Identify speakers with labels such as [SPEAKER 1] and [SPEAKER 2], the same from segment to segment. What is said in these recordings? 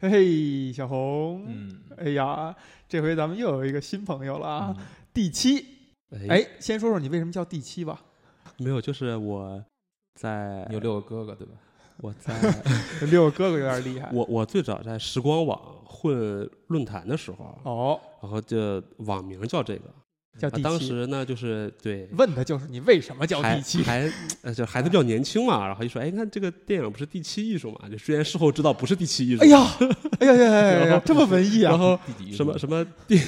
[SPEAKER 1] 嘿嘿，小红，
[SPEAKER 2] 嗯，
[SPEAKER 1] 哎呀，这回咱们又有一个新朋友了啊！
[SPEAKER 2] 嗯，
[SPEAKER 1] 第七，
[SPEAKER 3] 哎，
[SPEAKER 1] 哎，先说说你为什么叫第七吧。
[SPEAKER 3] 没有，就是我
[SPEAKER 1] 哎
[SPEAKER 3] 在
[SPEAKER 2] 你有六个哥哥对吧？
[SPEAKER 3] 我在
[SPEAKER 1] 这六个哥哥有点厉害。
[SPEAKER 3] 我我最早在时光网混论坛的时候，
[SPEAKER 1] 哦，
[SPEAKER 3] 然后就网名叫这个，
[SPEAKER 1] 叫
[SPEAKER 3] 啊
[SPEAKER 1] 第七。
[SPEAKER 3] 当时呢就是对。
[SPEAKER 1] 问的就是你为什么叫
[SPEAKER 3] 还
[SPEAKER 1] 第七？
[SPEAKER 3] 还呃，就孩子比较年轻嘛，然后就说，哎，你看这个电影不是第七艺术嘛？就虽然事后知道不是第七艺术，
[SPEAKER 1] 哎呀，哎呀呀呀呀
[SPEAKER 3] 然
[SPEAKER 1] 呀
[SPEAKER 3] 后！
[SPEAKER 1] 这么文艺啊
[SPEAKER 3] 然！后
[SPEAKER 2] 第几个
[SPEAKER 3] 什么
[SPEAKER 2] 哥
[SPEAKER 3] 什么第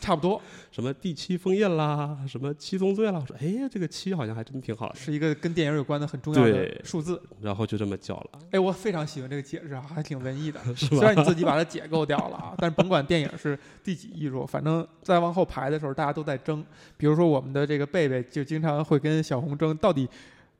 [SPEAKER 1] 差不多
[SPEAKER 3] 什么第七枫叶啦，什么七宗罪啦，我说，哎，这个七好像还真挺好的，
[SPEAKER 1] 是一个跟电影有关的很重要的
[SPEAKER 3] 对
[SPEAKER 1] 数字。
[SPEAKER 3] 然后就这么叫了，
[SPEAKER 1] 哎，我非常喜欢这个解释啊，还挺文艺的。
[SPEAKER 3] 是
[SPEAKER 1] 虽
[SPEAKER 3] 吧？
[SPEAKER 1] 然你自己把它解构掉了啊，但是甭管电影是第几艺术，反正再往后排的时候，大家都在争。比如说我们的这个贝贝就经常会跟小红争，到底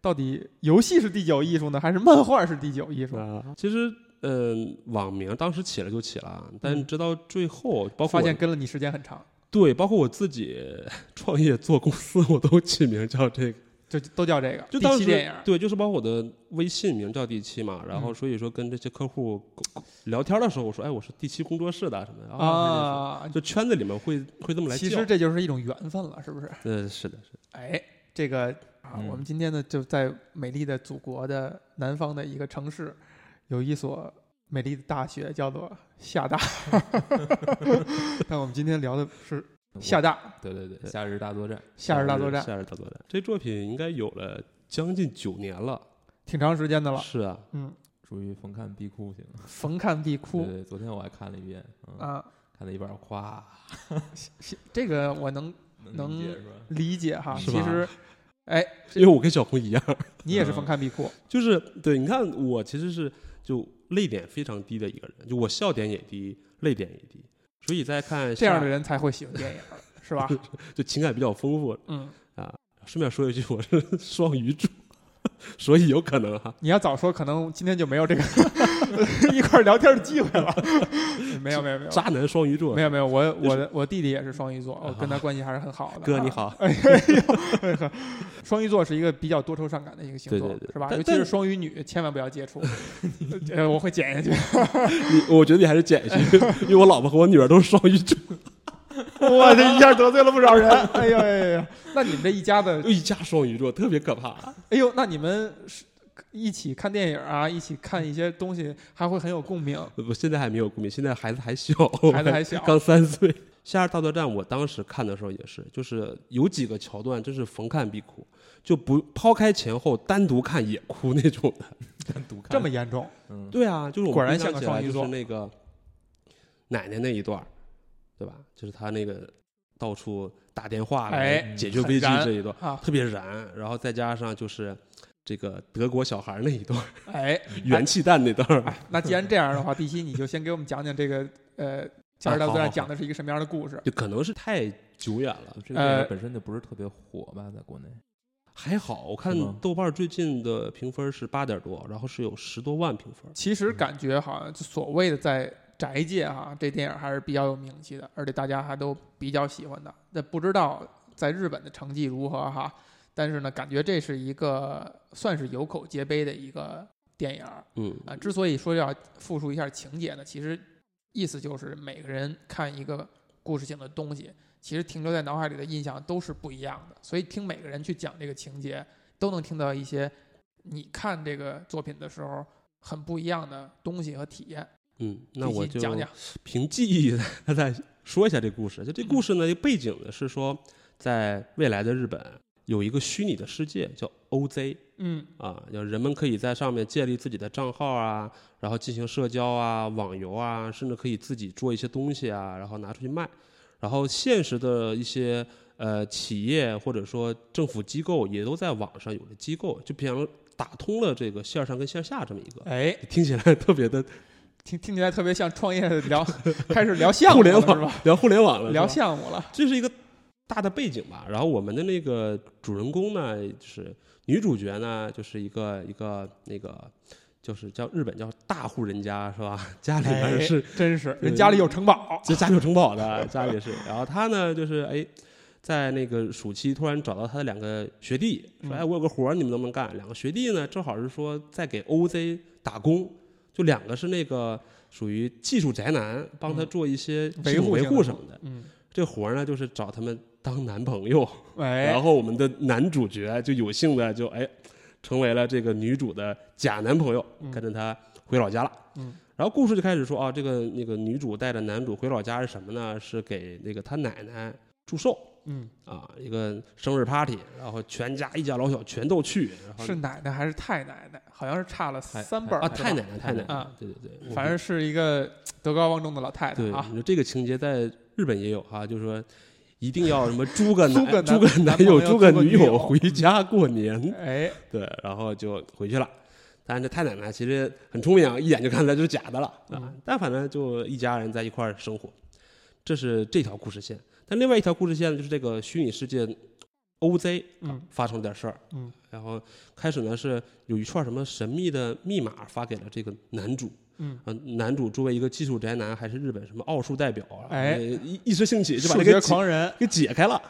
[SPEAKER 1] 到底游戏是第九艺术呢，还是漫画是第九艺术？
[SPEAKER 3] 啊，其实，嗯、网名当时起了就起了，但
[SPEAKER 1] 嗯
[SPEAKER 3] 直到最后，包括
[SPEAKER 1] 发
[SPEAKER 3] 我
[SPEAKER 1] 现跟了你时间很长，
[SPEAKER 3] 对，包括我自己 创业做公司， 我都起名叫这个，
[SPEAKER 1] 就都叫这个
[SPEAKER 3] 就
[SPEAKER 1] 第
[SPEAKER 3] 当
[SPEAKER 1] 七
[SPEAKER 3] 时
[SPEAKER 1] 电影。嗯
[SPEAKER 3] 对，就是包括我的微信名叫第七嘛，然后所以说跟这些客户沟沟聊天的时候，我说，哎，我是第七工作室的什么的啊，
[SPEAKER 1] 啊
[SPEAKER 3] 就圈子里面会会这么来
[SPEAKER 1] 其
[SPEAKER 3] 叫
[SPEAKER 1] 实，这就是一种缘分了，是不是？
[SPEAKER 3] 呃，是的，是的，
[SPEAKER 1] 哎，这个啊，
[SPEAKER 2] 嗯
[SPEAKER 1] 我们今天呢就在美丽的祖国的南方的一个城市，有一所美丽的大学，叫做厦大。但我们今天聊的是
[SPEAKER 2] 我
[SPEAKER 1] 厦大
[SPEAKER 2] 对对对，
[SPEAKER 3] 对
[SPEAKER 2] 夏日大作战，
[SPEAKER 1] 夏日大作战，
[SPEAKER 3] 夏日大作战，这作品应该有了将近九年了，
[SPEAKER 1] 挺长时间的了。
[SPEAKER 3] 是啊，
[SPEAKER 1] 嗯，
[SPEAKER 2] 属于逢看必哭型。
[SPEAKER 1] 逢看必
[SPEAKER 2] 对
[SPEAKER 1] 哭
[SPEAKER 2] 对，昨天我还看了一遍，嗯，
[SPEAKER 1] 啊，
[SPEAKER 2] 看了一半儿，咵，
[SPEAKER 1] 这个我能能
[SPEAKER 2] 能
[SPEAKER 1] 理
[SPEAKER 2] 理解是吧？
[SPEAKER 1] 解哈。
[SPEAKER 3] 是
[SPEAKER 1] 其
[SPEAKER 3] 吧
[SPEAKER 1] 实哎
[SPEAKER 3] 因为我跟小红一样。
[SPEAKER 1] 你也是
[SPEAKER 2] 嗯
[SPEAKER 1] 逢看必哭，
[SPEAKER 3] 就是对，你看我其实是就泪点非常低的一个人，就我笑点也低，泪点也低，所以再看
[SPEAKER 1] 这样的
[SPEAKER 3] 下
[SPEAKER 1] 人才会喜欢电影，是吧？
[SPEAKER 3] 就情感比较丰富。
[SPEAKER 1] 嗯，
[SPEAKER 3] 顺便说一句，我是 双鱼座，所以有可能哈、
[SPEAKER 1] 你要早说，可能今天就没有这个 一块儿聊天的机会了。没有没有没有，
[SPEAKER 3] 渣男双鱼座
[SPEAKER 1] 没。有没有，我
[SPEAKER 3] 就是啊
[SPEAKER 1] 我的我弟弟也是双鱼座，我跟他关系还是很好的。
[SPEAKER 3] 哥你，好，
[SPEAKER 1] 哎呦，呵双鱼座是一个比较多愁善感的一个星座，
[SPEAKER 3] 对对对
[SPEAKER 1] 是吧？
[SPEAKER 3] 但
[SPEAKER 1] 尤其是
[SPEAKER 3] 但
[SPEAKER 1] 双鱼女，千万不要接 触。呃，我会减下去。
[SPEAKER 3] 你我觉得你还是减一句， 因为我老婆和我女儿都是双鱼座，
[SPEAKER 1] 我这一下得罪了不少人。哎呦哎呦哎呦，那你们这一家子，
[SPEAKER 3] 一家双鱼座特别可怕。
[SPEAKER 1] 哎呦，那你们是一起看电影啊，一起看一些东西，还会很有共鸣。
[SPEAKER 3] 我现在还没有共鸣，现在孩子还小，
[SPEAKER 1] 孩子还小
[SPEAKER 3] 刚三岁。《夏日大作战》我当时看的时候也是，就是有几个桥段真是逢看必哭，就不抛开前后单独看也哭那种的。
[SPEAKER 2] 单独 看
[SPEAKER 1] 这么严重，
[SPEAKER 2] 嗯，
[SPEAKER 3] 对啊，就是我们
[SPEAKER 1] 果然
[SPEAKER 3] 回想
[SPEAKER 1] 像个
[SPEAKER 3] 起来
[SPEAKER 1] 双鱼座
[SPEAKER 3] 就是那个奶奶那一段儿，对吧？就是她那个到处打电话
[SPEAKER 1] 哎
[SPEAKER 3] 来解决
[SPEAKER 1] 很
[SPEAKER 3] 危机
[SPEAKER 1] 燃
[SPEAKER 3] 这一段，
[SPEAKER 1] 啊！
[SPEAKER 3] 特别燃。然后再加上就是这个德国小孩儿那一段儿，
[SPEAKER 1] 哎，
[SPEAKER 3] 元气弹那段儿，
[SPEAKER 1] 那既然这样的话，第七你就先给我们讲讲这个呃《加尔大作
[SPEAKER 3] 啊好好
[SPEAKER 1] 战》
[SPEAKER 3] 好
[SPEAKER 1] 讲的是一个什么样的故事？
[SPEAKER 3] 就可能是太久远了。
[SPEAKER 2] 这个电
[SPEAKER 1] 呃
[SPEAKER 2] 影本身就不是特别火吧，在国内。
[SPEAKER 3] 还好，我看
[SPEAKER 2] 是吗
[SPEAKER 3] 豆瓣儿最近的评分是八点多，然后是有十多万评分。
[SPEAKER 1] 其实感觉好像就所谓的在宅界啊，这电影还是比较有名气的，而且大家还都比较喜欢的。那不知道在日本的成绩如何哈，但是呢，感觉这是一个算是有口皆碑的一个电影儿
[SPEAKER 3] 嗯，
[SPEAKER 1] 啊。之所以说要复述一下情节呢，其实意思就是每个人看一个故事性的东西，其实停留在脑海里的印象都是不一样的，所以听每个人去讲这个情节，都能听到一些你看这个作品的时候很不一样的东西和体验。
[SPEAKER 3] 嗯，那我
[SPEAKER 1] 具体
[SPEAKER 3] 就
[SPEAKER 1] 讲讲，
[SPEAKER 3] 凭记忆再再说一下这故事。就这故事呢，
[SPEAKER 1] 嗯
[SPEAKER 3] 一个背景呢是说，在未来的日本有一个虚拟的世界叫 OZ
[SPEAKER 1] 嗯
[SPEAKER 3] 啊，就人们可以在上面建立自己的账号啊，然后进行社交啊、网游啊，甚至可以自己做一些东西啊，然后拿出去卖。然后现实的一些呃企业或者说政府机构也都在网上有了机构，就比方打通了这个线上跟线下这么一个，
[SPEAKER 1] 哎，
[SPEAKER 3] 听起来特别的
[SPEAKER 1] 听听起来特别像创业 聊，开始聊项目
[SPEAKER 3] 互
[SPEAKER 1] 了
[SPEAKER 3] 联
[SPEAKER 1] 是吧？
[SPEAKER 3] 网聊互联网了，是
[SPEAKER 1] 聊
[SPEAKER 3] 吧
[SPEAKER 1] 项目了，
[SPEAKER 3] 这是一个大的背景吧。然后我们的那个主人公呢，就是女主角呢，就是一个一个那个，就是叫日本叫大户人家是吧？ 家里
[SPEAKER 1] 哎
[SPEAKER 3] 面是、
[SPEAKER 1] 真是
[SPEAKER 3] 对
[SPEAKER 1] 人家里有城堡，
[SPEAKER 3] 这家里有城堡的，家里是。然后她呢，就是哎。在那个暑期，突然找到她的两个学弟，说：“
[SPEAKER 1] 嗯
[SPEAKER 3] 哎，我有个活儿，你们能不能干？”两个学弟呢，正好是说在给 OZ 打工，就就两个是那个属于技术宅男，帮他
[SPEAKER 1] 嗯
[SPEAKER 3] 做一些
[SPEAKER 1] 维
[SPEAKER 3] 系统
[SPEAKER 1] 护
[SPEAKER 3] 维
[SPEAKER 1] 性
[SPEAKER 3] 护
[SPEAKER 1] 的
[SPEAKER 3] 什么的。
[SPEAKER 1] 嗯，
[SPEAKER 3] 这活儿呢，就是找他们当男朋友，然
[SPEAKER 1] 喂，
[SPEAKER 3] 后我们的男主角啊就有幸的就哎，成为了这个女主的假男朋友，
[SPEAKER 1] 嗯
[SPEAKER 3] 跟着她回老家了。
[SPEAKER 1] 嗯，
[SPEAKER 3] 然后故事就开始说啊，这个那个女主带着男主回老家是什么呢？是给那个她奶奶祝寿
[SPEAKER 1] 嗯，
[SPEAKER 3] 啊，一个生日 party，然后全家一家老小全都去，然后
[SPEAKER 1] 是奶奶还是太奶奶？好像是差了
[SPEAKER 2] 太
[SPEAKER 1] 三辈儿
[SPEAKER 3] 啊，
[SPEAKER 1] 对
[SPEAKER 3] 太
[SPEAKER 1] 吧
[SPEAKER 3] 奶奶太奶奶，
[SPEAKER 1] 啊
[SPEAKER 2] 对对对，
[SPEAKER 1] 反正是一个德高望重的老太太
[SPEAKER 3] 对，
[SPEAKER 1] 啊
[SPEAKER 3] 你。说这个情节在日本也有哈、就是说一定要什么租个
[SPEAKER 1] 租个
[SPEAKER 3] 男租
[SPEAKER 1] 男
[SPEAKER 3] 个
[SPEAKER 1] 男
[SPEAKER 3] 男
[SPEAKER 1] 朋
[SPEAKER 3] 友
[SPEAKER 1] 友
[SPEAKER 3] 租个
[SPEAKER 1] 租个
[SPEAKER 3] 女
[SPEAKER 1] 女友
[SPEAKER 3] 友回家过年，
[SPEAKER 1] 哎，
[SPEAKER 3] 对，然后就回去了。但是这太奶奶其实很聪明啊，一眼就看出来这是假的了啊
[SPEAKER 1] 嗯。
[SPEAKER 3] 但反正就一家人在一块儿生活，这是这条故事线。但另外一条故事线呢，就是这个虚拟世界 OZ
[SPEAKER 1] 嗯
[SPEAKER 3] 发生了点事儿，
[SPEAKER 1] 嗯，
[SPEAKER 3] 然后开始呢是有一串什么神秘的密码发给了这个男主，
[SPEAKER 1] 嗯，
[SPEAKER 3] 呃，男主作为一个技术宅男，还是日本什么奥数代表啊，
[SPEAKER 1] 哎
[SPEAKER 3] 一一时兴起就把
[SPEAKER 1] 数
[SPEAKER 3] 这
[SPEAKER 1] 学
[SPEAKER 3] 个解
[SPEAKER 1] 狂人，
[SPEAKER 3] 给解开了。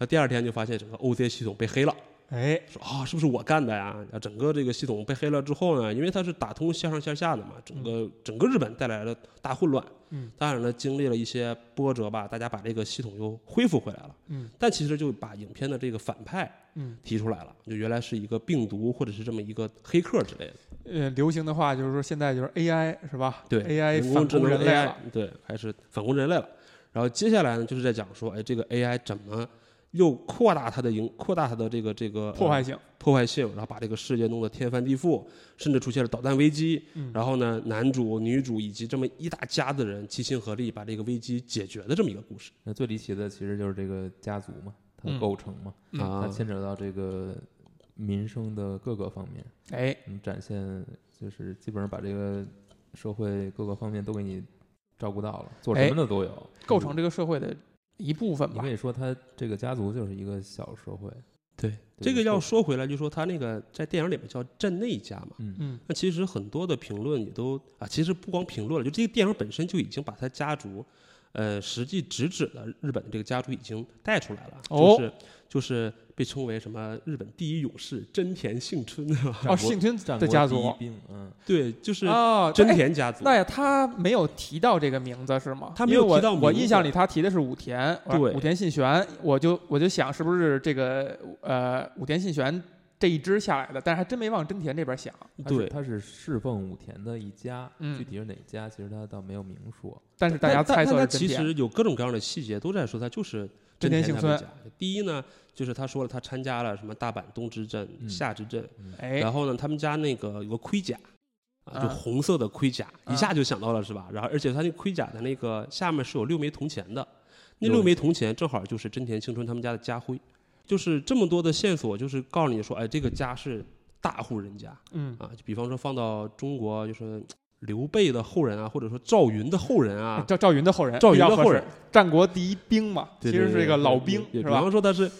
[SPEAKER 3] 那第二天就发现整个 OZ 系统被黑了，
[SPEAKER 1] 哎，
[SPEAKER 3] 说啊，是不是我干的呀？啊，整个这个系统被黑了之后呢，因为它是打通线上线下的嘛，整个整个日本带来了大混乱。
[SPEAKER 1] 嗯，
[SPEAKER 3] 当然了，经历了一些波折吧，大家把这个系统又恢复回来了。
[SPEAKER 1] 嗯
[SPEAKER 3] 但其实就把影片的这个反派
[SPEAKER 1] 嗯，
[SPEAKER 3] 提出来了，就原来是一个病毒或者是这么一个黑客之类的。
[SPEAKER 1] 呃，流行的话就是说现在就是 AI 是吧？
[SPEAKER 3] 对
[SPEAKER 1] ，AI
[SPEAKER 3] 人
[SPEAKER 1] 反
[SPEAKER 3] 工智
[SPEAKER 1] 攻
[SPEAKER 3] 能
[SPEAKER 1] 人类
[SPEAKER 3] AI
[SPEAKER 1] 了。
[SPEAKER 3] 对，还是反攻人类了。然后接下来呢，就是在讲说，哎，这个 AI 怎么又扩大它的影，扩大它的这个这个
[SPEAKER 1] 破坏
[SPEAKER 3] 呃
[SPEAKER 1] 性，
[SPEAKER 3] 破坏性，然后把这个世界弄得天翻地覆，甚至出现了导弹危机。
[SPEAKER 1] 嗯
[SPEAKER 3] 然后呢，男主、女主以及这么一大家子人齐心合力把这个危机解决的这么一个故事
[SPEAKER 2] 那最离奇的其实就是这个家族嘛，它的
[SPEAKER 1] 嗯
[SPEAKER 2] 构成嘛，
[SPEAKER 1] 嗯
[SPEAKER 3] 啊
[SPEAKER 2] 它。牵扯到这个民生的各个方面，
[SPEAKER 1] 哎，
[SPEAKER 2] 嗯，展现就是基本上把这个社会各个方面都给你照顾到了，做什
[SPEAKER 1] 哎
[SPEAKER 2] 么的都有。嗯
[SPEAKER 1] 构
[SPEAKER 3] 嗯
[SPEAKER 1] 成这个社会的一部分
[SPEAKER 2] 你
[SPEAKER 1] 吧
[SPEAKER 2] 可。以说它这个家族就是一个小社会，
[SPEAKER 3] 对，
[SPEAKER 2] 对
[SPEAKER 3] 这个
[SPEAKER 2] 就
[SPEAKER 3] 要
[SPEAKER 2] 是
[SPEAKER 3] 说回来，就说他那个在电影里面叫镇内家嘛。
[SPEAKER 2] 嗯，
[SPEAKER 1] 嗯
[SPEAKER 3] 那其实很多的评论也都啊，其实不光评论了，就这个电影本身就已经把他家族，呃，实际直指的日本的这个家族已经带出来了，
[SPEAKER 1] 哦
[SPEAKER 3] 就是就是被称为什么日本第一勇士真田幸村，
[SPEAKER 1] 哦，幸村
[SPEAKER 2] 战
[SPEAKER 1] 的
[SPEAKER 2] 国
[SPEAKER 1] 家
[SPEAKER 2] 第一
[SPEAKER 1] 族
[SPEAKER 2] 兵，嗯，
[SPEAKER 3] 对，就是
[SPEAKER 1] 哦，
[SPEAKER 3] 真
[SPEAKER 1] 哎
[SPEAKER 3] 田家族。
[SPEAKER 1] 那也他没有提到这个名字是吗？
[SPEAKER 3] 他没有
[SPEAKER 1] 因为我
[SPEAKER 3] 提到名字
[SPEAKER 1] 我印象里他提的是武田，
[SPEAKER 3] 对
[SPEAKER 1] 武田信玄，我就我就想是不是这个呃武田信玄这一支下来的，但是还真没往真田这边想。
[SPEAKER 2] 它是
[SPEAKER 3] 对，
[SPEAKER 2] 它是侍奉武田的一家，
[SPEAKER 1] 嗯
[SPEAKER 2] 具体是哪家，其实它倒没有明说。
[SPEAKER 1] 但是大家猜
[SPEAKER 3] 但但
[SPEAKER 1] 测
[SPEAKER 3] 但
[SPEAKER 1] 是
[SPEAKER 3] 他其
[SPEAKER 1] 真田。
[SPEAKER 3] 实有各种各样的细节都在说他就是真
[SPEAKER 1] 田
[SPEAKER 3] 田
[SPEAKER 1] 幸
[SPEAKER 3] 他们
[SPEAKER 1] 村
[SPEAKER 3] 家。第一呢，就是他说了他参加了什么大阪东之镇、
[SPEAKER 2] 嗯
[SPEAKER 3] 夏之镇，
[SPEAKER 1] 哎，
[SPEAKER 3] 然后呢，他们家那个有个盔甲，啊，
[SPEAKER 1] 啊
[SPEAKER 3] 就红色的盔甲，
[SPEAKER 1] 啊
[SPEAKER 3] 一下就想到了是吧？然后，而且他那盔甲的那个下面是有六枚铜钱的，那
[SPEAKER 2] 有
[SPEAKER 3] 六枚铜钱正好就是真田幸村他们家的家徽，就是这么多的线索，就是告诉你说，哎，这个家是大户人家
[SPEAKER 1] 嗯，
[SPEAKER 3] 啊，就比方说放到中国，就是刘备的后人啊，或者说赵云的后人啊，
[SPEAKER 1] 赵赵云的后人，
[SPEAKER 3] 赵云
[SPEAKER 1] 比较
[SPEAKER 3] 的
[SPEAKER 1] 合
[SPEAKER 3] 后
[SPEAKER 1] 适
[SPEAKER 3] 人，
[SPEAKER 1] 战国第一兵嘛，
[SPEAKER 3] 对
[SPEAKER 1] 其实是一个老兵
[SPEAKER 3] 对对对
[SPEAKER 1] 是
[SPEAKER 3] 比
[SPEAKER 1] 吧？
[SPEAKER 3] 方说他是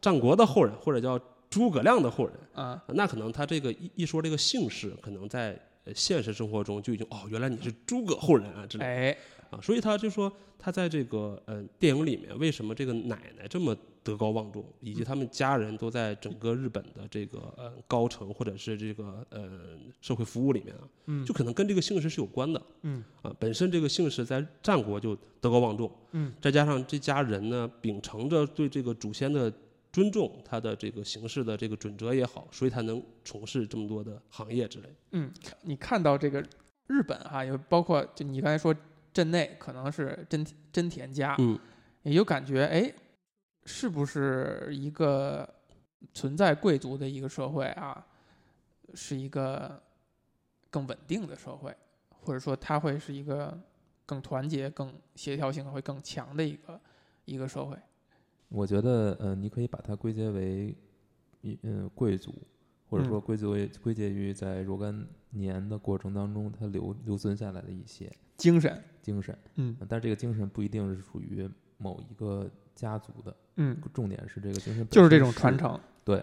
[SPEAKER 3] 战国的后人，或者叫诸葛亮的后人。
[SPEAKER 1] 嗯，
[SPEAKER 3] 那可能他这个一一说这个姓氏，可能在呃现实生活中就已经哦，原来你是诸葛后人啊之类的
[SPEAKER 1] 哎，
[SPEAKER 3] 啊，所以他就说他在这个呃电影里面，为什么这个奶奶这么德高望重，以及他们家人都在整个日本的这个呃高层或者是这个呃社会服务里面啊，
[SPEAKER 1] 嗯
[SPEAKER 3] 就可能跟这个姓氏是有关的
[SPEAKER 1] 嗯
[SPEAKER 3] 啊。本身这个姓氏在战国就德高望重，
[SPEAKER 1] 嗯，
[SPEAKER 3] 再加上这家人呢秉承着对这个祖先的尊重，他的这个行事的这个准则也好，所以他能从事这么多的行业之类。
[SPEAKER 1] 嗯，你看到这个日本哈、有包括就你刚才说镇内可能是真真田家，
[SPEAKER 3] 嗯，
[SPEAKER 1] 也就感觉哎，是不是一个存在贵族的一个社会啊，是一个更稳定的社会，或者说它会是一个更团结、更协调性会更强的一个一个社会。
[SPEAKER 2] 我觉得，呃，你可以把它归结为，一嗯，贵族，或者
[SPEAKER 1] 嗯
[SPEAKER 2] 说归结为归结于在若干年的过程当中，它留留存下来的一些
[SPEAKER 1] 精神，
[SPEAKER 2] 精神。
[SPEAKER 1] 嗯
[SPEAKER 2] 但这个精神不一定是属于某一个家族的，
[SPEAKER 1] 嗯，
[SPEAKER 2] 重点是这个精神本
[SPEAKER 1] 就是这
[SPEAKER 2] 身
[SPEAKER 1] 种传。承，
[SPEAKER 2] 对，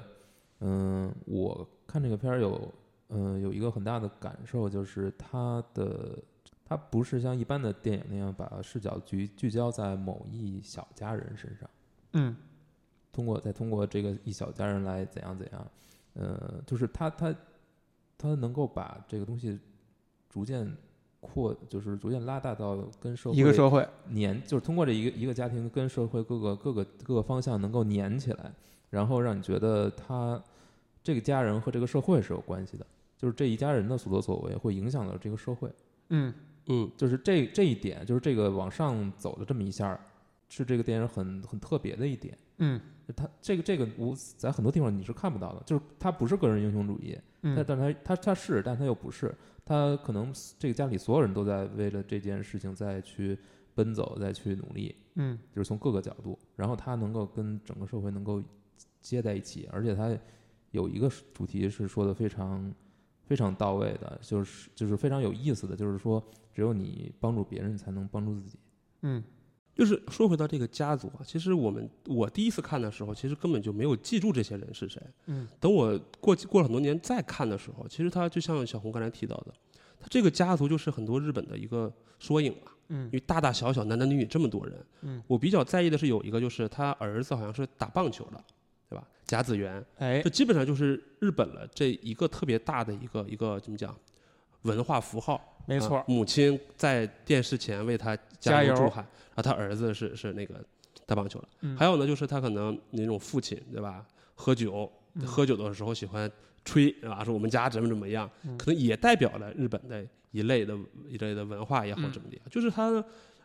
[SPEAKER 2] 嗯，我看这个片儿有，嗯，有一个很大的感受就是它的，它不是像一般的电影那样把视角聚聚焦在某一小家人身上，
[SPEAKER 1] 嗯
[SPEAKER 2] 通过再通过这个一小家人来怎样怎样，呃，就是它它它能够把这个东西逐渐扩，就是逐渐拉大到跟社会
[SPEAKER 1] 一个社会，
[SPEAKER 2] 粘，就是通过这一个一个家庭跟社会各个各个各个方向能够粘起来，然后让你觉得他这个家人和这个社会是有关系的，就是这一家人的所作所为会影响到这个社会，
[SPEAKER 1] 嗯，
[SPEAKER 3] 嗯，
[SPEAKER 2] 就是这这一点，就是这个往上走的这么一下儿，是这个电影很很特别的一点。
[SPEAKER 1] 嗯
[SPEAKER 2] 它这个这个无在很多地方你是看不到的，就是它不是个人英雄主义，但
[SPEAKER 1] 嗯
[SPEAKER 2] 但它它它是，但它又不是，它可能这个家里所有人都在为了这件事情再去奔走，再去努力，
[SPEAKER 1] 嗯
[SPEAKER 2] 就是从各个角度，然后它能够跟整个社会能够接在一起，而且它有一个主题是说的非常非常到位的，就是就是非常有意思的，就是说只有你帮助别人才能帮助自己，
[SPEAKER 1] 嗯
[SPEAKER 3] 就是说回到这个家族啊，其实我们我第一次看的时候，其实根本就没有记住这些人是谁。
[SPEAKER 1] 嗯，
[SPEAKER 3] 等我过过了很多年再看的时候，其实他就像小红刚才提到的，他这个家族就是很多日本的一个缩影吧。
[SPEAKER 1] 嗯
[SPEAKER 3] 因为大大小小、男男女女这么多人，
[SPEAKER 1] 嗯，
[SPEAKER 3] 我比较在意的是有一个，就是他儿子好像是打棒球的，对吧？甲子园，
[SPEAKER 1] 哎
[SPEAKER 3] 这，基本上就是日本了这一个特别大的一个一个怎么讲，文化符号。
[SPEAKER 1] 没错
[SPEAKER 3] 啊，母亲在电视前为他
[SPEAKER 1] 加
[SPEAKER 3] 加油
[SPEAKER 1] 油
[SPEAKER 3] 助喊，然后他儿子是是那个打棒球的。
[SPEAKER 1] 嗯
[SPEAKER 3] 还有呢，就是他可能那种父亲对吧，喝酒
[SPEAKER 1] 嗯
[SPEAKER 3] 喝酒的时候喜欢吹对吧，说我们家怎么怎么样
[SPEAKER 1] 嗯，
[SPEAKER 3] 可能也代表了日本的一类的一类的文化也好
[SPEAKER 1] 嗯
[SPEAKER 3] 怎么的，啊就是他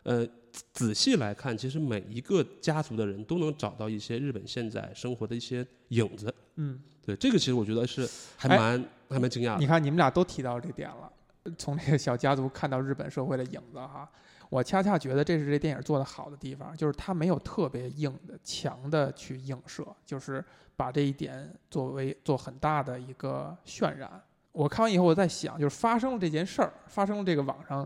[SPEAKER 3] 呃仔仔细来看，其实每一个家族的人都能找到一些日本现在生活的一些影子。
[SPEAKER 1] 嗯，
[SPEAKER 3] 对，这个其实我觉得是还
[SPEAKER 1] 哎
[SPEAKER 3] 蛮还蛮惊讶的。
[SPEAKER 1] 你看你们俩都提到这点了，呃从这个小家族看到日本社会的影子哈。我恰恰觉得这是这电影做的好的地方，就是它没有特别硬的、强的去映射，就是把这一点作为做很大的一个渲染。我看完以后，我在想，就是发生了这件事儿，发生了这个网上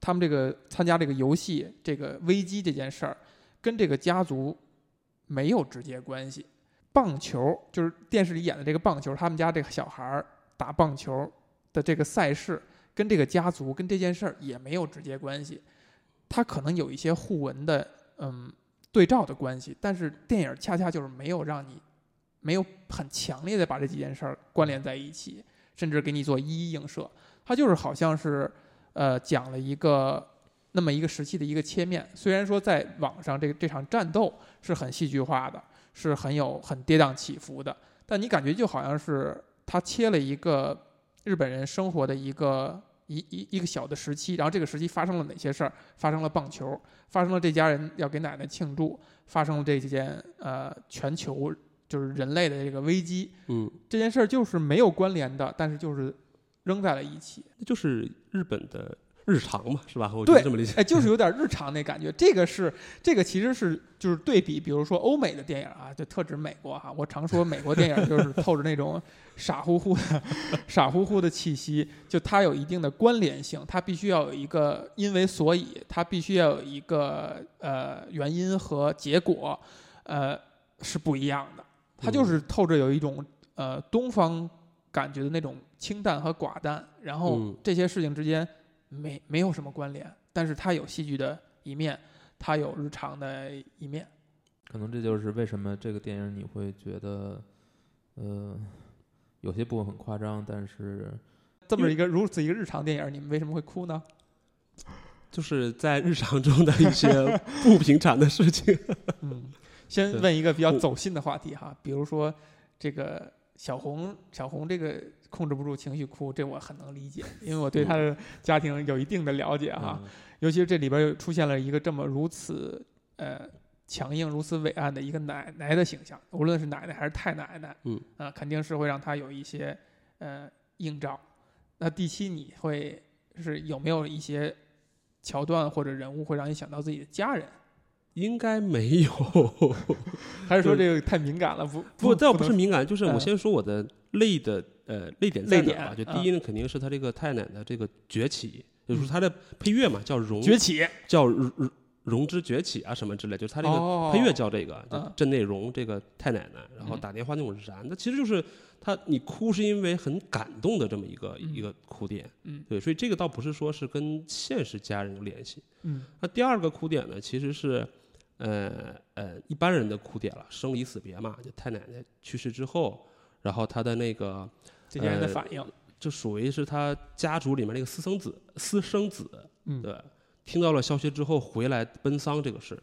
[SPEAKER 1] 他们这个参加这个游戏这个危机这件事儿，跟这个家族没有直接关系。棒球就是电视里演的这个棒球，他们家这个小孩儿打棒球的这个赛事，跟这个家族跟这件事儿也没有直接关系，它可能有一些互文的嗯对照的关系，但是电影恰恰就是没有让你没有很强烈的把这几件事儿关联在一起，甚至给你做一一映射，它就是好像是呃讲了一个。那么一个时期的一个切面，虽然说在网上这这场战斗是很戏剧化的，是很有很跌宕起伏的，但你感觉就好像是他切了一个日本人生活的一个一一一个小的时期，然后这个时期发生了哪些事儿？发生了棒球，发生了这家人要给奶奶庆祝，发生了这件呃全球就是人类的这个危机，
[SPEAKER 3] 嗯，
[SPEAKER 1] 这件事儿就是没有关联的，但是就是扔在了一起，
[SPEAKER 3] 那就是日本的日常嘛，是吧？我就
[SPEAKER 1] 对
[SPEAKER 3] 这么理解。
[SPEAKER 1] 哎，就是有点日常那感觉。这个是这个其实是就是对比，比如说欧美的电影啊，就特指美国哈、我常说美国电影就是 透着那种傻乎乎的、 傻乎乎的气息，就它有一定的关联性，它必须要有一个因为所以，它必须要有一个呃原因和结果，呃是不一样的。它就是透着有一种呃东方感觉的那种清淡和寡淡，然后
[SPEAKER 3] 嗯
[SPEAKER 1] 这些事情之间没没有什么关联，但是它有戏剧的一面，它有日常的一面。
[SPEAKER 2] 可能这就是为什么这个电影你会觉得，呃，有些部分很夸张，但是
[SPEAKER 1] 这么一个如此一个日常电影，你们为什么会哭呢？
[SPEAKER 3] 就是在日常中的 一些不平常的事情。
[SPEAKER 1] 嗯，先
[SPEAKER 3] 对
[SPEAKER 1] 问一个比较
[SPEAKER 3] 我
[SPEAKER 1] 走心的话题哈，比如说这个小红，小红这个控制不住情绪哭，这我很能理解，因为我对她
[SPEAKER 3] 嗯
[SPEAKER 1] 的家庭有一定的了解哈。
[SPEAKER 3] 啊
[SPEAKER 2] 嗯
[SPEAKER 1] 尤其是这里边又出现了一个这么如此呃强硬、如此伟岸的一个奶奶的形象，无论是奶奶还是太奶奶，
[SPEAKER 3] 嗯
[SPEAKER 1] 啊、肯定是会让他有一些呃映照。那第七，你会是有没有一些桥段或者人物会让你想到自己的家人？
[SPEAKER 3] 应该没有，
[SPEAKER 1] 还是说这个太敏感了？不
[SPEAKER 3] 不，倒
[SPEAKER 1] 不
[SPEAKER 3] 不是
[SPEAKER 1] 能
[SPEAKER 3] 敏感，就是我
[SPEAKER 1] 嗯
[SPEAKER 3] 先说我的泪的呃泪点在
[SPEAKER 1] 泪
[SPEAKER 3] 哪
[SPEAKER 1] 点
[SPEAKER 3] 儿吧。就
[SPEAKER 1] 嗯
[SPEAKER 3] 第一呢，肯定是他这个太奶的这个崛起，就是他的配乐嘛，叫融
[SPEAKER 1] 崛起，
[SPEAKER 3] 叫融融融之崛起啊什么之类，就是他这个
[SPEAKER 1] 哦
[SPEAKER 3] 配乐叫这个，
[SPEAKER 1] 嗯
[SPEAKER 3] 就镇内容这个太奶奶，然后
[SPEAKER 1] 嗯
[SPEAKER 3] 打电话那种是啥？那其实就是他，你哭是因为很感动的这么一个、
[SPEAKER 1] 嗯
[SPEAKER 3] 一个哭点，
[SPEAKER 1] 嗯
[SPEAKER 3] 对，所以这个倒不是说是跟现实家人有联系。
[SPEAKER 1] 嗯
[SPEAKER 3] 那第二个哭点呢，其实是，呃呃，一般人的哭点了，生离死别嘛，就太奶奶去世之后，然后他的那个
[SPEAKER 1] 这些人的
[SPEAKER 3] 呃
[SPEAKER 1] 反应，
[SPEAKER 3] 就属于是他家族里面那个私生子，私生子，
[SPEAKER 1] 嗯
[SPEAKER 3] 对，听到了消息之后回来奔丧这个事，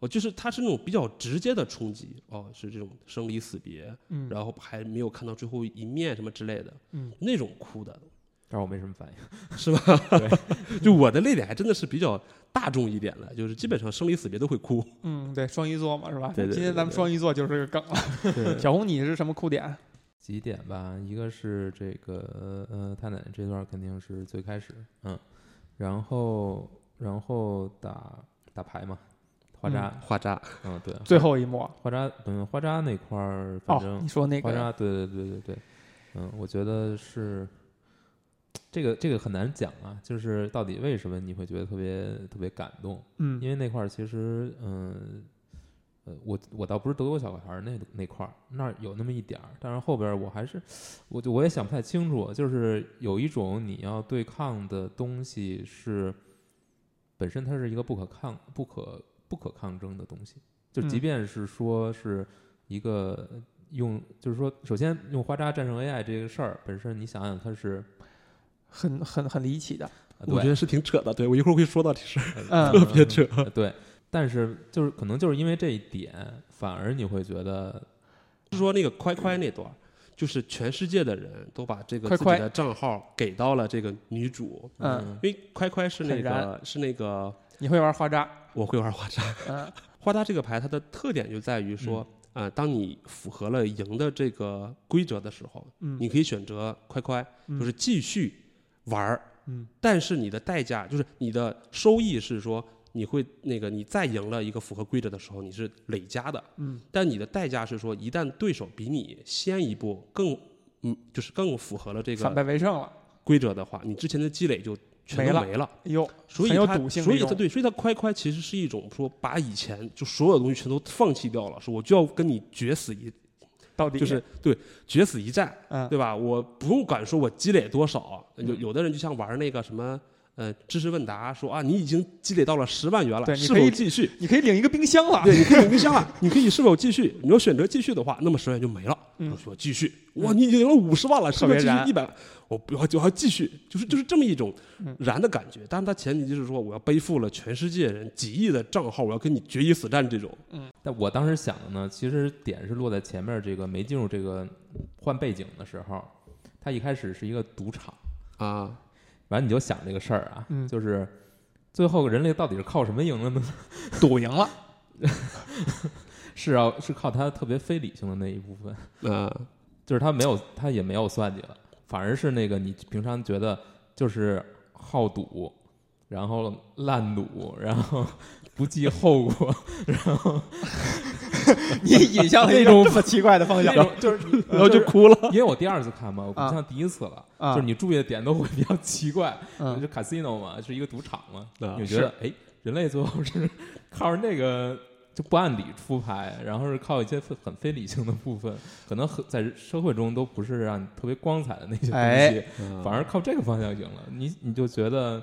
[SPEAKER 3] 我就是他是那种比较直接的冲击，哦，是这种生离死别，
[SPEAKER 1] 嗯，
[SPEAKER 3] 然后还没有看到最后一面什么之类的，
[SPEAKER 1] 嗯，
[SPEAKER 3] 那种哭的，
[SPEAKER 2] 但是我没什么反应。
[SPEAKER 3] 是吧？ 就我的泪点还真的是比较大众一点的，就是基本上生离死别都会哭。
[SPEAKER 1] 嗯，对，双鱼座嘛，是吧？
[SPEAKER 3] 对对对
[SPEAKER 1] 今天咱们双鱼座就是个梗了。
[SPEAKER 2] 对，
[SPEAKER 1] 小红，你是什么哭点？
[SPEAKER 2] 几点吧，一个是这个呃太奶奶这段肯定是最开始，嗯，然后然后打打牌嘛，花扎，
[SPEAKER 3] 画渣，
[SPEAKER 2] 嗯对，
[SPEAKER 1] 最后一幕啊
[SPEAKER 2] 花扎，嗯花扎那块儿，反
[SPEAKER 1] 哦
[SPEAKER 2] 正、，
[SPEAKER 1] 你说那
[SPEAKER 2] 花
[SPEAKER 1] 个
[SPEAKER 2] 扎，对对对对对，嗯，我觉得是这个这个很难讲啊，就是到底为什么你会觉得特别特别感动，
[SPEAKER 1] 嗯
[SPEAKER 2] 因为那块儿其实，嗯，呃，我我倒不是德国小孩儿那那块儿，那儿有那么一点儿，但是后边儿我还是，我就我也想不太清楚，就是有一种你要对抗的东西是，本身它是一个不可抗、不可不可抗争的东西，就即
[SPEAKER 1] 嗯
[SPEAKER 2] 便是说是一个用，就是说，首先用花渣战胜 AI 这个事儿本身，你想想它是，
[SPEAKER 1] 很很很离奇的，
[SPEAKER 2] 啊
[SPEAKER 3] 我觉
[SPEAKER 2] 对
[SPEAKER 3] 得是挺扯的。对我一会儿会说到这事儿，
[SPEAKER 1] 嗯
[SPEAKER 3] 特别扯。
[SPEAKER 2] 呃对，但是就是可能就是因为这一点，反而你会觉得
[SPEAKER 3] 是说那个快快那段儿，就是全世界的人都把这个
[SPEAKER 1] 快
[SPEAKER 3] 自己
[SPEAKER 1] 快
[SPEAKER 3] 的账号给到了这个女主，
[SPEAKER 1] 嗯，
[SPEAKER 3] 因为快快是那
[SPEAKER 1] 很
[SPEAKER 3] 个
[SPEAKER 1] 燃
[SPEAKER 3] 是那个
[SPEAKER 1] 你会玩花 渣，
[SPEAKER 3] 我会玩画渣，
[SPEAKER 1] 嗯
[SPEAKER 3] 画渣这个牌它的特点就在于说。啊、当你符合了赢的这个规则的时候，
[SPEAKER 1] 嗯，
[SPEAKER 3] 你可以选择快快，
[SPEAKER 1] 嗯
[SPEAKER 3] 就是继续玩儿，
[SPEAKER 1] 嗯
[SPEAKER 3] 但是你的代价就是你的收益是说你会那个你再赢了一个符合规则的时候你是累加的，
[SPEAKER 1] 嗯
[SPEAKER 3] 但你的代价是说一旦对手比你先一步更嗯就是更符合了这
[SPEAKER 1] 反
[SPEAKER 3] 个
[SPEAKER 1] 败为胜了，
[SPEAKER 3] 规则的话，你之前的积累就
[SPEAKER 1] 没
[SPEAKER 3] 全都
[SPEAKER 1] 了
[SPEAKER 3] 没了。
[SPEAKER 1] 哎呦，
[SPEAKER 3] 所以
[SPEAKER 1] 很有
[SPEAKER 3] 它，
[SPEAKER 1] 赌性
[SPEAKER 3] 所以
[SPEAKER 1] 这
[SPEAKER 3] 它
[SPEAKER 1] 种
[SPEAKER 3] 对，所以它快快其实是一种说把以前就所有的东西全都放弃掉了，说我就要跟你决死一，
[SPEAKER 1] 到底
[SPEAKER 3] 就是对决死一战，
[SPEAKER 1] 嗯
[SPEAKER 3] 对吧？我不用管说我积累多少，有
[SPEAKER 1] 嗯
[SPEAKER 3] 有的人就像玩那个什么呃知识问答，说啊你已经积累到了十万元了，
[SPEAKER 1] 对你
[SPEAKER 3] 是
[SPEAKER 1] 可
[SPEAKER 3] 否
[SPEAKER 1] 以
[SPEAKER 3] 继续？
[SPEAKER 1] 你可以领一个冰箱了，
[SPEAKER 3] 对，你可以冰箱了，你可以是否继续？你要选择继续的话，那么十万就没了。
[SPEAKER 1] 嗯
[SPEAKER 3] 我说继续，哇，你已经赢了五十万了，是
[SPEAKER 1] 特
[SPEAKER 3] 不
[SPEAKER 1] 别
[SPEAKER 3] 是继续
[SPEAKER 1] 燃
[SPEAKER 3] 一百？我不要，我要继续，就是就是这么一种
[SPEAKER 1] 嗯
[SPEAKER 3] 燃的感觉。但是它前提就是说，我要背负了全世界人几亿的账号，我要跟你决一死战这种。
[SPEAKER 2] 但我当时想的呢，其实点是落在前面这个没进入这个换背景的时候，它一开始是一个赌场，
[SPEAKER 3] 啊，
[SPEAKER 2] 完你就想这个事儿啊，
[SPEAKER 1] 嗯
[SPEAKER 2] 就是最后人类到底是靠什么赢的呢？
[SPEAKER 1] 赌赢了，
[SPEAKER 2] 是啊，是靠他特别非理性的那一部分，
[SPEAKER 3] 呃，
[SPEAKER 2] 就是他没有，他也没有算计了，反而是那个你平常觉得就是好赌，然后烂赌，然后 不计后果，然后
[SPEAKER 1] 你引向了一种这么奇怪的方向嗯
[SPEAKER 2] 那，种就是你
[SPEAKER 3] 然后就哭了。
[SPEAKER 2] 因为我第二次看嘛，我不
[SPEAKER 1] 啊
[SPEAKER 2] 像第一次了，
[SPEAKER 1] 啊
[SPEAKER 2] 就是你注意的点都会比较奇怪。
[SPEAKER 1] 嗯
[SPEAKER 2] 就 casino 嘛，是一个赌场嘛，
[SPEAKER 3] 啊
[SPEAKER 2] 你就觉得哎，人类最后是靠着那个就不按理出牌，然后是靠一些非很非理性的部分，可能很在社会中都不是让你特别光彩的那些东西，
[SPEAKER 1] 哎
[SPEAKER 2] 反而靠这个方向赢了，你你就觉得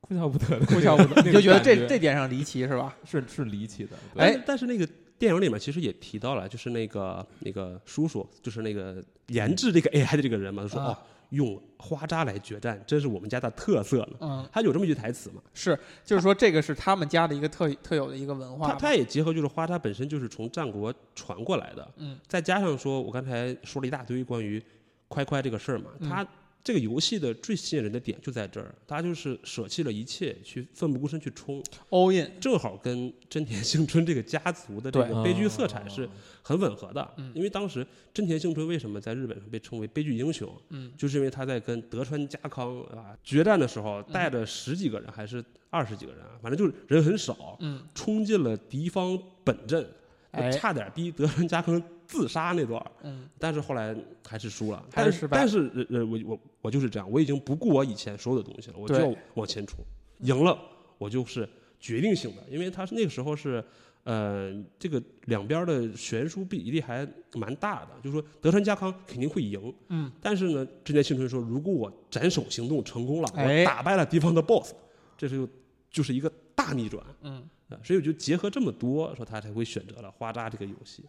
[SPEAKER 2] 哭笑不得的那个，
[SPEAKER 1] 哭笑不得，
[SPEAKER 2] 那
[SPEAKER 1] 你就
[SPEAKER 2] 个
[SPEAKER 1] 觉得
[SPEAKER 2] 感
[SPEAKER 1] 这这点上离奇是吧？
[SPEAKER 2] 是是离奇的，对
[SPEAKER 1] 哎
[SPEAKER 3] 哎，但是那个电影里面其实也提到了，就是那个那个叔叔，就是那个研制这个 AI 的这个人嘛，他说、
[SPEAKER 1] 啊
[SPEAKER 3] 哦，用花渣来决战，真是我们家的特色呢。
[SPEAKER 1] 嗯，
[SPEAKER 3] 他有这么一句台词嘛，
[SPEAKER 1] 是，就是说这个是他们家的一个特特有的一个文化
[SPEAKER 3] 他
[SPEAKER 1] 吧，
[SPEAKER 3] 他也结合就是花渣本身就是从战国传过来的，
[SPEAKER 1] 嗯，
[SPEAKER 3] 再加上说我刚才说了一大堆关于快快这个事儿嘛，
[SPEAKER 1] 嗯
[SPEAKER 3] 他这个游戏的最吸引人的点就在这儿，他就是舍弃了一切去奋不顾身去冲，
[SPEAKER 1] all in，
[SPEAKER 3] 正好跟真田幸村这个家族的这
[SPEAKER 1] 对
[SPEAKER 3] 个悲剧色
[SPEAKER 2] 哦
[SPEAKER 3] 彩是很吻合的。
[SPEAKER 1] 嗯
[SPEAKER 3] 因为当时真田幸村为什么在日本上被称为悲剧英雄，
[SPEAKER 1] 嗯
[SPEAKER 3] 就是因为他在跟德川家康啊决战的时候，
[SPEAKER 1] 嗯
[SPEAKER 3] 带着十几个人还是二十几个人啊，反正就是人很少，
[SPEAKER 1] 嗯，
[SPEAKER 3] 冲进了敌方本阵，
[SPEAKER 1] 哎
[SPEAKER 3] 差点逼德川家康自杀那段儿。
[SPEAKER 1] 嗯
[SPEAKER 3] 但是后来还是输了，
[SPEAKER 1] 还
[SPEAKER 3] 但
[SPEAKER 1] 是
[SPEAKER 3] 是
[SPEAKER 1] 失败
[SPEAKER 3] 但是呃呃我我我就是这样，我已经不顾我以前所有的东西了，我就
[SPEAKER 1] 对
[SPEAKER 3] 要往前冲，赢了我就是决定性的，因为他是那个时候是呃这个两边的悬殊比例还蛮大的，就是说德川家康肯定会赢，
[SPEAKER 1] 嗯，
[SPEAKER 3] 但是呢，织田信春说如果我斩首行动成功了，
[SPEAKER 1] 哎
[SPEAKER 3] 我打败了敌方的 BOSS，这是就就是一个大逆转，
[SPEAKER 1] 嗯
[SPEAKER 3] 呃所以我就结合这么多，说他才会选择了花扎这个游戏。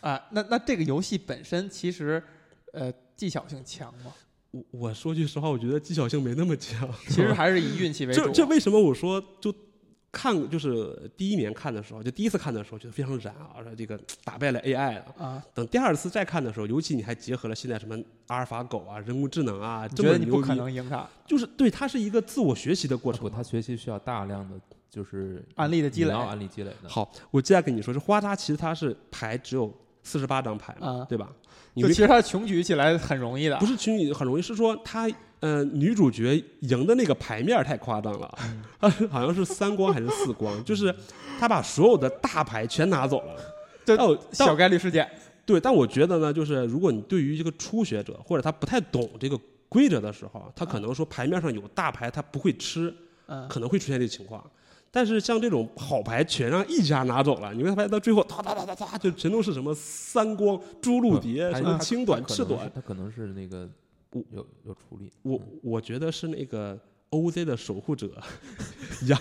[SPEAKER 1] 啊，那那这个游戏本身其实呃技巧性强吗？
[SPEAKER 3] 我我说句实话，我觉得技巧性没那么强。
[SPEAKER 1] 其 实还是以运气为
[SPEAKER 3] 这
[SPEAKER 1] 主。
[SPEAKER 3] 这为什么我说就看就是第一年看的时候，就第一次看的时候觉得非常燃啊，而且这个打败了 AI 啊。
[SPEAKER 1] 啊，
[SPEAKER 3] 等第二次再看的时候，尤其你还结合了现在什么阿尔法狗啊、人工智能啊，
[SPEAKER 1] 你
[SPEAKER 3] 这
[SPEAKER 1] 觉
[SPEAKER 3] 么
[SPEAKER 1] 得你
[SPEAKER 3] 牛
[SPEAKER 1] 不可
[SPEAKER 3] 逼，
[SPEAKER 1] 能赢他？
[SPEAKER 3] 就是对它是一个自我学习的过程
[SPEAKER 2] 不，。他学习需要大量的就是
[SPEAKER 1] 案例的积
[SPEAKER 2] 你
[SPEAKER 1] 累
[SPEAKER 2] 要案例积累的。
[SPEAKER 3] 好，我接下来跟你说，这花扎其实它是牌只有四十八张牌嘛，
[SPEAKER 1] 啊
[SPEAKER 3] 对吧？你
[SPEAKER 1] 就
[SPEAKER 3] 没
[SPEAKER 1] 其实他穷举起来很容易的
[SPEAKER 3] 不，是群体很容易，是说她呃女主角赢的那个牌面儿太夸张了， 好像是三光还是四光， 就是她把所有的大牌全拿走了。
[SPEAKER 1] 这
[SPEAKER 3] 但我但
[SPEAKER 1] 小概率事件。
[SPEAKER 3] 对，但我觉得呢，就是如果你对于一个初学者或者他不太懂这个规则的时候，
[SPEAKER 2] 啊
[SPEAKER 3] 他可能说牌面上有大牌他不会吃，
[SPEAKER 1] 嗯，
[SPEAKER 3] 可能会出现这情况。但是像这种好牌全让一家拿走了，你会发现到最后，哒哒哒哒哒，就全都是什么三光、
[SPEAKER 2] 不
[SPEAKER 3] 朱露蝶、
[SPEAKER 2] 他
[SPEAKER 3] 什么
[SPEAKER 2] 嗯他
[SPEAKER 3] 青短、
[SPEAKER 2] 他可
[SPEAKER 3] 赤
[SPEAKER 2] 能
[SPEAKER 3] 短
[SPEAKER 2] 是，他可能是那个
[SPEAKER 3] 我
[SPEAKER 2] 有有处理。
[SPEAKER 3] 我
[SPEAKER 1] 嗯
[SPEAKER 3] 我觉得是那个 OZ 的守护者 杨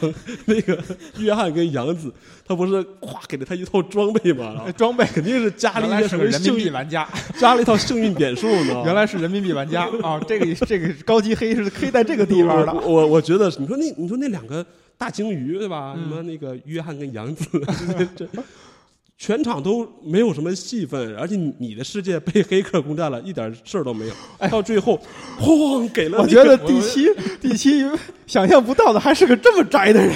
[SPEAKER 3] 那个约翰跟杨子，他不是咵给了他一套装备嘛，然后
[SPEAKER 1] 呃装备
[SPEAKER 3] 肯定是加
[SPEAKER 1] 哎
[SPEAKER 3] 了
[SPEAKER 1] 原
[SPEAKER 3] 一
[SPEAKER 1] 来
[SPEAKER 3] 些
[SPEAKER 1] 是
[SPEAKER 3] 什
[SPEAKER 1] 个
[SPEAKER 3] 么
[SPEAKER 1] 人民
[SPEAKER 3] 幸
[SPEAKER 1] 币啊
[SPEAKER 3] 运，
[SPEAKER 1] 玩家，
[SPEAKER 3] 加了一套幸运点数 呢。
[SPEAKER 1] 原来是人民币玩 家啊！这个这个高级黑是黑在这个地方
[SPEAKER 3] 我
[SPEAKER 1] 的，
[SPEAKER 3] 我我觉得你说那你说那两个大鲸鱼对吧？
[SPEAKER 1] 嗯
[SPEAKER 3] 什么那个约翰跟杨子， 这这全场都没有什么戏份，而且你你的世界被黑客攻占了，一点事儿都没有。到最后，哐给了
[SPEAKER 1] 哎我
[SPEAKER 3] 那
[SPEAKER 1] 觉
[SPEAKER 3] 个
[SPEAKER 1] 得第七第七 想象不到的还是个这么宅的人，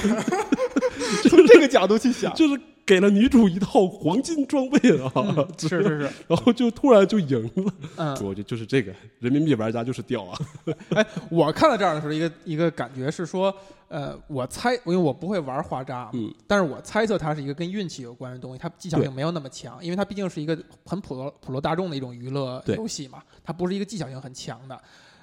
[SPEAKER 1] 从这个角度去想，
[SPEAKER 3] 就是给了女主一套黄金装备啊，
[SPEAKER 1] 嗯 是是是，
[SPEAKER 3] 然后就突然就赢了。
[SPEAKER 1] 嗯，
[SPEAKER 3] 我觉得就是这个人民币玩家就是屌啊，
[SPEAKER 1] 哎，我看到这儿的时候，一个一个感觉是说，呃，我猜，因为我不会玩花渣，
[SPEAKER 3] 嗯，
[SPEAKER 1] 但是我猜测它是一个跟运气有关的东西，它技巧性没有那么强，因为它毕竟是一个很普罗普罗大众的一种娱乐
[SPEAKER 3] 对
[SPEAKER 1] 游戏嘛，它不是一个技巧性很强的。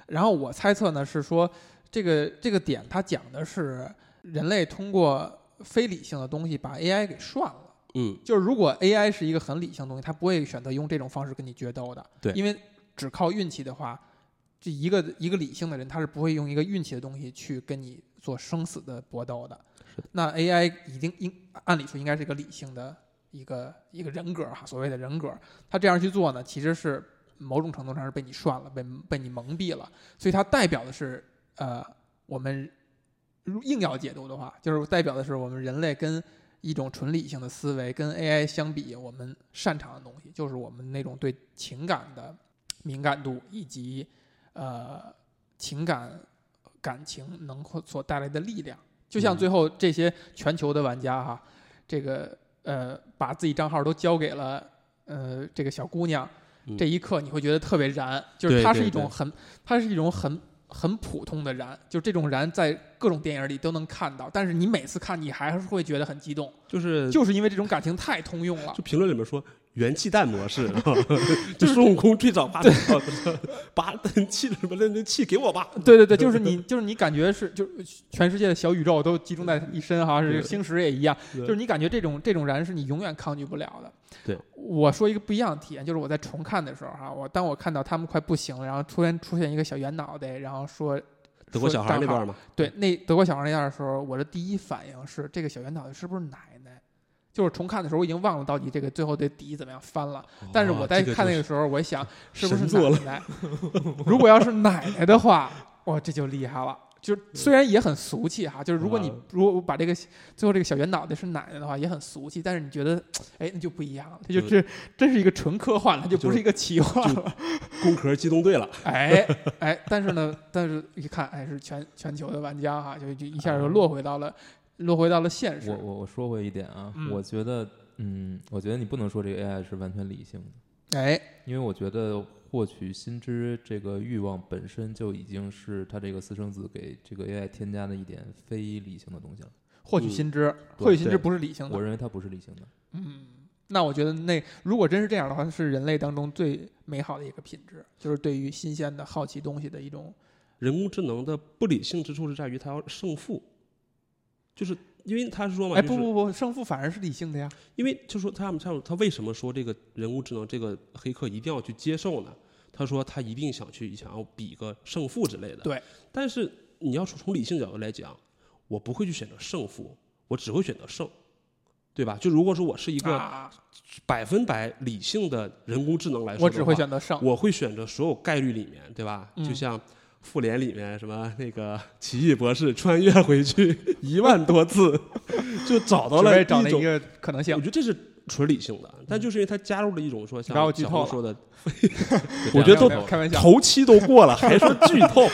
[SPEAKER 1] 然后我猜测呢是说，这个这个点它讲的是人类通过非理性的东西把 AI 给涮了。
[SPEAKER 3] 嗯，
[SPEAKER 1] 就是如果 AI 是一个很理性的东西，它不会选择用这种方式跟你决斗的。
[SPEAKER 3] 对
[SPEAKER 1] 因为只靠运气的话，这一个一个理性的人，他是不会用一个运气的东西去跟你做生死的搏斗的。那 AI 一定应按理说应该是一个理性的一个一个人格哈，所谓的人格，他这样去做呢，其实是某种程度上是被你涮了，被被你蒙蔽了，所以它代表的是呃我们如硬要解读的话，就是代表的是我们人类跟一种纯理性的思维跟 AI 相比，我们擅长的东西就是我们那种对情感的敏感度以及呃情感感情能够所带来的力量。就像
[SPEAKER 3] 嗯
[SPEAKER 1] 最后这些全球的玩家哈，这个呃把自己账号都交给了呃这个小姑娘，
[SPEAKER 3] 嗯
[SPEAKER 1] 这一刻你会觉得特别燃，就是
[SPEAKER 3] 对
[SPEAKER 1] 它是
[SPEAKER 3] 对
[SPEAKER 1] 一种
[SPEAKER 3] 对
[SPEAKER 1] 很它是一种很很普通的燃，就这种燃在各种电影里都能看到，但是你每次看你还是会觉得很激动，
[SPEAKER 3] 就是就
[SPEAKER 1] 就是因为这种感情太通用了。
[SPEAKER 3] 评论里面说。元气弹模式，啊 就孙悟空最早发的， 把气什么那那气给我吧，
[SPEAKER 1] 对对对，就是你，就是你感觉是，就是全世界的小宇宙都集中在一身哈，是
[SPEAKER 3] 对
[SPEAKER 1] 星矢也一样，
[SPEAKER 3] 对
[SPEAKER 1] 就是你感觉这种这种燃是你永远抗拒不了的。
[SPEAKER 3] 对，
[SPEAKER 1] 我说一个不一样的体验，就是我在重看的时候哈，我当我看到他们快不行了，然后突然出现一个小圆脑袋，然后说
[SPEAKER 3] 德国小孩那
[SPEAKER 1] 说账号
[SPEAKER 3] 段嘛，
[SPEAKER 1] 对，那德国小孩那样的时候，我的第一反应是这个小圆脑袋是不是奶奶？就是重看的时候，我已经忘了到底这个最后的底怎么样翻了。但是我在看那
[SPEAKER 3] 哦个
[SPEAKER 1] 个时候，我 想是不是
[SPEAKER 3] 神作
[SPEAKER 1] 奶奶？如果要是奶奶的话，哇，这就厉害了。就虽然也很俗气哈，就是如果你
[SPEAKER 3] 啊
[SPEAKER 1] 如果把这个最后这个小圆脑袋是奶奶的话，也很俗气，但是你觉得，哎，那就不一样了，这就
[SPEAKER 3] 就是
[SPEAKER 1] 真是一个纯科幻了，就不
[SPEAKER 3] 就是
[SPEAKER 1] 是一个奇幻
[SPEAKER 3] 就
[SPEAKER 1] 了。
[SPEAKER 3] 工壳机动队了，
[SPEAKER 1] 哎哎，但是呢，但是一看，哎，是全全球的玩家哈，就就一下
[SPEAKER 3] 啊
[SPEAKER 1] 就落回到了、落回到了现实
[SPEAKER 2] 我。我我说回一点啊，
[SPEAKER 1] 嗯
[SPEAKER 2] 我觉得，嗯，我觉得你不能说这个 AI 是完全理性的，
[SPEAKER 1] 哎，
[SPEAKER 2] 因为我觉得获取新知这个欲望本身就已经是它这个私生子给这个 AI 添加的一点非理性的东西了。
[SPEAKER 1] 获取新知，
[SPEAKER 3] 嗯
[SPEAKER 2] 对
[SPEAKER 1] 获取新知
[SPEAKER 2] 对
[SPEAKER 1] 不是理性
[SPEAKER 2] 我
[SPEAKER 1] 的。
[SPEAKER 2] 认为它不是理性的。
[SPEAKER 1] 嗯，那我觉得那如果真是这样的话，是人类当中最美好的一个品质，就是对于新鲜的好奇东西的一种。
[SPEAKER 3] 人工智能的不理性之处是在于它要胜负，就是因为他说嘛，
[SPEAKER 1] 哎，
[SPEAKER 3] 就是
[SPEAKER 1] 不不不，胜负反而是理性的呀。
[SPEAKER 3] 因为就说他们他们他为什么说这个人工智能这个黑客一定要去接受呢？他说他一定想去想要比个胜负之类的。
[SPEAKER 1] 对，
[SPEAKER 3] 但是你要从从理性角度来讲，我不会去选择胜负，我只会选择胜。对吧？就如果说我是一个
[SPEAKER 1] 啊，
[SPEAKER 3] 百分百理性的人工智能来说的话，
[SPEAKER 1] 我只会选择胜。
[SPEAKER 3] 我会选择所有概率里面，对吧？
[SPEAKER 1] 嗯
[SPEAKER 3] 就像复联里面什么那个奇异博士穿越回去 一万多次， 就找到
[SPEAKER 1] 只
[SPEAKER 3] 了
[SPEAKER 1] 为找那
[SPEAKER 3] 种
[SPEAKER 1] 一，个可能
[SPEAKER 3] 我
[SPEAKER 1] 性
[SPEAKER 3] 觉。得这是纯理性的，但就是因为它加入了一种说
[SPEAKER 1] 你
[SPEAKER 3] 像
[SPEAKER 1] 把我剧
[SPEAKER 3] 小
[SPEAKER 1] 透了哎
[SPEAKER 3] 红说的，
[SPEAKER 2] 就
[SPEAKER 3] 嗯我
[SPEAKER 2] 这
[SPEAKER 3] 觉
[SPEAKER 2] 样
[SPEAKER 3] 得都
[SPEAKER 1] 没有没有开玩笑，
[SPEAKER 3] 头七都过了还说剧 透，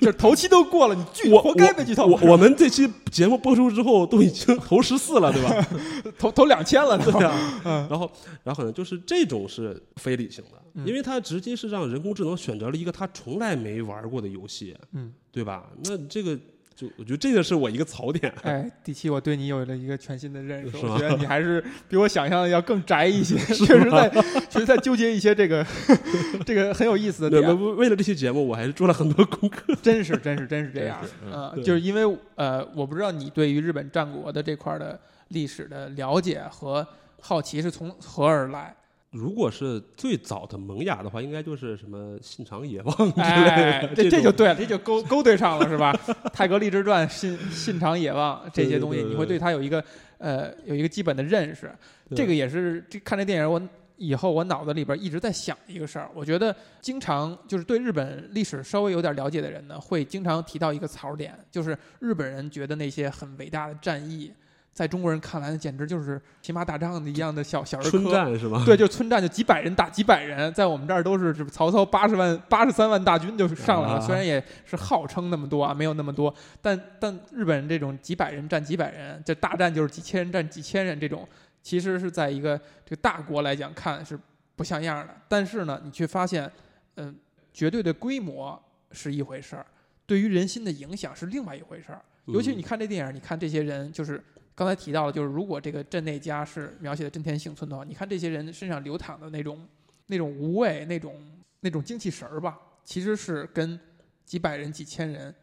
[SPEAKER 1] 就是头七都过了，你剧
[SPEAKER 3] 我
[SPEAKER 1] 活该被剧透。
[SPEAKER 3] 我我们这期节目播出之后都已经头十四了，对吧？
[SPEAKER 1] 头头两千了，
[SPEAKER 3] 对
[SPEAKER 1] 都
[SPEAKER 3] 啊，然后然后可能就是这种是非理性的，
[SPEAKER 1] 嗯
[SPEAKER 3] 因为它直接是让人工智能选择了一个它从来没玩过的游戏，
[SPEAKER 1] 嗯，
[SPEAKER 3] 对吧？那这个就我觉得这个是我一个槽 点，
[SPEAKER 1] 哎，第七，我对你有了一个全新的认识，
[SPEAKER 3] 是
[SPEAKER 1] 我
[SPEAKER 3] 吗
[SPEAKER 1] 觉得你还是比我想象的要更宅一些，确实在确实在纠结一些这个 这个很有意思的
[SPEAKER 3] 对为
[SPEAKER 1] 点，啊
[SPEAKER 3] 为为了这期节目，我还是做了很多功课。
[SPEAKER 1] 真是真是真是这样
[SPEAKER 2] 真是，嗯
[SPEAKER 1] 嗯，
[SPEAKER 3] 对
[SPEAKER 1] 就是因为呃，我不知道你对于日本战国的这块儿的历史的了解和好奇是从何而来，
[SPEAKER 3] 如果是最早的萌芽的话，应该就是什么信长野望 之类
[SPEAKER 1] 哎
[SPEAKER 3] 的，，
[SPEAKER 1] 这
[SPEAKER 3] 这
[SPEAKER 1] 就
[SPEAKER 3] 种
[SPEAKER 1] 对了，这就勾勾对上了，是吧？泰格立志传、信信长野望这些东西，
[SPEAKER 3] 对对对
[SPEAKER 1] 你会对它有一个呃有一个基本的认识。
[SPEAKER 3] 对
[SPEAKER 1] 这个也是这看这电影我。以后我脑子里边一直在想一个事儿，我觉得经常就是对日本历史稍微有点了解的人呢，会经常提到一个槽点，就是日本人觉得那些很伟大的战役，在中国人看来那简直就是骑马打仗的一样的小小儿科。
[SPEAKER 3] 春战是吧？
[SPEAKER 1] 对，就村战就几百人打几百人，在我们这儿都是是曹操八十万八十三万大军就上来了，
[SPEAKER 3] 啊
[SPEAKER 1] 虽然也是号称那么多啊，没有那么多，但但日本人这种几百人战几百人，这大战就是几千人战几千人这种，其实是在一个这个大国来讲看是不像样的，但是呢，你却发现，嗯、绝对的规模是一回事儿，对于人心的影响是另外一回事儿。尤其
[SPEAKER 3] 嗯
[SPEAKER 1] 你看这电影，你看这些人，就是刚才提到了，就是如果这个镇内家是描写的真田幸村的话，你看这些人身上流淌的那种、那种无畏、那种、那种精气神儿吧，其实是跟几百人、几千人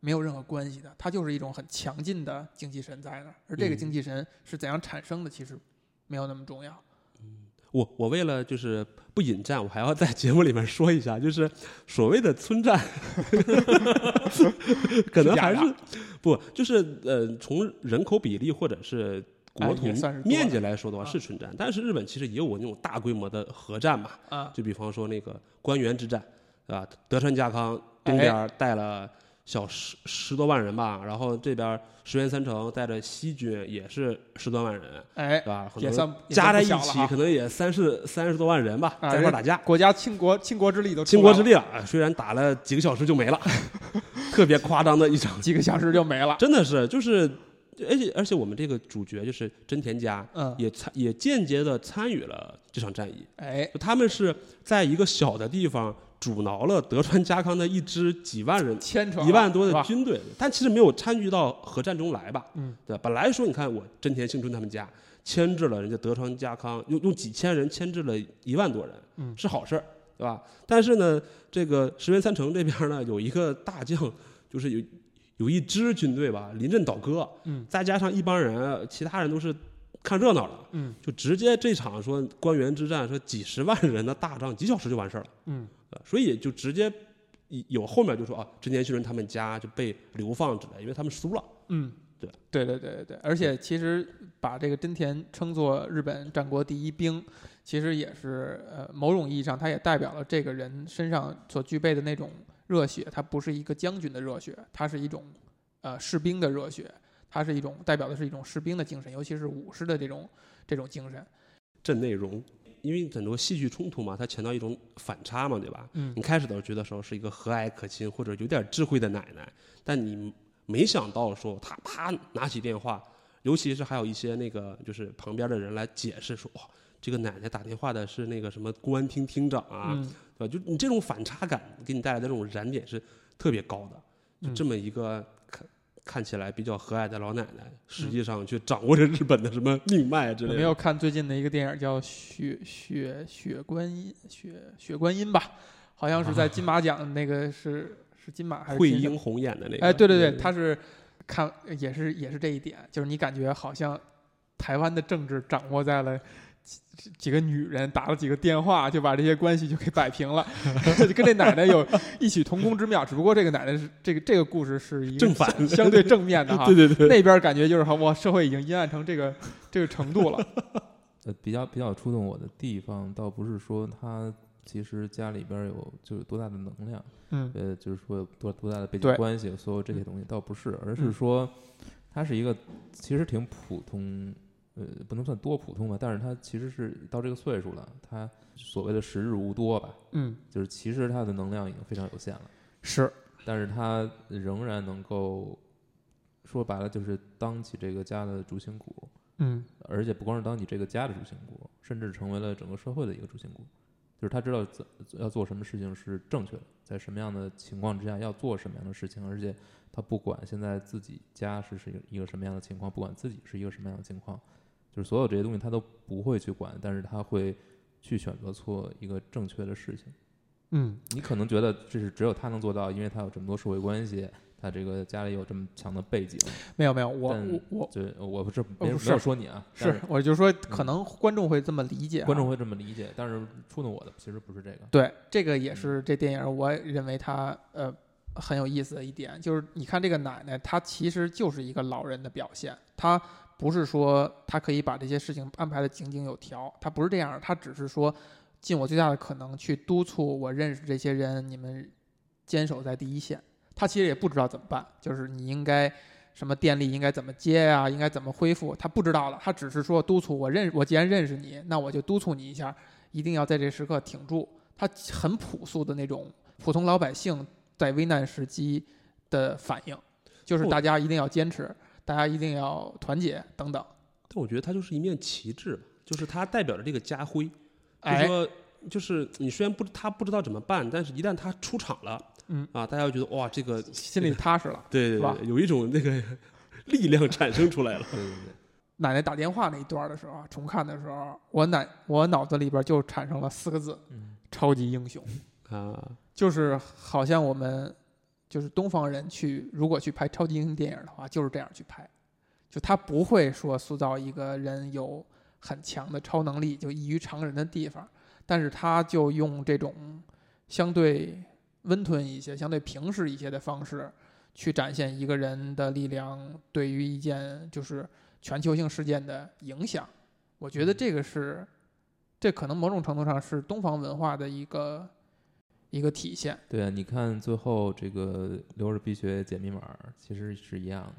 [SPEAKER 1] 没有任何关系的，它就是一种很强劲的精气神在那儿。而这个
[SPEAKER 3] 嗯
[SPEAKER 1] 精气神是怎样产生的，其实没有那么重要。
[SPEAKER 3] 我我为了就是不引战，我还要在节目里面说一下，就是所谓的 村战， 可能还是
[SPEAKER 1] 是假
[SPEAKER 3] 不就是呃，从人口比例或者是国土
[SPEAKER 1] 哎也算是多的
[SPEAKER 3] 面积来说的话
[SPEAKER 1] 啊
[SPEAKER 3] 是村战，但是日本其实也有过那种大规模的核战嘛，
[SPEAKER 1] 啊，
[SPEAKER 3] 就比方说那个官员之战，对吧？德川家康东边
[SPEAKER 1] 哎
[SPEAKER 3] 儿带了小十十多万人吧，然后这边儿石原三成带着西军也是十多万人，
[SPEAKER 1] 哎
[SPEAKER 3] 对，吧？很多
[SPEAKER 1] 也
[SPEAKER 3] 人
[SPEAKER 1] 算也
[SPEAKER 3] 加
[SPEAKER 1] 算
[SPEAKER 3] 在
[SPEAKER 1] 不
[SPEAKER 3] 一
[SPEAKER 1] 小了
[SPEAKER 3] 起
[SPEAKER 1] 哈
[SPEAKER 3] 可能也三十三十多万人吧，
[SPEAKER 1] 啊
[SPEAKER 3] 在一块儿打架，
[SPEAKER 1] 国家倾国倾国之力都出
[SPEAKER 3] 倾国
[SPEAKER 1] 来
[SPEAKER 3] 之
[SPEAKER 1] 了
[SPEAKER 3] 力了。哎虽然打了几个小时就没 了，特别夸张的一场，
[SPEAKER 1] 几个小时就没 了。
[SPEAKER 3] 真的是就是，而且而且我们这个主角就是真田家
[SPEAKER 1] 嗯，
[SPEAKER 3] 也参也间接的参与了这场战役，
[SPEAKER 1] 哎，
[SPEAKER 3] 就他们是在一个小的地方阻挠了德川家康的一支几万人
[SPEAKER 1] 牵扯
[SPEAKER 3] 一万多
[SPEAKER 1] 啊是
[SPEAKER 3] 的
[SPEAKER 1] 吧
[SPEAKER 3] 军队，但其实没有参与到核战中来吧？
[SPEAKER 1] 嗯，
[SPEAKER 3] 对吧，本来说你看我真田幸村他们家牵制了人家德川家康，用用几千人牵制了一万多人，
[SPEAKER 1] 嗯
[SPEAKER 3] 是好事儿，对吧？但是呢，这个石原三成这边呢有一个大将， 就是有有一支军队吧临阵倒戈，
[SPEAKER 1] 嗯，
[SPEAKER 3] 再加上一帮人，其他人都是看热闹的，
[SPEAKER 1] 嗯，
[SPEAKER 3] 就直接这场说官员之战说几十万人的大仗，几小时就完事儿了。
[SPEAKER 1] 嗯
[SPEAKER 3] 呃所以就直接以有后面就说啊，真田信人他们家就被流放之类，因为他们输了。
[SPEAKER 1] 嗯，
[SPEAKER 3] 对
[SPEAKER 1] 对对对对对，而且其实把这个真田称作日本战国第一兵，其实也是呃某种意义上，他也代表了这个人身上所具备的那种热血，他不是一个将军的热血，他是一种呃士兵的热血，他是一种代表的是一种士兵的精神，尤其是武士的这种这种精神。
[SPEAKER 3] 镇内容，因为很多戏剧冲突嘛，它强调一种反差嘛，对吧？
[SPEAKER 1] 嗯
[SPEAKER 3] 你开始的时候觉得说是一个和蔼可亲或者有点智慧的奶奶，但你没想到说她啪拿起电话，尤其是还有一些那个就是旁边的人来解释说，哇、这个奶奶打电话的是那个什么公安厅厅长啊，
[SPEAKER 1] 嗯，
[SPEAKER 3] 对吧？就你这种反差感给你带来的这种燃点是特别高的。就
[SPEAKER 1] 嗯
[SPEAKER 3] 这么一个看看起来比较和蔼的老奶奶，
[SPEAKER 1] 嗯
[SPEAKER 3] 实际上却掌握着日本的什么命脉之
[SPEAKER 1] 有
[SPEAKER 3] 类
[SPEAKER 1] 没
[SPEAKER 3] 的。
[SPEAKER 1] 有看最近的一个电影叫《雪雪雪观音》雪雪观音吧？好像是在金马奖那个是是金马还是
[SPEAKER 3] 惠
[SPEAKER 1] 金什么
[SPEAKER 3] 英红演的那个，
[SPEAKER 1] 哎，对对对，他是看也是也是这一点，就是你感觉好像台湾的政治掌握在了几几个女人打了几个电话，就把这些关系就给摆平了， 就跟这奶奶有异曲同工之妙。只不过这个奶奶是这个这个故事是一个
[SPEAKER 3] 正反
[SPEAKER 1] 相相对正面的哈，
[SPEAKER 3] 对对对，
[SPEAKER 1] 那边感觉就是哇，社会已经阴暗成这个这个程度了。
[SPEAKER 2] 呃，比较比较触动我的地方，倒不是说他其实家里边有就是多大的能量，
[SPEAKER 1] 嗯
[SPEAKER 2] 呃，就是说有多多大的背景
[SPEAKER 1] 对
[SPEAKER 2] 关系，所有这些东西倒不是，而
[SPEAKER 1] 嗯
[SPEAKER 2] 是说他是一个其实挺普通，呃，不能算多普通吧，但是他其实是到这个岁数了，他所谓的时日无多吧，
[SPEAKER 1] 嗯，
[SPEAKER 2] 就是其实他的能量已经非常有限了，
[SPEAKER 1] 是
[SPEAKER 2] 但是他仍然能够说白了就是当起这个家的主心骨，
[SPEAKER 1] 嗯
[SPEAKER 2] 而且不光是当你这个家的主心骨，甚至成为了整个社会的一个主心骨。就是他知道怎要做什么事情是正确的，在什么样的情况之下要做什么样的事情，而且他不管现在自己家是是一个一个什么样的情况，不管自己是一个什么样的情况，就是所有这些东西他都不会去管，但是他会去选择做一个正确的事情。
[SPEAKER 1] 嗯
[SPEAKER 2] 你可能觉得这是只有他能做到，因为他有这么多社会关系，他这个家里有这么强的背景。
[SPEAKER 1] 没有没有，我
[SPEAKER 2] 但
[SPEAKER 1] 我我
[SPEAKER 2] 就是我不是没有
[SPEAKER 1] 哦是
[SPEAKER 2] 没有说你啊，但
[SPEAKER 1] 是我就说，可能观众会这么理解啊，
[SPEAKER 2] 观众会这么理解，但是触动我的其实不是这个。
[SPEAKER 1] 对，这个也是这电影，我认为它呃很有意思的一点，就是你看这个奶奶，她其实就是一个老人的表现，她不是说她可以把这些事情安排的井井有条，她不是这样，她只是说尽我最大的可能去督促我认识这些人，你们坚守在第一线。她其实也不知道怎么办，就是你应该。什么电力应该怎么接呀、应该怎么恢复？她不知道了，她只是说督促我认，我既然认识你，那我就督促你一下，一定要在这时刻挺住。他很朴素的那种普通老百姓在危难时机的反应，就是
[SPEAKER 3] 不
[SPEAKER 1] 大家一定要坚持，大家一定要团结等等。
[SPEAKER 3] 但我觉得它就是一面旗帜，就是它代表着这个家徽。就是
[SPEAKER 1] 哎，
[SPEAKER 3] 说，就是你虽然不他不知道怎么办，但是一旦他出场了，
[SPEAKER 1] 嗯
[SPEAKER 3] 啊，大家会觉得哇，这个
[SPEAKER 1] 心里踏实了。
[SPEAKER 3] 对
[SPEAKER 1] 是
[SPEAKER 3] 对
[SPEAKER 1] 吧
[SPEAKER 3] 对，有一种那个 力量产生出 来了。
[SPEAKER 2] 对对对，
[SPEAKER 1] 奶奶打电话那一段的时候啊，重看的时候，我奶我脑子里边就产生了四个字：
[SPEAKER 2] 嗯，
[SPEAKER 1] 超级英雄。
[SPEAKER 3] 啊，
[SPEAKER 1] 就是好像我们就是东方人去，如果去拍超级英雄电影的话，就是这样去拍，就他不会说塑造一个人有很强的超能力，就异于常人的地方，但是他就用这种相对温吞一些、相对平实一些的方式，去展现一个人的力量对于一件就是全球性事件的影响。我觉得这个是，这可能某种程度上是东方文化的一个一个体现。
[SPEAKER 2] 对啊，你看最后这个留着必学解密码，其实是一样的。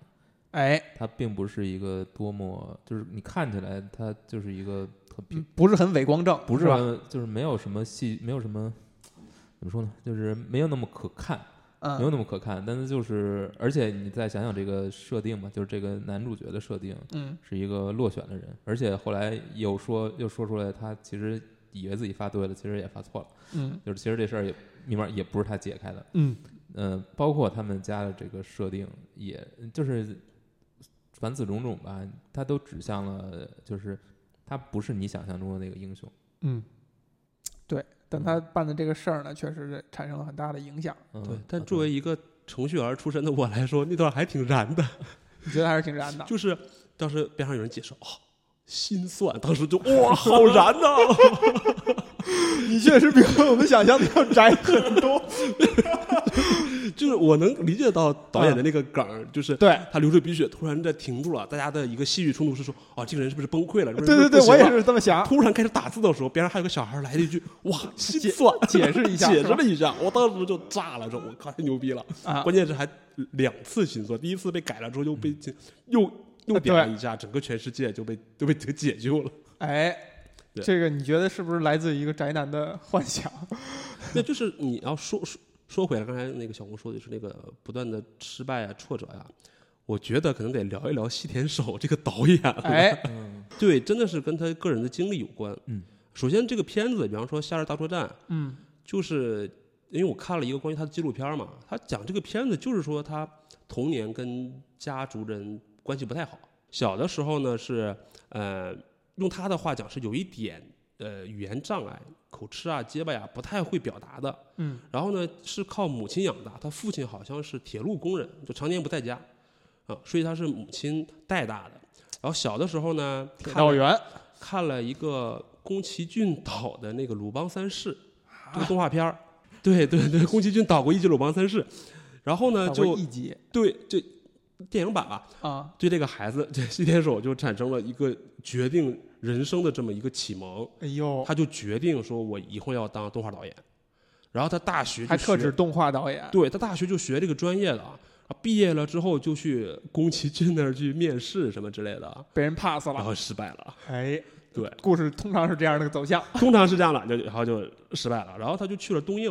[SPEAKER 1] 哎，
[SPEAKER 2] 它并不是一个多么，就是你看起来它就是一个很平，
[SPEAKER 1] 嗯不是很伪光正，
[SPEAKER 2] 不
[SPEAKER 1] 是
[SPEAKER 2] 是
[SPEAKER 1] 吧？
[SPEAKER 2] 就是没有什么戏，没有什么怎么说呢，就是没有那么可看，没有
[SPEAKER 1] 嗯
[SPEAKER 2] 那么可看。但是就是，而且你再想想这个设定吧，就是这个男主角的设定，
[SPEAKER 1] 嗯，
[SPEAKER 2] 是一个落选的人，而且后来又说又说出来，他其实以为自己发对了，其实也发错了，
[SPEAKER 1] 嗯
[SPEAKER 2] 就是其实这事儿也密码也不是他解开的，
[SPEAKER 1] 嗯，
[SPEAKER 2] 嗯，包括他们家的这个设定，也就是凡此种种吧，它都指向了，就是他不是你想象中的那个英雄，
[SPEAKER 1] 嗯，对。但他办的这个事儿呢，确实产生了很大的影响。
[SPEAKER 2] 嗯、
[SPEAKER 3] 对。
[SPEAKER 1] 啊
[SPEAKER 3] 但作为一个程序员出身的我来说，那段还挺燃
[SPEAKER 1] 啊
[SPEAKER 3] 的，
[SPEAKER 1] 你觉得还是挺燃的？
[SPEAKER 3] 就是当时边上有人解释哦。心酸，当时就哇，好燃呐、
[SPEAKER 1] 你确实比我们想象的要宅很 多。
[SPEAKER 3] 就是我能理解到导演的那个梗儿，就是
[SPEAKER 1] 嗯对，
[SPEAKER 3] 他流着鼻血突然在停住了，大家的一个戏剧冲突是说，啊，这个人是不是崩溃了？是不是
[SPEAKER 1] 对对
[SPEAKER 3] 不
[SPEAKER 1] 对，
[SPEAKER 3] 行
[SPEAKER 1] 我也
[SPEAKER 3] 了
[SPEAKER 1] 是这么想。
[SPEAKER 3] 突然开始打字的时候，边上还有个小孩来了一句：“哇，心酸。
[SPEAKER 1] 解释一下
[SPEAKER 3] 解
[SPEAKER 1] 是
[SPEAKER 3] 释
[SPEAKER 1] 吧
[SPEAKER 3] 了一下，我当时就炸了，说：“我靠，太牛逼了！”
[SPEAKER 1] 啊
[SPEAKER 3] 关键是还两次心酸，第一次被改了之后又被解又又点了一下，整个全世界就被就被就解救了。
[SPEAKER 1] 哎，
[SPEAKER 3] 对
[SPEAKER 1] 这个你觉得是不是来自一个宅男的幻 想？
[SPEAKER 3] 那就是你要说说说回来，刚才那个小红说的是那个不断的失败啊、挫折呀、我觉得可能得聊一聊西田守这个导演了。
[SPEAKER 1] 哎，
[SPEAKER 2] 嗯
[SPEAKER 3] 对，真的是跟他个人的经历有关。
[SPEAKER 2] 嗯，
[SPEAKER 3] 首先这个片子，比方说《夏日大作战》，
[SPEAKER 1] 嗯
[SPEAKER 3] 就是因为我看了一个关于他的纪录片儿嘛，他讲这个片子就是说他童年跟家族人关系不太好，小的时候呢是呃，用他的话讲是有一点呃语言障碍，口吃啊、结巴呀、不太会表达的。
[SPEAKER 1] 嗯
[SPEAKER 3] 然后呢是靠母亲养大，他父亲好像是铁路工人，就常年不在家，啊，所以他是母亲带大的。然后小的时候呢，
[SPEAKER 1] 铁
[SPEAKER 3] 看着
[SPEAKER 1] 道员，
[SPEAKER 3] 看了一个宫崎骏导的那个《鲁邦三世》
[SPEAKER 1] 啊
[SPEAKER 3] 这个动画片儿。对对对，宫崎骏导过一集《鲁邦三世》，然后呢
[SPEAKER 1] 导过
[SPEAKER 3] 就
[SPEAKER 1] 一集
[SPEAKER 3] 对这电影版吧，
[SPEAKER 1] 啊，
[SPEAKER 3] 对这个孩子，这西天手就产生了一个决定人生的这么一个启蒙，
[SPEAKER 1] 哎呦，
[SPEAKER 3] 他就决定说我以后要当动画导演，然后他大学就
[SPEAKER 1] 还特
[SPEAKER 3] 学
[SPEAKER 1] 指动画导演，
[SPEAKER 3] 对他大学就学这个专业的啊，啊毕业了之后就去宫崎骏那儿去面试什么之类的，
[SPEAKER 1] 被人 pass
[SPEAKER 3] 然
[SPEAKER 1] 了。
[SPEAKER 3] 后失败了，
[SPEAKER 1] 哎，
[SPEAKER 3] 对，
[SPEAKER 1] 故事通常是这样的走向。
[SPEAKER 3] 通常是这样的，就然后就失败了，然后他就去了东映，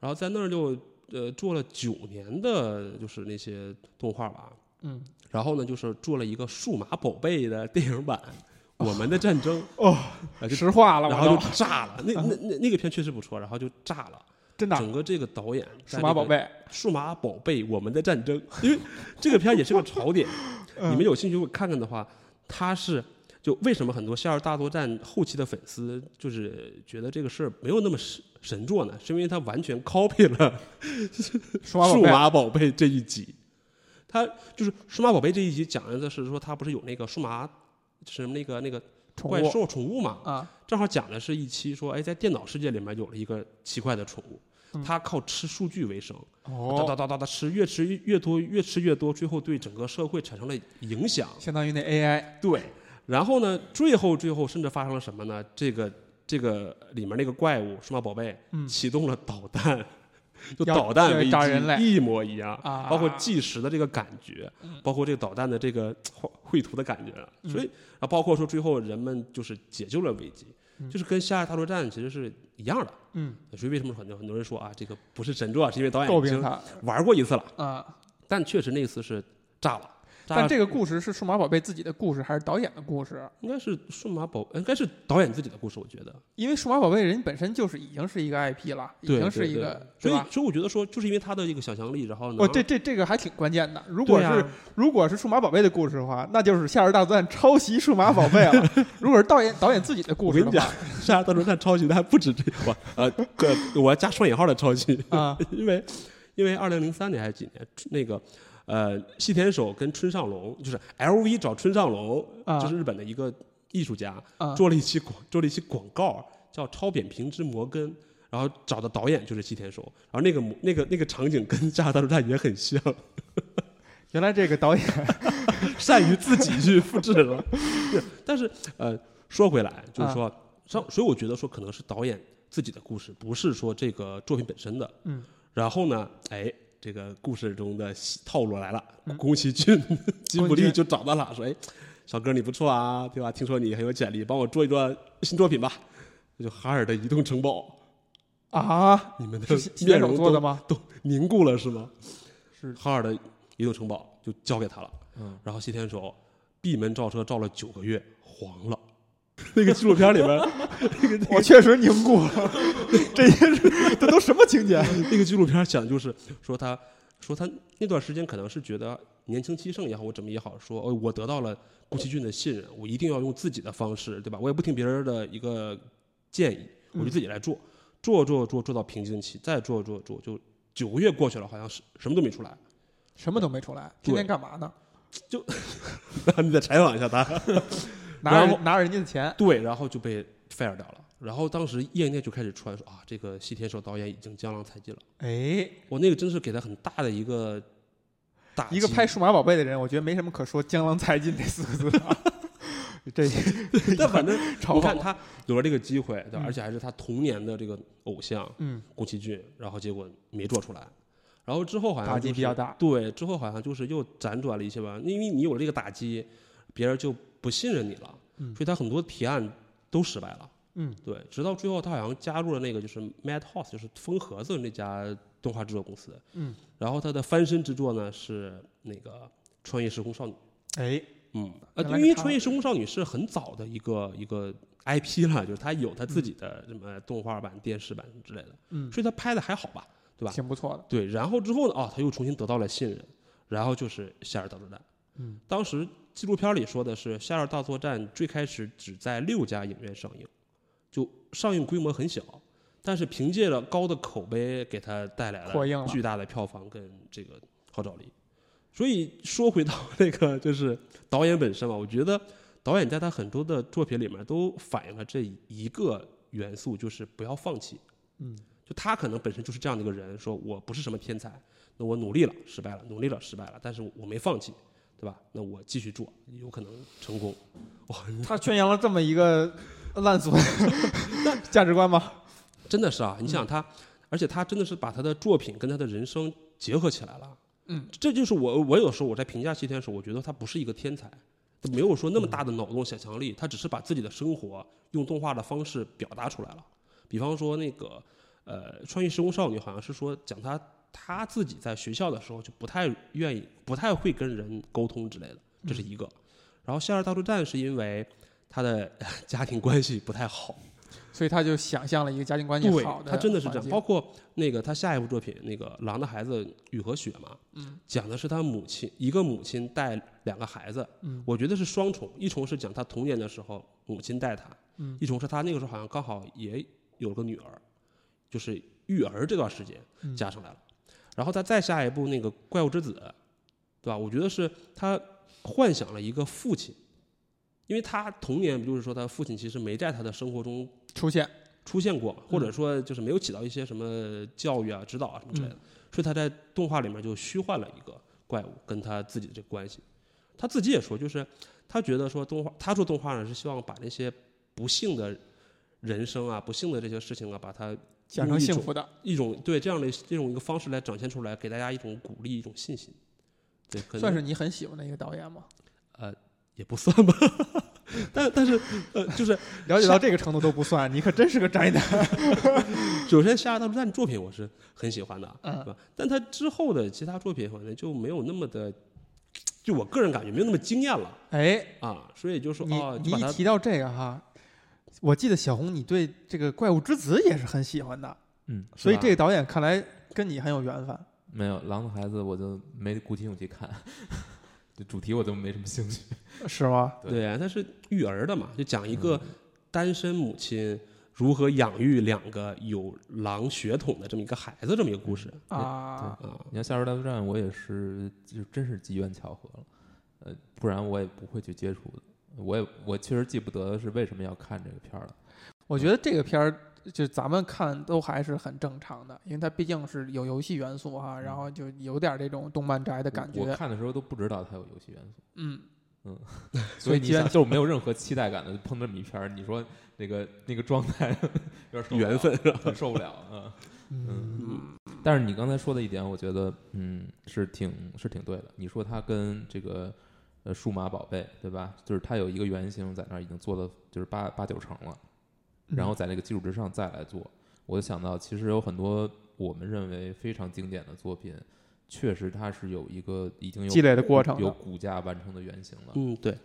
[SPEAKER 3] 然后在那儿就呃做了九年的就是那些动画吧，
[SPEAKER 1] 嗯，
[SPEAKER 3] 然后呢，就是做了一个《数码宝贝》的电影版，《我们的战 争》
[SPEAKER 1] 哦
[SPEAKER 3] 啊，就
[SPEAKER 1] 实话了，
[SPEAKER 3] 然
[SPEAKER 1] 我
[SPEAKER 3] 后
[SPEAKER 1] 都
[SPEAKER 3] 就炸了。那那那那个片确实不错，然后就炸了。
[SPEAKER 1] 真的
[SPEAKER 3] 整个这个导演
[SPEAKER 1] 数码宝，贝
[SPEAKER 3] 《数码宝贝：我们的战争》，因为这个片儿也是个槽点，
[SPEAKER 1] 嗯
[SPEAKER 3] 你们有兴趣看看的话，它是。就为什么很多《夏日大作战》后期的粉丝就是觉得这个事儿没有那么神神作呢？是因为它完全 copy 了
[SPEAKER 1] 数码宝
[SPEAKER 3] 数
[SPEAKER 1] 贝
[SPEAKER 3] 码宝贝这一集，它就是数码宝贝这一集讲的是说，它不是有那个数码什么那个那个
[SPEAKER 1] 宠
[SPEAKER 3] 怪
[SPEAKER 1] 物
[SPEAKER 3] 兽宠物嘛？
[SPEAKER 1] 啊，
[SPEAKER 3] 正好讲的是一期说，哎，在电脑世界里面有了一个奇怪的宠物
[SPEAKER 1] 嗯，
[SPEAKER 3] 它靠吃数据为生，哒哒
[SPEAKER 1] 哦，
[SPEAKER 3] 哒哒哒吃，越吃越多，越吃越多，最后对整个社会产生了影响。
[SPEAKER 1] 相当于那 AI
[SPEAKER 3] 对，然后呢，最后最后甚至发生了什么呢？这个这个里面那个怪物数码宝贝
[SPEAKER 1] 嗯
[SPEAKER 3] 启动了导弹，就
[SPEAKER 1] 要
[SPEAKER 3] 导弹
[SPEAKER 1] 要
[SPEAKER 3] 危机
[SPEAKER 1] 炸人类
[SPEAKER 3] 一模一样，
[SPEAKER 1] 啊嗯
[SPEAKER 3] 包括计时的这个感觉，包括这个导弹的这个画绘图的感觉，所以啊，包括说最后人们就是解救了危机，就是跟《夏日大作战》其实是一样的。
[SPEAKER 1] 嗯，
[SPEAKER 3] 所以为什么很多很多人说啊，这个不是神作啊，是因为导
[SPEAKER 1] 诟
[SPEAKER 3] 演已
[SPEAKER 1] 病
[SPEAKER 3] 经
[SPEAKER 1] 他
[SPEAKER 3] 玩过一次了，
[SPEAKER 1] 啊。
[SPEAKER 3] 但确实那次是炸了。炸
[SPEAKER 1] 但
[SPEAKER 3] 了
[SPEAKER 1] 这个故事是数码宝贝自己的故事，还是导演的故事？
[SPEAKER 3] 应该是数码宝，应该是导演自己的故事，我觉得。
[SPEAKER 1] 因为数码宝贝人本身就是已经是一个 IP 了，已
[SPEAKER 3] 对
[SPEAKER 1] 经是
[SPEAKER 3] 对
[SPEAKER 1] 一
[SPEAKER 3] 对
[SPEAKER 1] 个，
[SPEAKER 3] 所
[SPEAKER 1] 对
[SPEAKER 3] 以
[SPEAKER 1] 吧？
[SPEAKER 3] 所以我觉得说，就是因为他的一个想象力，然后呢，
[SPEAKER 1] 哦，这这这个还挺关键的。如
[SPEAKER 3] 如
[SPEAKER 1] 果是如果是数码宝贝的故事的话，那就是《夏日大作战》抄袭数码宝贝了。 如果是导演导演自己的故
[SPEAKER 3] 我
[SPEAKER 1] 事
[SPEAKER 3] 跟你
[SPEAKER 1] 的
[SPEAKER 3] 讲
[SPEAKER 1] 话，，
[SPEAKER 3] 沙啊大作战抄袭的还不止这个， 呃，个我要加双引号的抄袭，
[SPEAKER 1] 啊，
[SPEAKER 3] 因为因为二零零三年还是几年，那个呃，细田守跟村上隆，就是 LV 找村上隆，
[SPEAKER 1] 啊
[SPEAKER 3] 就是日本的一个艺术家，
[SPEAKER 1] 啊
[SPEAKER 3] 做了一期广做了一期广告，叫《超扁平之摩根》。然后找的导演就是细田守，然后那个那个那个场景跟《夏日大作战》也很像，
[SPEAKER 1] 原来这个导演
[SPEAKER 3] 善于自己去复制 了。对，但是呃，说回来，
[SPEAKER 1] 啊
[SPEAKER 3] 就是说，上、所以我觉得说可能是导演自己的故事，不是说这个作品本身的。
[SPEAKER 1] 嗯。
[SPEAKER 3] 然后呢，哎，这个故事中的戏套路来了
[SPEAKER 1] 嗯，
[SPEAKER 3] 宫崎骏、金
[SPEAKER 1] 宫
[SPEAKER 3] 卜
[SPEAKER 1] 崎
[SPEAKER 3] 力
[SPEAKER 1] 骏
[SPEAKER 3] 就找到了， 说，哎，小哥你不错啊，对吧？听说你很有潜力，帮我做一做新作品吧。这就哈尔的移动城堡，
[SPEAKER 1] 啊，
[SPEAKER 3] 你们的
[SPEAKER 1] 是新
[SPEAKER 3] 面
[SPEAKER 1] 联手
[SPEAKER 3] 容
[SPEAKER 1] 做的
[SPEAKER 3] 都
[SPEAKER 1] 吗？
[SPEAKER 3] 都凝固了是吗？
[SPEAKER 1] 是
[SPEAKER 3] 哈尔的移动城堡就交给他了。
[SPEAKER 2] 嗯，
[SPEAKER 3] 然后西天手闭门造车造了九个月，黄了。 那个纪录片里边，
[SPEAKER 1] 我确实凝固了，这些是这都什么情节？ 啊
[SPEAKER 3] 那个纪录片讲的就是说他，说他那段时间可能是觉得年轻气盛也好，我怎么也好，说哦，我得到了宫崎骏的信任，我一定要用自己的方式，对吧？我也不听别人的一个建议，我就自己来做，做做做做到瓶颈期，再做做做，就九个月过去了，好像是什么都没出来。
[SPEAKER 1] 什么都没出来，今天干嘛呢？
[SPEAKER 3] 你得采访一下他。
[SPEAKER 1] 拿
[SPEAKER 3] 然后
[SPEAKER 1] 人拿人家的钱，
[SPEAKER 3] 对，然后就被 fire 掉了。然后当时业内就开始传说啊，这个西天守导演已经江郎才尽了。
[SPEAKER 1] 哎，
[SPEAKER 3] 我那个真是给他很大的一个打击
[SPEAKER 1] 一个拍，数码宝贝的人，我觉得没什么可说“江郎才尽”这四个字啊。 这
[SPEAKER 3] 但反正
[SPEAKER 1] 嘲
[SPEAKER 3] 我看
[SPEAKER 1] 讽，
[SPEAKER 3] 他有了这个机会，对吧，
[SPEAKER 1] 嗯
[SPEAKER 3] 而且还是他童年的这个偶像
[SPEAKER 1] 嗯，
[SPEAKER 3] 宫崎骏，然后结果没做出来。然后之后好像
[SPEAKER 1] 打击
[SPEAKER 3] 就是
[SPEAKER 1] 比较大
[SPEAKER 3] 对，之后好像就是又辗转了一些吧，因为你有了这个打击，别人就不信任你了，
[SPEAKER 1] 嗯
[SPEAKER 3] 所以他很多提案都失败了。
[SPEAKER 1] 嗯，
[SPEAKER 3] 对，直到最后他好像加入了那个就是 Madhouse，就是风盒子那家动画制作公司。
[SPEAKER 1] 嗯，
[SPEAKER 3] 然后他的翻身之作呢是那个《穿越时空少女》。
[SPEAKER 1] 哎，
[SPEAKER 3] 嗯，呃，
[SPEAKER 1] 原来
[SPEAKER 3] 因
[SPEAKER 1] 是
[SPEAKER 3] 为《
[SPEAKER 1] 他
[SPEAKER 3] 穿越时空少女》是很早的一个一个 IP 了，就是他有他自己的什么动画版、电视版之类的，
[SPEAKER 1] 嗯，
[SPEAKER 3] 所以他拍的还好吧，对吧？
[SPEAKER 1] 挺不错的。
[SPEAKER 3] 对，然后之后呢，啊、他又重新得到了信任，然后就是《夏日大作战》。
[SPEAKER 1] 嗯，
[SPEAKER 3] 当时纪录片里说的是，《夏日大作战》最开始只在六家影院上映，就上映规模很小，但是凭借着高的口碑，给它带来
[SPEAKER 1] 扩映了
[SPEAKER 3] 了巨大的票房跟这个号召力。所以说回到那个就是导演本身嘛，我觉得导演在他很多的作品里面都反映了这一个元素，就是不要放弃。
[SPEAKER 1] 嗯，
[SPEAKER 3] 就他可能本身就是这样的一个人，说我不是什么天才，那我努力了失败了，努力了失败了，但是我没放弃，对吧？那我继续做，有可能成功。
[SPEAKER 1] 他宣扬了这么一个烂 俗价值观吗？
[SPEAKER 3] 真的是啊，你想他，而且他真的是把他的作品跟他的人生结合起来了。
[SPEAKER 1] 嗯，
[SPEAKER 3] 这就是我我有时候我在评价谢天的时候，我觉得他不是一个天才，他没有说那么大的脑洞想象力，他只是把自己的生活用动画的方式表达出来了。比方说那个呃，《穿越时空少女》好像是说讲他他自己在学校的时候就不太愿意、不太会跟人沟通之类的，这是一个。然后《夏日大作战》是因为他的 家庭关系不太好。
[SPEAKER 1] 所以他就想象了一个家庭关系
[SPEAKER 3] 对
[SPEAKER 1] 好，的，
[SPEAKER 3] 他真的是这样。包。括那个他下一部作品那个《狼的孩子雨和雪》嘛，
[SPEAKER 1] 嗯
[SPEAKER 3] 讲的是他母亲，一个母亲带两个孩子，
[SPEAKER 1] 嗯
[SPEAKER 3] 我觉得是双重，一重是讲他童年的时候母亲带他，
[SPEAKER 1] 嗯
[SPEAKER 3] 一重是他那个时候好像刚好也有个女儿，就是育儿这段时间
[SPEAKER 1] 嗯
[SPEAKER 3] 加上来了。然后他再下一部那个《怪物之子》，对吧？我觉得是他幻想了一个父亲，因为他童年不就是说他父亲其实没在他的生活中
[SPEAKER 1] 出现，
[SPEAKER 3] 出现过嘛，
[SPEAKER 1] 嗯
[SPEAKER 3] 或者说就是没有起到一些什么教育啊、指导啊什么
[SPEAKER 1] 嗯
[SPEAKER 3] 之类的，所以他在动画里面就虚幻了一个怪物跟他自己的这个关系。他自己也说，就是他觉得说动画，他做动画呢是希望把那些不幸的人生啊、不幸的这些事情啊，把它
[SPEAKER 1] 讲成幸福的，
[SPEAKER 3] 一种对这样的这种一个方式来展现出来，给大家一种鼓励、一种信心。对，可能
[SPEAKER 1] 算是你很喜欢的一个导演吗？
[SPEAKER 3] 呃，也不算吧， 但但是呃，就是
[SPEAKER 1] 了解
[SPEAKER 3] 是
[SPEAKER 1] 到这个程度都不算，你可真是个宅男。
[SPEAKER 3] 首先《夏日大作战》作品我是很喜欢的啊，
[SPEAKER 1] 嗯
[SPEAKER 3] 对吧？但他之后的其他作品反正就没有那么的，就我个人感觉没有那么惊艳了
[SPEAKER 1] 哎，
[SPEAKER 3] 啊，所以就说
[SPEAKER 1] 你
[SPEAKER 3] 哦，
[SPEAKER 1] 你
[SPEAKER 3] 就把
[SPEAKER 1] 一
[SPEAKER 3] 它
[SPEAKER 1] 提到这个哈，我记得小红你对这个《怪物之子》也是很喜欢的，
[SPEAKER 2] 嗯，
[SPEAKER 1] 所以
[SPEAKER 3] 吧
[SPEAKER 1] 这个导演看来跟你很有缘分。
[SPEAKER 2] 没有《狼的孩子》，我就没鼓起勇气看， 这主题我就没什么兴趣。
[SPEAKER 1] 是吗？
[SPEAKER 2] 对
[SPEAKER 3] 对啊，它是育儿的嘛，就讲一
[SPEAKER 1] 嗯
[SPEAKER 3] 个单身母亲如何养育两个有狼血统的这么一个孩子这么一个故事
[SPEAKER 1] 啊，
[SPEAKER 3] 啊。
[SPEAKER 2] 你看《夏日大作战》，我也是就真是机缘巧合了，呃，不然我也不会去接触的。我也我确实记不得是为什么要看这个片儿了。
[SPEAKER 1] 我觉得这个片儿就咱们看都还是很正常的，因为它毕竟是有游戏元素哈，然后就有点这种动漫宅的感
[SPEAKER 2] 我
[SPEAKER 1] 觉。
[SPEAKER 2] 看的时候都不知道它有游戏元素，
[SPEAKER 1] 嗯，
[SPEAKER 2] 所以
[SPEAKER 1] 所以
[SPEAKER 2] 你
[SPEAKER 1] 机缘
[SPEAKER 2] 想就是没有任何期待感的碰这么一片儿，你说那个那个状态 有点受不了
[SPEAKER 3] 缘分，
[SPEAKER 2] 很受不了。嗯，
[SPEAKER 1] 嗯
[SPEAKER 2] 但是你刚才说的一点，我觉得嗯是挺是挺对的。你说它跟这个呃数码宝贝对吧？就是它有一个原型在那儿已经做的就是八八九成了，
[SPEAKER 1] 嗯
[SPEAKER 2] 然后在那个基础之上再来做，我就想到其实有很多我们认为非常经典的作品，确实它是有一个已经有
[SPEAKER 1] 积累的过程
[SPEAKER 2] 有
[SPEAKER 1] 的，
[SPEAKER 2] 骨架完成的原型了。
[SPEAKER 3] 嗯，对，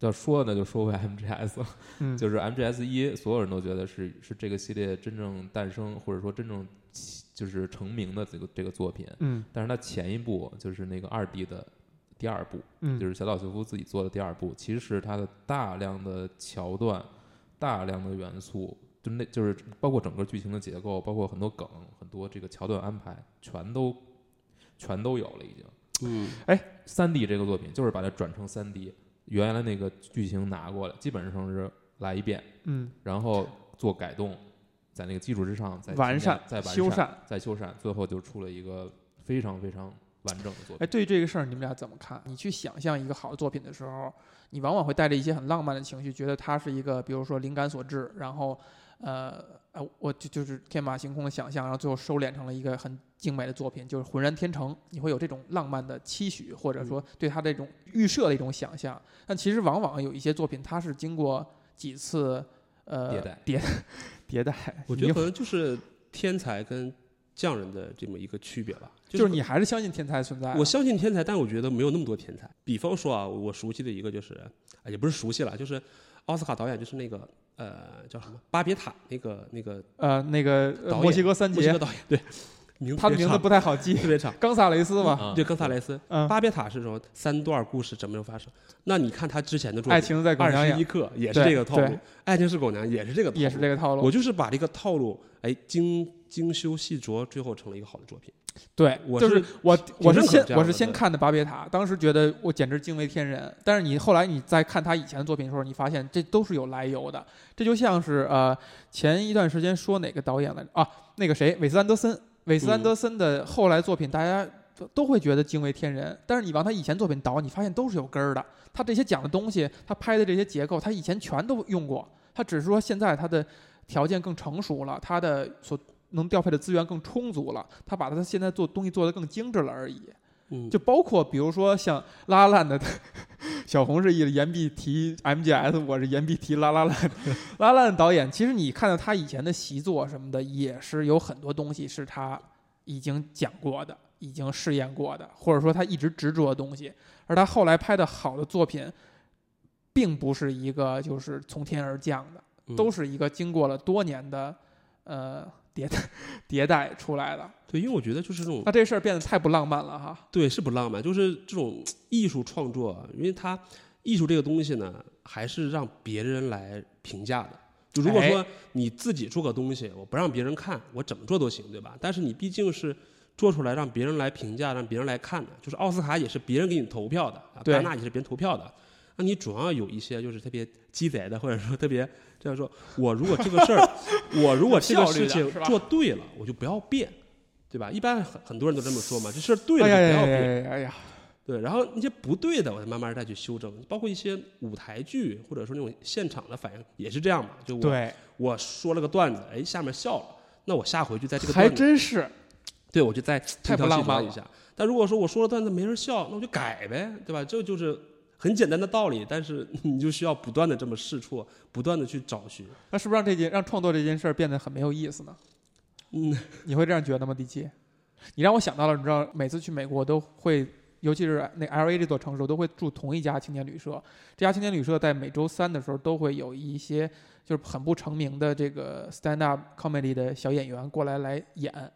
[SPEAKER 2] 要说呢，就说回 MGS 了，
[SPEAKER 1] 嗯
[SPEAKER 2] 就是 MGS 一，所有人都觉得是是这个系列真正诞生或者说真正起就是成名的这个这个作品。
[SPEAKER 1] 嗯
[SPEAKER 2] 但是它前一部就是那个二 D 的第二部，
[SPEAKER 1] 嗯，
[SPEAKER 2] 就是小岛秀夫自己做的第二部，其实它的大量的桥段、大量的元素，就那就是包括整个剧情的结构，包括很多梗、很多这个桥段安排，全都全都有了已经。
[SPEAKER 3] 嗯，
[SPEAKER 2] 三 D 这个作品就是把它转成三 D，原来那个剧情拿过来，基本上是来一遍，
[SPEAKER 1] 嗯
[SPEAKER 2] 然后做改动，在那个基础之上再
[SPEAKER 1] 完
[SPEAKER 2] 添加
[SPEAKER 1] 善
[SPEAKER 2] 再完
[SPEAKER 1] 修
[SPEAKER 2] 善、
[SPEAKER 1] 缮。
[SPEAKER 2] 再修缮，最后就出了一个非常非常完整的作品。
[SPEAKER 1] 哎，对于这个事儿，你们俩怎么看？你去想象一个好的作品的时候，你往往会带着一些很浪漫的情绪，觉得它是一个，比如说灵感所致，然后，呃，呃，我就就是天马行空的想象，然后最后收敛成了一个很精美的作品，就是浑然天成。你会有这种浪漫的期许，或者
[SPEAKER 3] 嗯
[SPEAKER 1] 说对它这种预设的一种想象。但其实往往有一些作品，它是经过几次呃
[SPEAKER 2] 迭代
[SPEAKER 1] 迭迭代，
[SPEAKER 3] 我觉得可能就是天才跟匠人的这么一个区别吧，
[SPEAKER 1] 你就是你还是相信天才存在啊、
[SPEAKER 3] 我相信天才，但我觉得没有那么多天才。比方说啊，我熟悉的一个就是，啊，也不是熟悉了，就是奥斯卡导演，就是那个呃叫什么巴别塔那个那个
[SPEAKER 1] 呃那个呃
[SPEAKER 3] 导演
[SPEAKER 1] 墨西哥三
[SPEAKER 3] 墨西
[SPEAKER 1] 杰
[SPEAKER 3] 哥，导演，对，名
[SPEAKER 1] 他的名字不太好记，
[SPEAKER 3] 特别长，
[SPEAKER 1] 冈萨雷斯嘛，
[SPEAKER 2] 啊
[SPEAKER 3] 对，冈萨雷斯。
[SPEAKER 1] 嗯，
[SPEAKER 3] 巴别塔是什么？三段故事怎么发生？那你看他之前的作
[SPEAKER 1] 爱
[SPEAKER 3] 品
[SPEAKER 1] 情在
[SPEAKER 3] 《
[SPEAKER 1] 狗
[SPEAKER 3] 二
[SPEAKER 1] 娘
[SPEAKER 3] 十
[SPEAKER 1] 养
[SPEAKER 3] 一》课》也是这个套
[SPEAKER 1] 对
[SPEAKER 3] 路，
[SPEAKER 1] 对
[SPEAKER 3] 《爱情是狗娘》也是这个套路，
[SPEAKER 1] 也是这个套路
[SPEAKER 3] 我，就是把这个套路，哎，精精修细琢，最后成了一个好的作品。
[SPEAKER 1] 对，
[SPEAKER 3] 我
[SPEAKER 1] 就是是我我是
[SPEAKER 3] 认可这
[SPEAKER 1] 先
[SPEAKER 3] 样
[SPEAKER 1] 我
[SPEAKER 3] 的
[SPEAKER 1] 是先
[SPEAKER 3] 对
[SPEAKER 1] 看的巴别塔，当时觉得我简直惊为天人。但是你后来你再看他以前的作品的时候，你发现这都是有来由的。这就像是呃前一段时间说哪个导演来着啊？那个谁，韦斯安德森，韦斯安
[SPEAKER 3] 嗯
[SPEAKER 1] 德森的后来作品大家都都会觉得惊为天人。但是你往他以前作品倒，你发现都是有根儿的。他这些讲的东西，他拍的这些结构，他以前全都用过。他只是说现在他的条件更成熟了，他的所能调配的资源更充足了，他把他现在做东西做得更精致了而已。
[SPEAKER 3] 嗯，
[SPEAKER 1] 就包括比如说像拉拉烂的， 小红是一言必提 MGS，我是言必提拉拉烂。拉拉烂导演，其实你看到他以前的习作什么的，也是有很多东西是他已经讲过的，已经试验过的，或者说他一直执着的东西。而他后来拍的好的作品，并不是一个就是从天而降的。
[SPEAKER 3] 嗯
[SPEAKER 1] 都是一个经过了多年的呃迭代 迭代出来的。
[SPEAKER 3] 对，因为我觉得就是这种
[SPEAKER 1] 那这事儿变得太不浪漫了哈。
[SPEAKER 3] 对，是不浪漫，就是这种艺术创作啊，因为它艺术这个东西呢，还是让别人来评价的。就如果
[SPEAKER 1] 哎
[SPEAKER 3] 说你自己做个东西，我不让别人看，我怎么做都行，对吧？但是你毕竟是做出来让别人来评价，让别人来看的，就是奥斯卡也是别人给你投票的，啊
[SPEAKER 1] 对
[SPEAKER 3] 戛纳也是别人投票的。那你总要有一些就是特别鸡贼的，或者说特别这样说，我如果这个事 儿，我如果这个
[SPEAKER 1] 效率
[SPEAKER 3] 事
[SPEAKER 1] 的
[SPEAKER 3] 情
[SPEAKER 1] 是吧
[SPEAKER 3] 做对了，我就不要变，对吧？一般很很多人都这么说嘛，这事儿对了
[SPEAKER 1] 哎
[SPEAKER 3] 就
[SPEAKER 1] 呀
[SPEAKER 3] 不
[SPEAKER 1] 呀呀
[SPEAKER 3] 要变。
[SPEAKER 1] 呀呀呀！
[SPEAKER 3] 对，然后那些不对的，我再慢慢再去修正，包括一些舞台剧或者说那种现场的反应也是这样嘛。就我
[SPEAKER 1] 对，
[SPEAKER 3] 我说了个段子，哎，下面笑了，那我下回就在这个
[SPEAKER 1] 还
[SPEAKER 3] 段子，
[SPEAKER 1] 真是。
[SPEAKER 3] 对我就再
[SPEAKER 1] 太不
[SPEAKER 3] 精挑细
[SPEAKER 1] 浪漫
[SPEAKER 3] 琢一下。但如果说我说了段子没人笑，那我就改呗，对吧？这就是很简单的道理，但是 你就需要不断的这么试错，不断的去找寻。
[SPEAKER 1] 那是不是让这件让创作这件事儿变得很没有意思呢？
[SPEAKER 3] 嗯，
[SPEAKER 1] 你会这样觉得吗，迪奇？你让我想到了，你知道，每次去美国都会，尤其是那 L A 这座城市，我都会住同一家青年旅社。这家青年旅社在每周三的时候都会有一些就是很不成名的这个 stand up comedy 的小演员过来来演。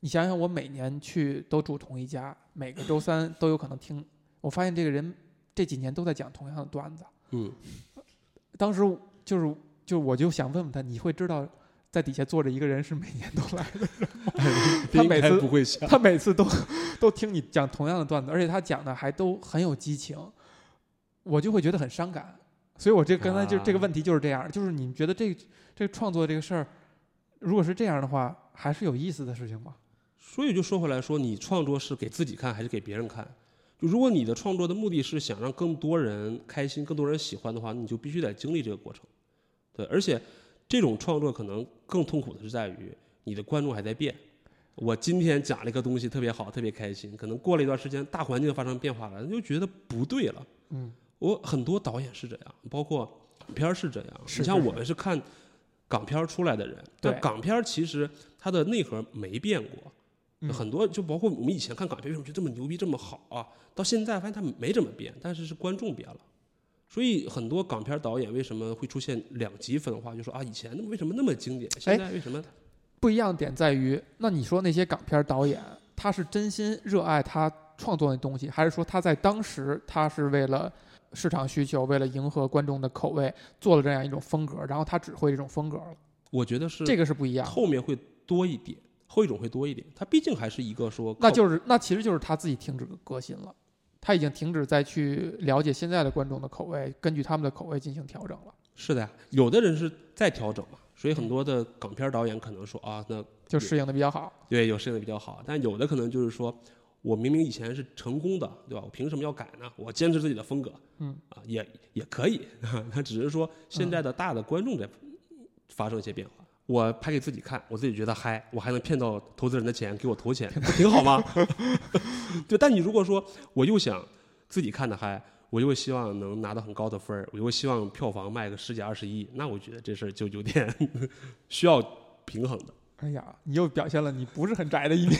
[SPEAKER 1] 你想想，我每年去都住同一家，每个周三都有可能听。我发现这个人这几年都在讲同样的段子。
[SPEAKER 3] 嗯，
[SPEAKER 1] 当时就是就我就想问问他，你会知道在底下坐着一个人是每年都来的人吗，他每
[SPEAKER 3] 应该
[SPEAKER 1] 次
[SPEAKER 3] 不会笑，
[SPEAKER 1] 他每次都都听你讲同样的段子，而且他讲的还都很有激情，我就会觉得很伤感。所以我这刚才就、
[SPEAKER 3] 啊
[SPEAKER 1] 这个问题就是这样，就是你觉得这这个创作这个事儿，如果是这样的话，还是有意思的事情吗？
[SPEAKER 3] 所以就说回来说，你创作是给自己看还是给别人看？就如果你的创作的目的是想让更多人开心、更多人喜欢的话，你就必须得经历这个过程。对，而且这种创作可能更痛苦的是在于你的观众还在变。我今天讲了一个东西特别好，特别开心，可能过了一段时间，大环境发生变化了，你就觉得不对了。
[SPEAKER 1] 嗯，
[SPEAKER 3] 我很多导演是这样，包括港片儿是这样。
[SPEAKER 1] 是
[SPEAKER 3] 你像
[SPEAKER 1] 是
[SPEAKER 3] 我们是看港片儿出来的人，
[SPEAKER 1] 对
[SPEAKER 3] 但港片儿其实它的内核没变
[SPEAKER 1] 嗯
[SPEAKER 3] 过。很多就包括我们以前看港片，为什么觉得这么牛逼、这么好啊？到现在发现它没怎么变，但是是观众变了。所以很多港片导演为什么会出现两极分化？就说啊，以前那么为什么那么经典，
[SPEAKER 1] 哎
[SPEAKER 3] 现在为什么？
[SPEAKER 1] 不一样的点在于，那你说那些港片导演，他是真心热爱他创作的东西，还是说他在当时他是为了市场需求，为了迎合观众的口味，做了这样一种风格，然后他只会这种风格了？
[SPEAKER 3] 我觉得是
[SPEAKER 1] 这个是不一样的。
[SPEAKER 3] 后面会多一点，后一种会多一点。它毕竟还是一个说靠，
[SPEAKER 1] 那就是那其实就是他自己停止革新了，他已经停止再去了解现在的观众的口味，根据他们的口味进行调整了，
[SPEAKER 3] 是的呀。有的人是在调整嘛，所以
[SPEAKER 1] 嗯
[SPEAKER 3] 很多的港片导演可能说啊，那
[SPEAKER 1] 就适应的比较好。
[SPEAKER 3] 对，有适应的比较好，但有的可能就是说，我明明以前是成功的，对吧？我凭什么要改呢？我坚持自己的风格，
[SPEAKER 1] 嗯
[SPEAKER 3] 啊，也也可以， 那只是说现在的大的观众在发生一些变化。我拍给自己看，我自己觉得嗨，我还能骗到投资人的钱，给我投钱，不挺好吗？ 对，但你如果说我又想自己看的嗨，我又希望能拿到很高的分儿，我又希 望票房卖个十几二十亿，那我觉得这事儿就有点需要平衡的。
[SPEAKER 1] 哎呀，你又表现了你不是很宅的一面。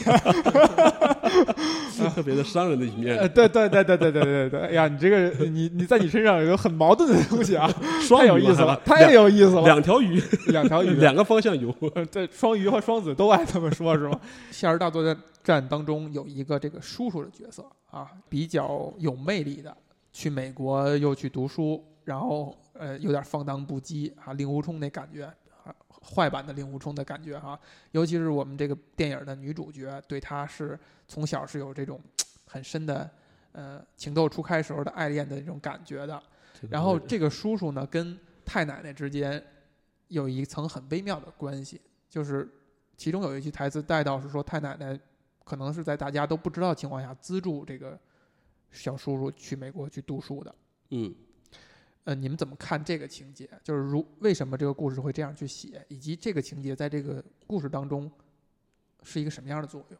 [SPEAKER 3] 特别的商人的一
[SPEAKER 1] 呃，
[SPEAKER 3] 面，
[SPEAKER 1] 对对对对对对对对，哎呀，你这个你你在你身上有个很矛盾的东西啊，
[SPEAKER 3] 双
[SPEAKER 1] 太有
[SPEAKER 3] 鱼
[SPEAKER 1] 意
[SPEAKER 3] 嘛
[SPEAKER 1] 思
[SPEAKER 3] 还
[SPEAKER 1] 了
[SPEAKER 3] 把，
[SPEAKER 1] 太有意思
[SPEAKER 3] 两
[SPEAKER 1] 了，
[SPEAKER 3] 两条鱼，
[SPEAKER 1] 两条鱼，
[SPEAKER 3] 两个方向游。
[SPEAKER 1] 呃对，双鱼和双子都爱这么说，是吗？夏日大作战战当中有一个这个叔叔的角色啊，比较有魅力的，去美国又去读书，然后呃有点放荡不羁啊，令狐冲那感觉。啊坏版的令狐冲的感觉哈、尤其是我们这个电影的女主角，对他是从小是有这种很深的，呃，情窦初开时候的爱恋的这种感觉的。然后这个叔叔呢，跟太奶奶之间有一层很微妙的关系，就是其中有一句台词带到是说，太奶奶可能是在大家都不知道情况下资助这个小叔叔去美国去读书的。
[SPEAKER 3] 嗯，
[SPEAKER 1] 呃，你们怎么看这个情节？就是如为什么这个故事会这样去写，以及这个情节在这个故事当中是一个什么样的作用？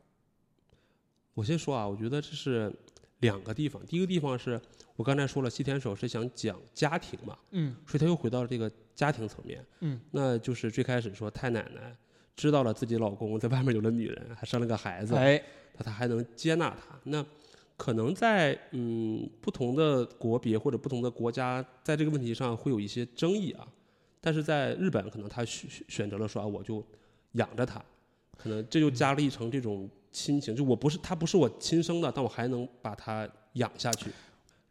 [SPEAKER 3] 我先说啊，我觉得这是两个地方。第一个地方是我刚才说了，西田守是想讲家庭嘛，
[SPEAKER 1] 嗯
[SPEAKER 3] 所以他又回到了这个家庭层面。
[SPEAKER 1] 嗯，
[SPEAKER 3] 那就是最开始说太奶奶知道了自己老公在外面有了女人，还生了个孩子，
[SPEAKER 1] 哎，
[SPEAKER 3] 那他还能接纳他。那可能在嗯不同的国别或者不同的国家，在这个问题上会有一些争议啊。但是在日本，可能他选选择了说啊，我就养着他，可能
[SPEAKER 1] 嗯
[SPEAKER 3] 这就加了一层这种亲情，就我不是他不是我亲生的，但我还能把他养下去。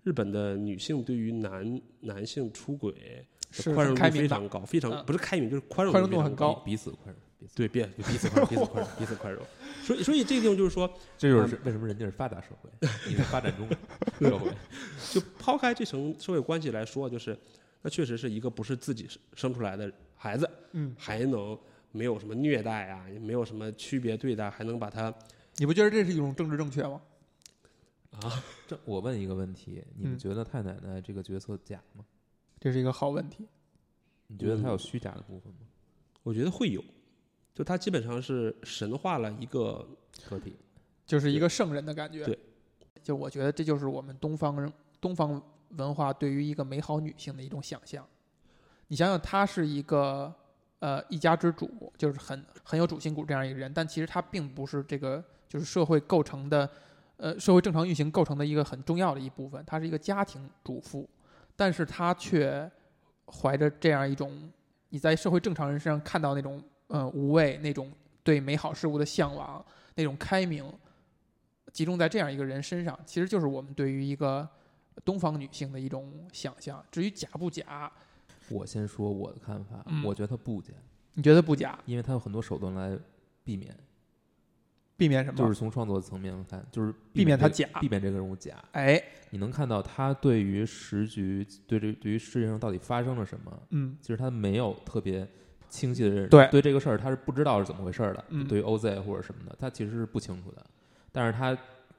[SPEAKER 3] 日本的女性对于男男性出轨
[SPEAKER 1] 是
[SPEAKER 3] 宽
[SPEAKER 1] 很
[SPEAKER 3] 容度
[SPEAKER 1] 开
[SPEAKER 3] 非
[SPEAKER 1] 明的，
[SPEAKER 3] 常高，非
[SPEAKER 1] 嗯
[SPEAKER 3] 常不是开明就是宽容
[SPEAKER 1] 宽容
[SPEAKER 3] 非
[SPEAKER 1] 度
[SPEAKER 3] 常
[SPEAKER 1] 很高
[SPEAKER 2] 彼此宽容，彼此
[SPEAKER 3] 对，别彼此宽容，彼此宽容，彼此宽容。所以，所以这个地方就是说，
[SPEAKER 2] 这
[SPEAKER 1] 嗯
[SPEAKER 2] 就是为什么人家是发达社 会，你是发展中 社会。
[SPEAKER 3] 就抛开这层社会关系来说，就是那确实是一个不是自己生出来的孩子，
[SPEAKER 1] 嗯，
[SPEAKER 3] 还能没有什么虐待啊，也没有什么区别对待，还能把他
[SPEAKER 1] 你不觉得这是一种政治正确吗？
[SPEAKER 3] 啊，
[SPEAKER 2] 这我问一个问题，你
[SPEAKER 1] 嗯
[SPEAKER 2] 们觉得太奶奶这个角色假吗？
[SPEAKER 1] 这是一个好问题。
[SPEAKER 2] 你觉得
[SPEAKER 1] 嗯
[SPEAKER 2] 她有虚假的部分吗？
[SPEAKER 3] 我觉得会有，就他基本上是神化了一个
[SPEAKER 2] 个体，
[SPEAKER 1] 就是一个圣人的感觉。
[SPEAKER 3] 对，
[SPEAKER 1] 就我觉得这就是我们东方人东方文化对于一个美好女性的一种想象。你想想，她是一个呃一家之主，就是很很有主心骨这样一个人，但其实她并不是这个就是社会构成的呃社会正常运行构成的一个很重要的一部分，她是一个家庭主妇，但是她却怀着这样一种你在社会正常人身上看到那种呃无畏那种对美好事物的向往，那种开明，集中在这样一个人身上，其实就是我们对于一个东方女性的一种想象。至于假不假，
[SPEAKER 2] 我先说我的看法，
[SPEAKER 1] 嗯
[SPEAKER 2] 我觉得她不假，
[SPEAKER 1] 你觉得不假？
[SPEAKER 2] 因为她有很多手段来避免，
[SPEAKER 1] 避免什么？
[SPEAKER 2] 就是从创作层面看，就是
[SPEAKER 1] 避免她
[SPEAKER 2] 这
[SPEAKER 1] 假。
[SPEAKER 2] 避免这个人物假。
[SPEAKER 1] 哎，
[SPEAKER 2] 你能看到她对于时局，对这对于世界上到底发生了什么，
[SPEAKER 1] 嗯，
[SPEAKER 2] 其实她没有特别清晰的认识。
[SPEAKER 1] 对
[SPEAKER 2] 对这个事儿她是不知道是怎么回事儿的。
[SPEAKER 1] 嗯
[SPEAKER 2] 对于 OZ 或者什么的，她其实是不清楚的。但是她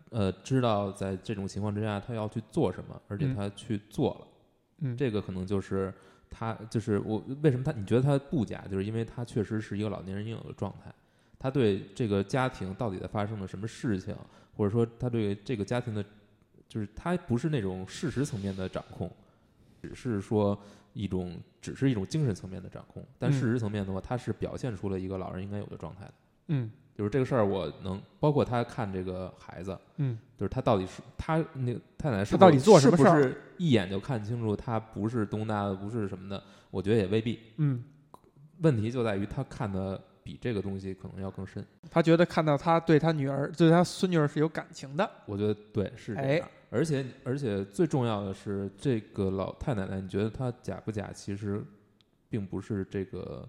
[SPEAKER 2] 呃知道在这种情况之下，她要去做什么，而且
[SPEAKER 1] 嗯
[SPEAKER 2] 她去做了。
[SPEAKER 1] 嗯
[SPEAKER 2] 这个可能就是她就是我为什么她你觉得她不假，就是因为她确实是一个老年人应有的状态。她对这个家庭到底在发生了什么事情，或者说她对这个家庭的，就是她不是那种事实层面的掌控，只是说一种只是一种精神层面的掌控。但
[SPEAKER 1] 嗯
[SPEAKER 2] 事实层面的话，她是表现出了一个老人应该有的状态的。
[SPEAKER 1] 嗯
[SPEAKER 2] 就是这个事儿，我能包括她看这个孩子，
[SPEAKER 1] 嗯，
[SPEAKER 2] 就是他到底是他那个太奶奶是
[SPEAKER 1] 他
[SPEAKER 2] 不是
[SPEAKER 1] 到底做什么事儿
[SPEAKER 2] 是不是一眼就看清楚他不是东大的，不是什么的？我觉得也未必。
[SPEAKER 1] 嗯，
[SPEAKER 2] 问题就在于他看的比这个东西可能要更深。
[SPEAKER 1] 他觉得看到他对他女儿、对他孙女儿是有感情的。
[SPEAKER 2] 我觉得对是这
[SPEAKER 1] 哎
[SPEAKER 2] 样。而且而且最重要的是，这个老太奶奶，你觉得她假不假？其实并不是这个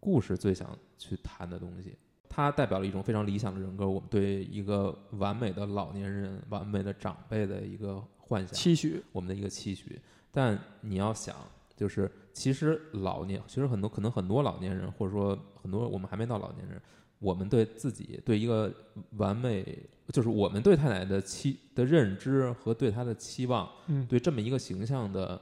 [SPEAKER 2] 故事最想去谈的东西。她代表了一种非常理想的人格，我们对一个完美的老年人、完美的长辈的一个幻想。
[SPEAKER 1] 期许，
[SPEAKER 2] 我们的一个期许。但你要想，就是其实老年，其实很多可能很多老年人，或者说很多我们还没到老年人，我们对自己对一个完美，就是我们对太奶奶的期的认知和对她的期望，
[SPEAKER 1] 嗯，
[SPEAKER 2] 对这么一个形象的。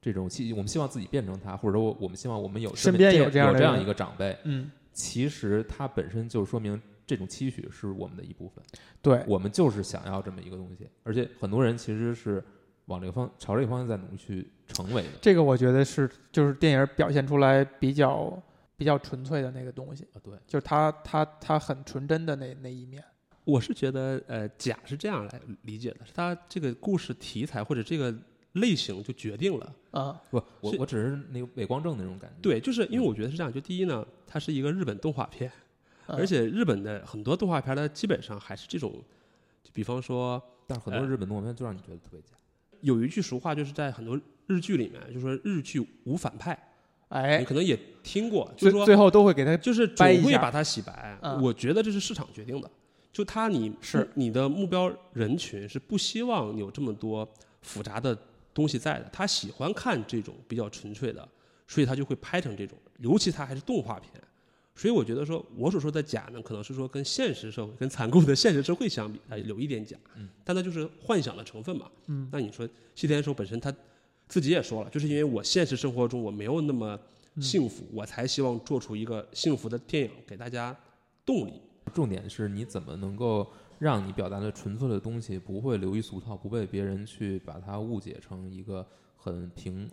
[SPEAKER 2] 这种期，我们希望自己变成她，或者说我们希望我们有这么
[SPEAKER 1] 身边有这
[SPEAKER 2] 这
[SPEAKER 1] 样的
[SPEAKER 2] 有样
[SPEAKER 1] 人
[SPEAKER 2] 一个长辈，
[SPEAKER 1] 嗯，
[SPEAKER 2] 其实它本身就说明这种期许是我们的一部分。
[SPEAKER 1] 对，
[SPEAKER 2] 我们就是想要这么一个东西，而且很多人其实是往这个方朝这个方向在努力去成为的。
[SPEAKER 1] 这个我觉得是就是电影表现出来比较比较纯粹的那个东西，
[SPEAKER 2] 啊，对，
[SPEAKER 1] 就是他他他很纯真的那那一面。
[SPEAKER 3] 我是觉得，呃，甲是这样来理解的，是他这个故事题材或者这个类型就决定了。
[SPEAKER 1] 啊
[SPEAKER 2] 不，我
[SPEAKER 3] 是
[SPEAKER 2] 我只是那个伪光正那种感觉。，
[SPEAKER 3] 对，就是因为我觉得是这样。就第一呢，它是一个日本动画片，
[SPEAKER 1] 嗯
[SPEAKER 3] 而且日本的很多动画片它基本上还是这种，就比方说
[SPEAKER 2] 但是很多
[SPEAKER 3] 哎
[SPEAKER 2] 日本动画片就让你觉得特别假。
[SPEAKER 3] 有一句俗话，就是在很多日剧里面，就说日剧无反派，你
[SPEAKER 1] 哎，
[SPEAKER 3] 可能也听过，就
[SPEAKER 1] 最
[SPEAKER 3] 是说
[SPEAKER 1] 最后都会给他
[SPEAKER 3] 就是
[SPEAKER 1] 掰
[SPEAKER 3] 总
[SPEAKER 1] 一
[SPEAKER 3] 会
[SPEAKER 1] 下
[SPEAKER 3] 把它洗白。
[SPEAKER 1] 嗯
[SPEAKER 3] 我觉得这是市场决定的，就他你
[SPEAKER 1] 是
[SPEAKER 3] 你的目标人群是不希望有这么多复杂的东西在的，他喜欢看这种比较纯粹的，所以他就会拍成这种，尤其他还是动画片。所以我觉得说，我所说的假呢，可能是说跟现实社会、跟残酷的现实社会相比，呃，有一点假，
[SPEAKER 2] 嗯
[SPEAKER 3] 但它就是幻想的成分嘛。
[SPEAKER 1] 嗯
[SPEAKER 3] 那你说西天守本身他自己也说了，就是因为我现实生活中我没有那么
[SPEAKER 1] 嗯
[SPEAKER 3] 幸福，我才希望做出一个幸福的电影给大家动力。
[SPEAKER 2] 重点是你怎么能够让你表达的纯粹的东西不会流于俗套，不被别人去把它误解成一个很平、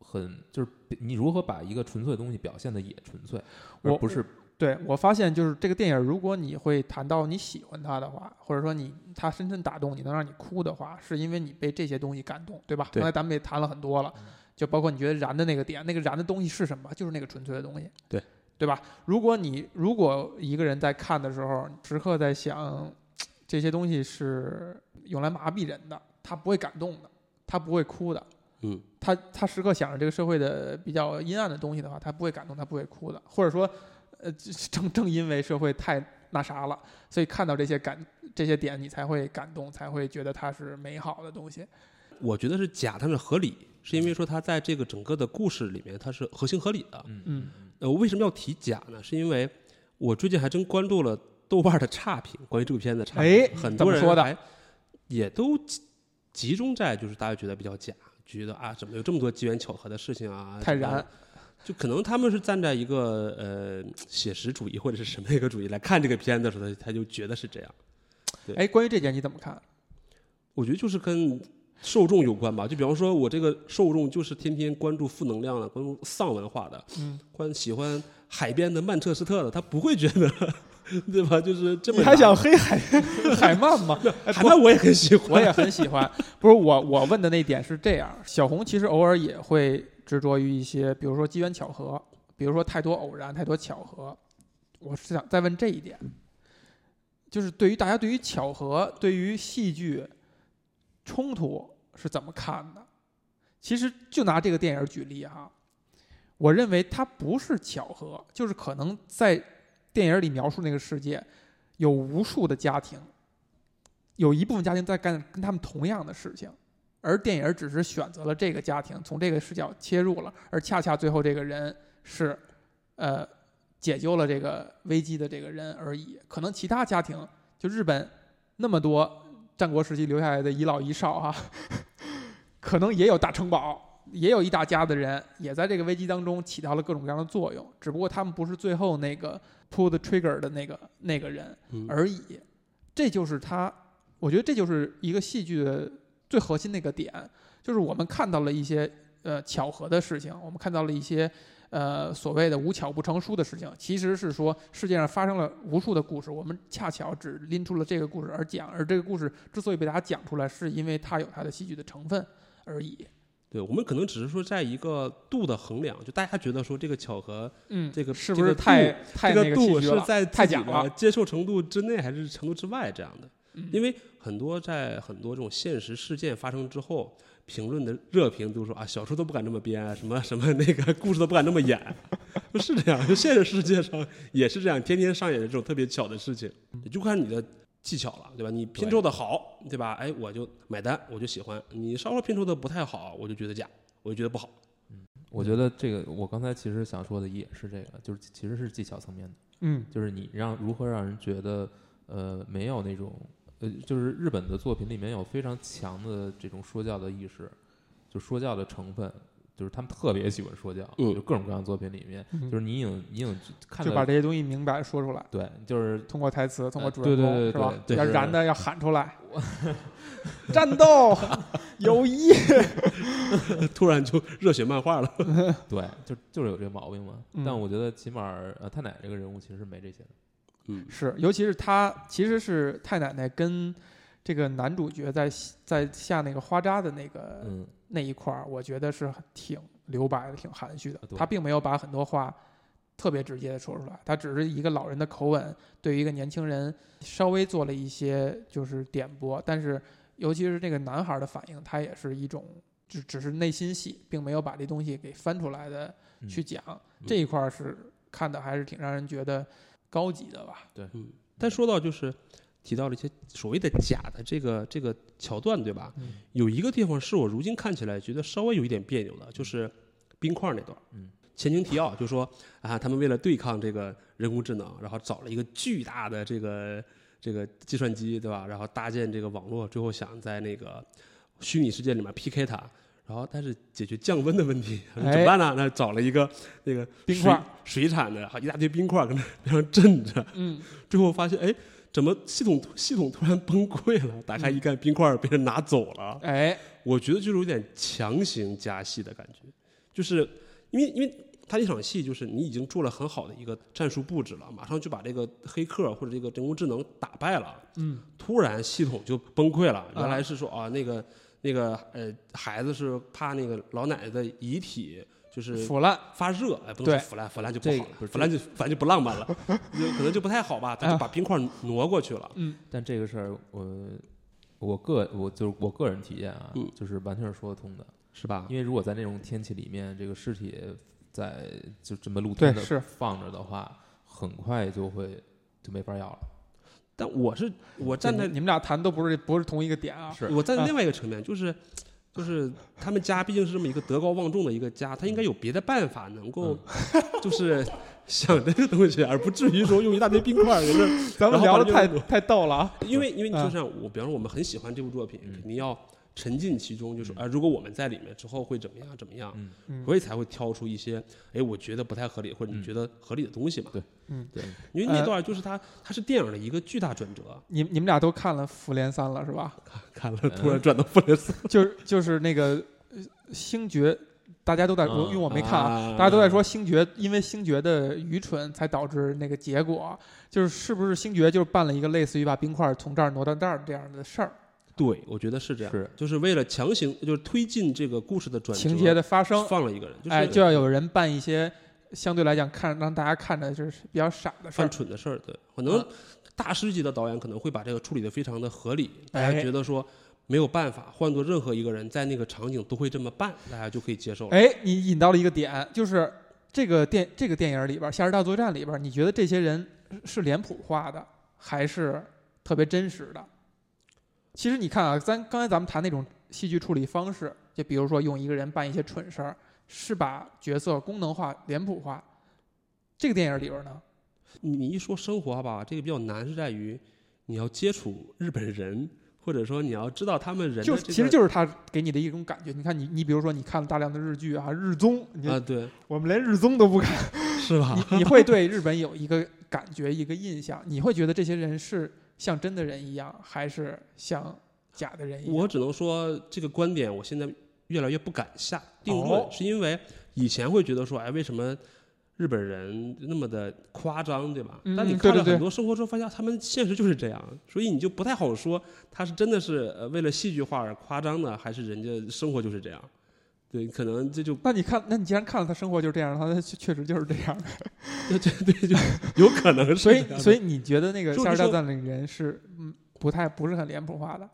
[SPEAKER 2] 很就是你如何把一个纯粹的东西表现的也纯粹，而
[SPEAKER 1] 我
[SPEAKER 2] 不是
[SPEAKER 1] 对我发现就是这个电影，如果你会谈到你喜欢它的话，或者说你它深深打动你，能让你哭的话，是因为你被这些东西感动，对吧？
[SPEAKER 3] 对
[SPEAKER 1] 刚才咱们也谈了很多了
[SPEAKER 2] 嗯，
[SPEAKER 1] 就包括你觉得燃的那个点，那个燃的东西是什么？就是那个纯粹的东西，
[SPEAKER 3] 对
[SPEAKER 1] 对吧？如果你如果一个人在看的时候，时刻在想这些东西是用来麻痹人的，他不会感动的，他不会哭的，
[SPEAKER 3] 嗯，
[SPEAKER 1] 他他时刻想着这个社会的比较阴暗的东西的话，他不会感动，他不会哭的，或者说，呃，这正正因为社会太那啥了，所以看到这些感这些点，你才会感动，才会觉得它是美好的东西。
[SPEAKER 3] 我觉得是假，但是合理，是因为说它在这个整个的故事里面它是合情合理的。
[SPEAKER 2] 嗯
[SPEAKER 1] 嗯
[SPEAKER 3] 呃，我为什么要提假呢？是因为我最近还真关注了豆瓣的差评，关于这部片子的差评，
[SPEAKER 1] 哎
[SPEAKER 3] 很
[SPEAKER 1] 怎
[SPEAKER 3] 多
[SPEAKER 1] 么
[SPEAKER 3] 人
[SPEAKER 1] 说的
[SPEAKER 3] 还也都集集中在就是大家觉得比较假，觉得啊怎么有这么多机缘巧合的事情啊，
[SPEAKER 1] 太
[SPEAKER 3] 什么
[SPEAKER 1] 燃。
[SPEAKER 3] 就可能他们是站在一个呃写实主义或者是什么一个主义来看这个片子的时候，他就觉得是这样。对
[SPEAKER 1] 哎，关于这点你怎么看？
[SPEAKER 3] 我觉得就是跟受众有关吧。就比方说，我这个受众就是天天关注负能量的，关注丧文化的，
[SPEAKER 1] 嗯，
[SPEAKER 3] 关喜欢海边的曼彻斯特的，他不会觉得， 对吧？就是这么
[SPEAKER 1] 你还想黑海 海曼吗？哎
[SPEAKER 3] 海
[SPEAKER 1] 不
[SPEAKER 3] 曼我也很喜欢，
[SPEAKER 1] 我也很喜 欢。不是我，我问的那点是这样：小红其实偶尔也会执着于一些，比如说机缘巧合，比如说太多偶然、太多巧合。我是想再问这一点，就是对于大家对于巧合、对于戏剧冲突是怎么看的？其实就拿这个电影举例哈，我认为它不是巧合，就是可能在电影里描述那个世界，有无数的家庭，有一部分家庭在干跟他们同样的事情，而电影只是选择了这个家庭，从这个视角切入了，而恰恰最后这个人是，呃，解救了这个危机的这个人而已。可能其他家庭，就日本那么多战国时期留下来的遗老遗少哈、 可能也有大城堡。也有一大家的人也在这个危机当中起到了各种各样的作用，只不过他们不是最后那个 pull the trigger 的那个那个人，
[SPEAKER 3] 嗯
[SPEAKER 1] 而已。这就是它，我觉得这就是一个戏剧的最核心的一个点，就是我们看到了一些呃巧合的事情，我们看到了一些呃所谓的无巧不成书的事情，其实是说世界上发生了无数的故事，我们恰巧只拎出了这个故事而讲，而这个故事之所以被大家讲出来，是因为它有它的戏剧的成分而已。
[SPEAKER 3] 对我们可能只是说在一个度的衡量，就大家觉得说这个巧合，
[SPEAKER 1] 嗯，
[SPEAKER 3] 这个
[SPEAKER 1] 是
[SPEAKER 3] 这
[SPEAKER 1] 不是
[SPEAKER 3] 个
[SPEAKER 1] 太
[SPEAKER 3] 度
[SPEAKER 1] 太
[SPEAKER 3] 这
[SPEAKER 1] 那
[SPEAKER 3] 个
[SPEAKER 1] 戏
[SPEAKER 3] 度
[SPEAKER 1] 剧
[SPEAKER 3] 是
[SPEAKER 1] 了？
[SPEAKER 3] 在
[SPEAKER 1] 太
[SPEAKER 3] 自己
[SPEAKER 1] 假了
[SPEAKER 3] 的接受程度之内还是程度之外这样的。
[SPEAKER 1] 嗯
[SPEAKER 3] 因为很多在很多这种现实事件发生之后，评论的热评都说啊，小说都不敢这么编啊，什么什么那个故事都不敢这么演，就是这样。就现实世界上也是这样，天天上演这种特别巧的事情，也就看你的技巧了，对吧？你拼凑的好，对吧？哎，我就买单，我就喜欢。你稍微拼凑的不太好，我就觉得假，我就觉得不好。
[SPEAKER 2] 我觉得这个，我刚才其实想说的也是这个，就是其实是技巧层面的，
[SPEAKER 1] 嗯
[SPEAKER 2] 就是你让如何让人觉得，呃，没有那种，呃，就是日本的作品里面有非常强的这种说教的意识，就说教的成分，就是他们特别喜欢说教，
[SPEAKER 3] 嗯
[SPEAKER 2] 就各种各样的作品里面，
[SPEAKER 1] 嗯
[SPEAKER 2] 就是你已经你已经看
[SPEAKER 1] 就
[SPEAKER 2] 到
[SPEAKER 1] 把这些东西明白地说出来，
[SPEAKER 2] 对，就是
[SPEAKER 1] 通过台词，通过
[SPEAKER 2] 呃
[SPEAKER 1] 主人
[SPEAKER 2] 对对
[SPEAKER 1] 公
[SPEAKER 2] 对
[SPEAKER 1] 是吧？
[SPEAKER 2] 对
[SPEAKER 1] 要
[SPEAKER 2] 是
[SPEAKER 1] 燃的要喊出来，战斗，优异，
[SPEAKER 3] 突然就热血漫画了。
[SPEAKER 2] 对，就就是有这个毛病嘛。
[SPEAKER 1] 嗯
[SPEAKER 2] 但我觉得起码呃，太奶这个人物其实是没这些的。
[SPEAKER 3] 嗯，
[SPEAKER 1] 是，尤其是他其实是太奶奶跟这个男主角在在下那个花渣的那个、
[SPEAKER 2] 嗯，
[SPEAKER 1] 那一块儿，我觉得是很挺留白的，挺含蓄的
[SPEAKER 2] 啊。对
[SPEAKER 1] 他并没有把很多话特别直接的说出来，他只是一个老人的口吻，对于一个年轻人稍微做了一些就是点拨。但是，尤其是这个男孩儿的反应，他也是一种只只是内心戏，并没有把这东西给翻出来的
[SPEAKER 2] 嗯
[SPEAKER 1] 去讲。这一块儿是看的还是挺让人觉得高级的吧？
[SPEAKER 3] 但说到就是提到了一些所谓的假的这个这个桥段，对吧？
[SPEAKER 1] 嗯
[SPEAKER 3] 有一个地方是我如今看起来觉得稍微有一点别扭的，就是冰块那段。
[SPEAKER 2] 嗯，
[SPEAKER 3] 前情提要就说啊，他们为了对抗这个人工智能，然后找了一个巨大的这个这个计算机，对吧？然后搭建这个网络，最后想在那个虚拟世界里面 PK 它。然后，但是解决降温的问题 怎
[SPEAKER 1] 哎
[SPEAKER 3] 么办呢？那找了一个那个
[SPEAKER 1] 冰块
[SPEAKER 3] 水水产的，好一大堆冰块搁那那上镇着，
[SPEAKER 1] 嗯，
[SPEAKER 3] 最后发现，哎，怎么系统系统突然崩溃了？打开一看，冰块儿被人拿走了。
[SPEAKER 1] 哎，
[SPEAKER 3] 我觉得就是有点强行加戏的感觉，就是因为因为他这场戏就是你已经做了很好的一个战术布置了，马上就把这个黑客或者这个人工智能打败了，
[SPEAKER 1] 嗯，
[SPEAKER 3] 突然系统就崩溃了。原来是说啊，那个那个呃，孩子是怕那个老奶奶的遗体就是
[SPEAKER 1] 腐烂，
[SPEAKER 3] 发热，哎，不能
[SPEAKER 1] 对
[SPEAKER 3] 说腐烂，腐烂就不好
[SPEAKER 2] 这个不
[SPEAKER 3] 了，
[SPEAKER 2] 是
[SPEAKER 3] 腐烂就腐烂就不浪漫了，就可能就不太好吧，他就把冰块挪过去了。
[SPEAKER 1] 嗯
[SPEAKER 2] 但这个事儿，我我个我就是我个人体验啊，
[SPEAKER 3] 嗯
[SPEAKER 2] 就是完全是说得通的。
[SPEAKER 3] 是
[SPEAKER 1] 啊
[SPEAKER 3] 吧？
[SPEAKER 2] 因为如果在那种天气里面，这个尸体在就这么露
[SPEAKER 1] 对
[SPEAKER 2] 天的
[SPEAKER 1] 是
[SPEAKER 2] 放着的话，很快就会就没法要了。
[SPEAKER 3] 但我是我站在
[SPEAKER 1] 你们俩谈都不是不是同一个点啊。
[SPEAKER 2] 是
[SPEAKER 3] 我站在另外一个层面，就是就是他们家毕竟是这么一个德高望重的一个家，他应该有别的办法能够 就是想这个东西，而不至于说用一大堆冰块儿。就是
[SPEAKER 1] 咱们聊的太
[SPEAKER 3] 然后
[SPEAKER 1] 太逗了啊！
[SPEAKER 3] 因为因为你
[SPEAKER 1] 啊
[SPEAKER 3] 就像我，比方说我们很喜欢这部作品，
[SPEAKER 2] 嗯
[SPEAKER 3] 肯定要沉浸其中，就是
[SPEAKER 2] 嗯
[SPEAKER 3] 啊，如果我们在里面之后会怎么样怎么样。
[SPEAKER 2] 嗯，
[SPEAKER 1] 嗯
[SPEAKER 3] 所以才会挑出一些，哎，我觉得不太合理或者你
[SPEAKER 2] 嗯
[SPEAKER 3] 觉得合理的东西嘛。
[SPEAKER 2] 对
[SPEAKER 1] 嗯
[SPEAKER 2] 对，
[SPEAKER 3] 因为那
[SPEAKER 1] 呃
[SPEAKER 3] 段就是它，它是电影的一个巨大转折。
[SPEAKER 1] 你你们俩都看了《复联三》了是吧？
[SPEAKER 3] 看了，
[SPEAKER 2] 嗯
[SPEAKER 3] 突然转到布雷斯，
[SPEAKER 1] 就是就是那个呃星爵，大家都在说，
[SPEAKER 2] 嗯
[SPEAKER 1] 因为 我没看啊，
[SPEAKER 3] 啊
[SPEAKER 1] 大家都在说星爵，因为星爵的愚蠢才导致那个结果，就是是不是星爵就是办了一个类似于把冰块从这儿挪到这儿这样的事儿，
[SPEAKER 3] 对，我觉得是这样，
[SPEAKER 2] 是
[SPEAKER 3] 就是为了强行就是推进这个故事的转折
[SPEAKER 1] 情节的发生，
[SPEAKER 3] 放了一个人，就是、
[SPEAKER 1] 哎，就要有人办一些相对来讲看让大家看着就是比较傻的事
[SPEAKER 3] 犯
[SPEAKER 1] 儿，
[SPEAKER 3] 蠢的事儿，对，可能
[SPEAKER 1] 啊
[SPEAKER 3] 大师级的导演可能会把这个处理的非常的合理，大
[SPEAKER 1] 哎
[SPEAKER 3] 家觉得说。没有办法，换做任何一个人在那个场景都会这么办，大家就可以接受了。
[SPEAKER 1] 哎，你引到了一个点，就是这个电这个电影里边儿《夏日大作战》里边儿，你觉得这些人是脸谱化的，还是特别真实的？其实你看啊，咱刚才咱们谈那种戏剧处理方式，就比如说用一个人办一些蠢事儿，是把角色功能化、脸谱化。这个电影里边儿呢，
[SPEAKER 3] 你你一说生活吧，这个比较难是在于你要接触日本人，或者说你要知道他们人的、这
[SPEAKER 1] 就
[SPEAKER 3] 个、
[SPEAKER 1] 是其实就是他给你的一种感觉。你看你，你比如说你看了大量的日剧啊，日综，你、
[SPEAKER 3] 啊，对，
[SPEAKER 1] 我们连日综都不看。
[SPEAKER 3] 是吧？
[SPEAKER 1] 你你会对日本有一个感觉、一个印象，你会觉得这些人是像真的人一样，还是像假的人一样？
[SPEAKER 3] 我只能说这个观点，我现在越来越不敢下定论，
[SPEAKER 1] 哦
[SPEAKER 3] 是因为以前会觉得说，哎，为什么日本人那么的夸张，对吧？
[SPEAKER 1] 嗯
[SPEAKER 3] 但
[SPEAKER 1] 嗯
[SPEAKER 3] 你
[SPEAKER 1] 对
[SPEAKER 3] 看了
[SPEAKER 1] 对对
[SPEAKER 3] 很多生活中，发现他们现实就是这样，所以你就不太好说他是真的是呃为了戏剧化而夸张呢，还是人家生活就是这样。对，可能这就
[SPEAKER 1] 那你看，那你既然看了他生活就是这样，他确确实就是这样。
[SPEAKER 3] 对对 对，就有可能是
[SPEAKER 1] 所
[SPEAKER 3] 这样
[SPEAKER 1] 以
[SPEAKER 3] 的。，
[SPEAKER 1] 所以你觉得那个《
[SPEAKER 3] 就是
[SPEAKER 1] 夏日大
[SPEAKER 3] 说
[SPEAKER 1] 战》里人是嗯不太不是很脸谱化的，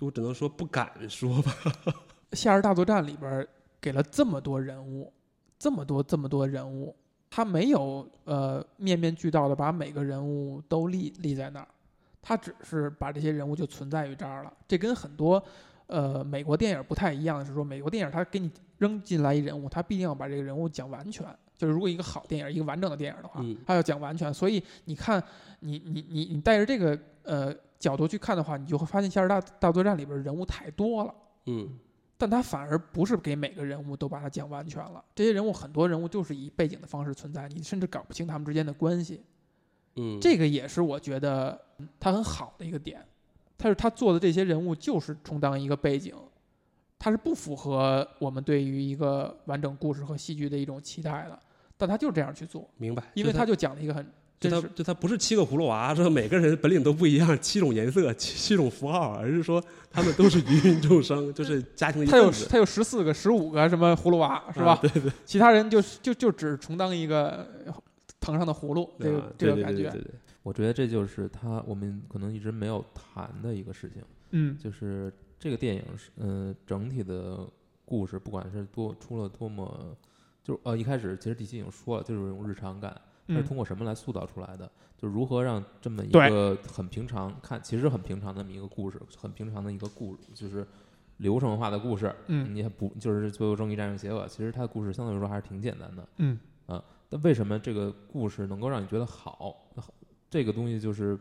[SPEAKER 3] 我只能说不敢说吧。
[SPEAKER 1] 《夏日大作战》里边儿给了这么多人物，这么多这么多人物，他没有呃面面俱到的把每个人物都立立在那儿，他只是把这些人物就存在于这儿了。这跟很多呃美国电影不太一样，是说美国电影它给你扔进来一人物，它必定要把这个人物讲完全。就是如果一个好电影，一个完整的电影的话，
[SPEAKER 3] 嗯
[SPEAKER 1] 它要讲完全。所以你看，你你你你带着这个呃角度去看的话，你就会发现《夏日大大作战》里边儿人物太多了。
[SPEAKER 3] 嗯，
[SPEAKER 1] 但他反而不是给每个人物都把它讲完全了。这些人物很多人物就是以背景的方式存在，你甚至搞不清他们之间的关系。
[SPEAKER 3] 嗯，
[SPEAKER 1] 这个也是我觉得嗯他很好的一个点，但是他做的这些人物就是充当一个背景，它是不符合我们对于一个完整故事和戏剧的一种期待的，但他就这样去做，
[SPEAKER 3] 明白？
[SPEAKER 1] 因为
[SPEAKER 3] 他
[SPEAKER 1] 他就讲了一个很
[SPEAKER 3] 就
[SPEAKER 1] 真
[SPEAKER 3] 他
[SPEAKER 1] 实，
[SPEAKER 3] 就他不是七个葫芦娃，说每个人本领都不一样，七种颜色、七七种符号，而是说他们都是芸芸众生，就是家庭的一
[SPEAKER 1] 他有
[SPEAKER 3] 份子。
[SPEAKER 1] 他有十四个、十五个什么葫芦娃是吧？
[SPEAKER 3] 啊对对，
[SPEAKER 1] 其他人就就就只充当一个藤上的葫芦，这个、
[SPEAKER 3] 啊
[SPEAKER 1] 这个
[SPEAKER 3] 对对
[SPEAKER 1] 感
[SPEAKER 3] 对
[SPEAKER 1] 觉，
[SPEAKER 3] 对对对，
[SPEAKER 2] 我觉得这就是他我们可能一直没有谈的一个事情，
[SPEAKER 1] 嗯
[SPEAKER 2] 就是这个电影是嗯、呃整体的故事，不管是多出了多么，就呃一开始其实第七已经说了，就是有一种日常感，它是
[SPEAKER 1] 嗯，
[SPEAKER 2] 通过什么来塑造出来的？就如何让这么一
[SPEAKER 1] 对
[SPEAKER 2] 个很平常看，其实很平常的那么一个故事，很平常的一个故，就是流程化的故事。
[SPEAKER 1] 嗯
[SPEAKER 2] 你也不就是最后正义战胜邪恶，其实它的故事相对来说还是挺简单的。
[SPEAKER 1] 嗯
[SPEAKER 2] 啊，但为什么这个故事能够让你觉得好？那好这个东西就是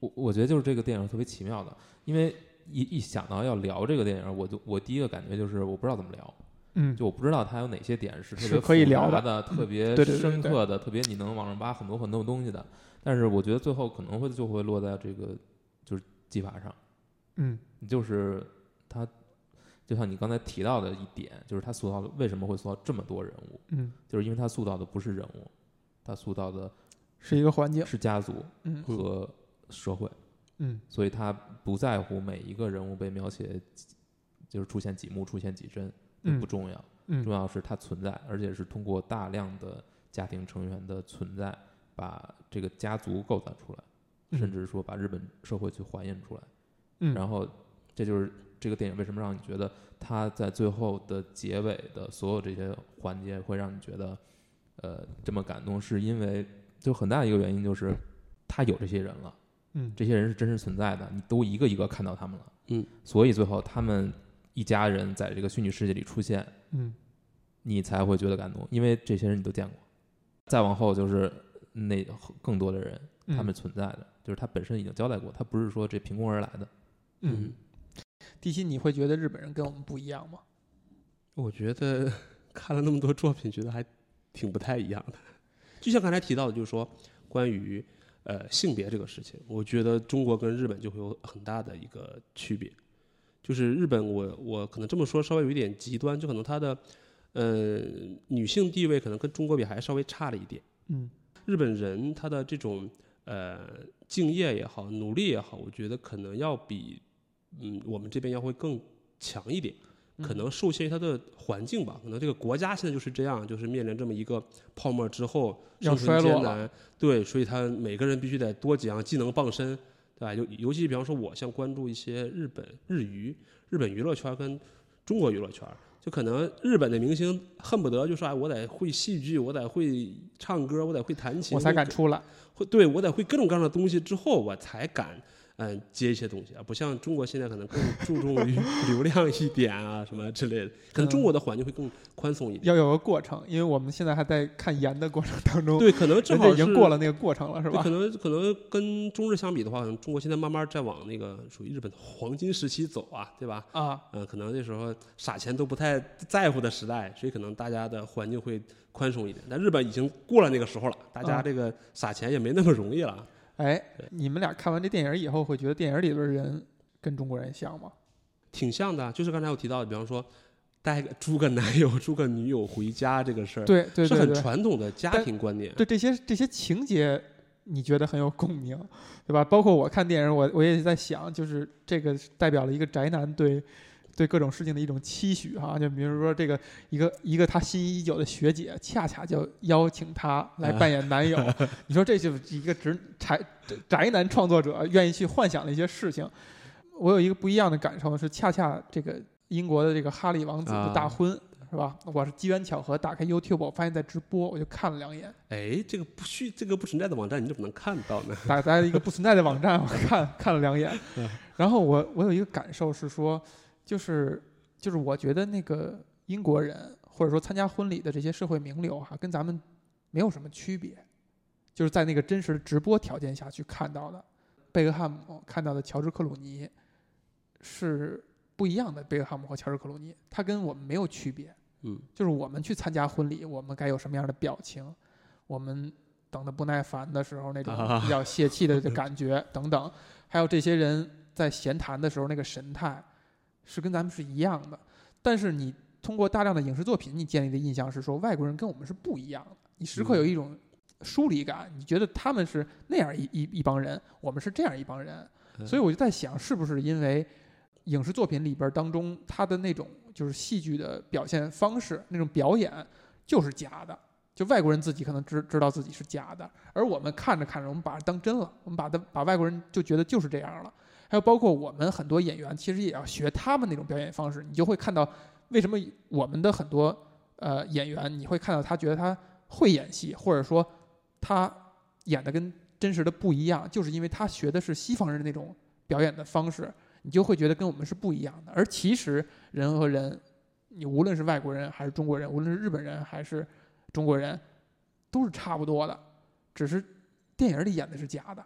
[SPEAKER 2] 我我觉得就是这个电影特别奇妙的，因为一一想到要聊这个电影，我就我第一个感觉就是我不知道怎么聊。
[SPEAKER 1] 嗯，
[SPEAKER 2] 就我不知道它有哪些点是特
[SPEAKER 1] 是
[SPEAKER 2] 别
[SPEAKER 1] 可以
[SPEAKER 2] 复杂
[SPEAKER 1] 聊的嗯
[SPEAKER 2] 的、特别
[SPEAKER 1] 对对对对
[SPEAKER 2] 深刻的、特别你能往上挖很多很多东西的。但是我觉得最后可能会就会落在这个就是技法上，
[SPEAKER 1] 嗯
[SPEAKER 2] 就是它就像你刚才提到的一点，就是它塑造的为什么会塑造这么多人物，
[SPEAKER 1] 嗯，
[SPEAKER 2] 就是因为它塑造的不是人物，它塑造的
[SPEAKER 1] 是一个环境，
[SPEAKER 2] 是家族
[SPEAKER 1] 嗯
[SPEAKER 2] 和社会，
[SPEAKER 1] 嗯
[SPEAKER 2] 所以他不在乎每一个人物被描写就是出现几幕、出现几帧都
[SPEAKER 1] 嗯
[SPEAKER 2] 不重要。重
[SPEAKER 1] 嗯
[SPEAKER 2] 要是它存在，而且是通过大量的家庭成员的存在，把这个家族构造出来，甚
[SPEAKER 1] 嗯
[SPEAKER 2] 至说把日本社会去还原出来。
[SPEAKER 1] 嗯
[SPEAKER 2] 然后这就是这个电影为什么让你觉得它在最后的结尾的所有这些环节会让你觉得，呃，这么感动，是因为就很大一个原因就是他有这些人了。
[SPEAKER 1] 嗯
[SPEAKER 2] 这些人是真实存在的，你都一个一个看到他们了，
[SPEAKER 3] 嗯，
[SPEAKER 2] 所以最后他们一家人在这个虚拟世界里出现，
[SPEAKER 1] 嗯
[SPEAKER 2] 你才会觉得感动，因为这些人你都见过。再往后就是那更多的人，
[SPEAKER 1] 嗯，
[SPEAKER 2] 他们存在的，就是他本身已经交代过，他不是说这凭空而来的。
[SPEAKER 1] 嗯，第七你会觉得日本人跟我们不一样吗？
[SPEAKER 3] 我觉得看了那么多作品，觉得还挺不太一样的。就像刚才提到的，就是说关于呃性别这个事情，我觉得中国跟日本就会有很大的一个区别。就是日本我，我可能这么说稍微有一点极端，就可能它的呃女性地位可能跟中国比还稍微差了一点。
[SPEAKER 1] 嗯
[SPEAKER 3] 日本人他的这种呃敬业也好，努力也好，我觉得可能要比嗯我们这边要会更强一点。嗯
[SPEAKER 1] 嗯
[SPEAKER 3] 可能受限于它的环境吧，可能这个国家现在就是这样，就是面临这么一个泡沫之后
[SPEAKER 1] 要
[SPEAKER 3] 生存
[SPEAKER 1] 衰落
[SPEAKER 3] 艰难，对，所以他每个人必须得多几样技能傍身，对吧？尤尤其比方说，我像关注一些日本日娱、日本娱乐圈跟中国娱乐圈，就可能日本的明星恨不得就说，哎，我得会戏剧，我得会唱歌，我得会弹琴，
[SPEAKER 1] 我才敢出来。
[SPEAKER 3] 会对我得会各种各样的东西之后，我才敢嗯、接一些东西啊，不像中国现在可能更注重 于流量一点啊什么之类的，
[SPEAKER 1] 嗯
[SPEAKER 3] 可能中国的环境会更宽松一点。
[SPEAKER 1] 要有个过程，因为我们现在还在看研的过程当 中，
[SPEAKER 3] 对，可能
[SPEAKER 1] 人家
[SPEAKER 3] 正好
[SPEAKER 1] 已经过了
[SPEAKER 3] 了。
[SPEAKER 1] 那个过程了，是
[SPEAKER 3] 对，
[SPEAKER 1] 吧
[SPEAKER 3] 可？能可能跟中日相比的话，可能中国现在慢慢在往那个属于日本的黄金时期走啊，对吧？
[SPEAKER 1] 啊，
[SPEAKER 3] 嗯、可能那时候撒钱都不太在乎的时代，所以可能大家的环境会宽松一点。但日本已经过了那个时候了，大家
[SPEAKER 1] 嗯
[SPEAKER 3] 这个撒钱也没那么容易了。
[SPEAKER 1] 哎
[SPEAKER 3] 对，
[SPEAKER 1] 你们俩看完这电影以后，会觉得电影里边的人跟中国人像吗？
[SPEAKER 3] 挺像的，啊就是刚才我提到的，比方说带个租个男友、 租个女友回家这个事儿，
[SPEAKER 1] 对对对
[SPEAKER 3] 是很
[SPEAKER 1] 对，
[SPEAKER 3] 传统的家庭观念。
[SPEAKER 1] 对这些这些情节，你觉得很有共鸣，对吧？包括我看电影，我我也在想，就是这个代表了一个宅男对对各种事情的一种期许哈、就比如说这个一个一个他心仪已久的学姐，恰恰就邀请他来扮演男友，你说这就是一个直宅宅男创作者愿意去幻想的一些事情。我有一个不一样的感受是，恰恰这个英国的这个哈利王子的大
[SPEAKER 3] 啊
[SPEAKER 1] 婚。是吧？我是机缘巧合打开 YouTube，我发现在直播，我就看了两眼，
[SPEAKER 3] 哎，这个不需这个不存在的网站，你怎么能看到呢？
[SPEAKER 1] 打开了一个不存在的网站，我看看了两眼，然后我我有一个感受是说，就是就是我觉得那个英国人或者说参加婚礼的这些社会名流哈、跟咱们没有什么区别，就是在那个真实的直播条件下去看到的，贝克汉姆看到的乔治克鲁尼是不一样的，贝克汉姆和乔治克鲁尼，他跟我们没有区别。
[SPEAKER 3] 嗯，
[SPEAKER 1] 就是我们去参加婚礼，我们该有什么样的表情，我们等的不耐烦的时候那种
[SPEAKER 3] 啊
[SPEAKER 1] 比较泄 气的感觉等等，还有这些人在闲谈的时候那个神态，是跟咱们是一样的，但是你通过大量的影视作品，你建立的印象是说外国人跟我们是不一样的，你时刻有一种疏离感，你觉得他们是那样一一一帮人，我们是这样一帮人，
[SPEAKER 3] 嗯
[SPEAKER 1] 所以我就在想，是不是因为影视作品里边儿当中他的那种就是戏剧的表现方式，那种表演就是假的。就外国人自己可能知知道自己是假的，而我们看着看着，我们把它当真了，我们把它把外国人就觉得就是这样了。还有包括我们很多演员，其实也要学他们那种表演方式，你就会看到为什么我们的很多呃演员，你会看到他觉得他会演戏，或者说他演的跟真实的不一样，就是因为他学的是西方人的那种表演的方式，你就会觉得跟我们是不一样的。而其实人和人，你无论是外国人还是中国人，无论是日本人还是中国人，都是差不多的，只是电影里演的是假的。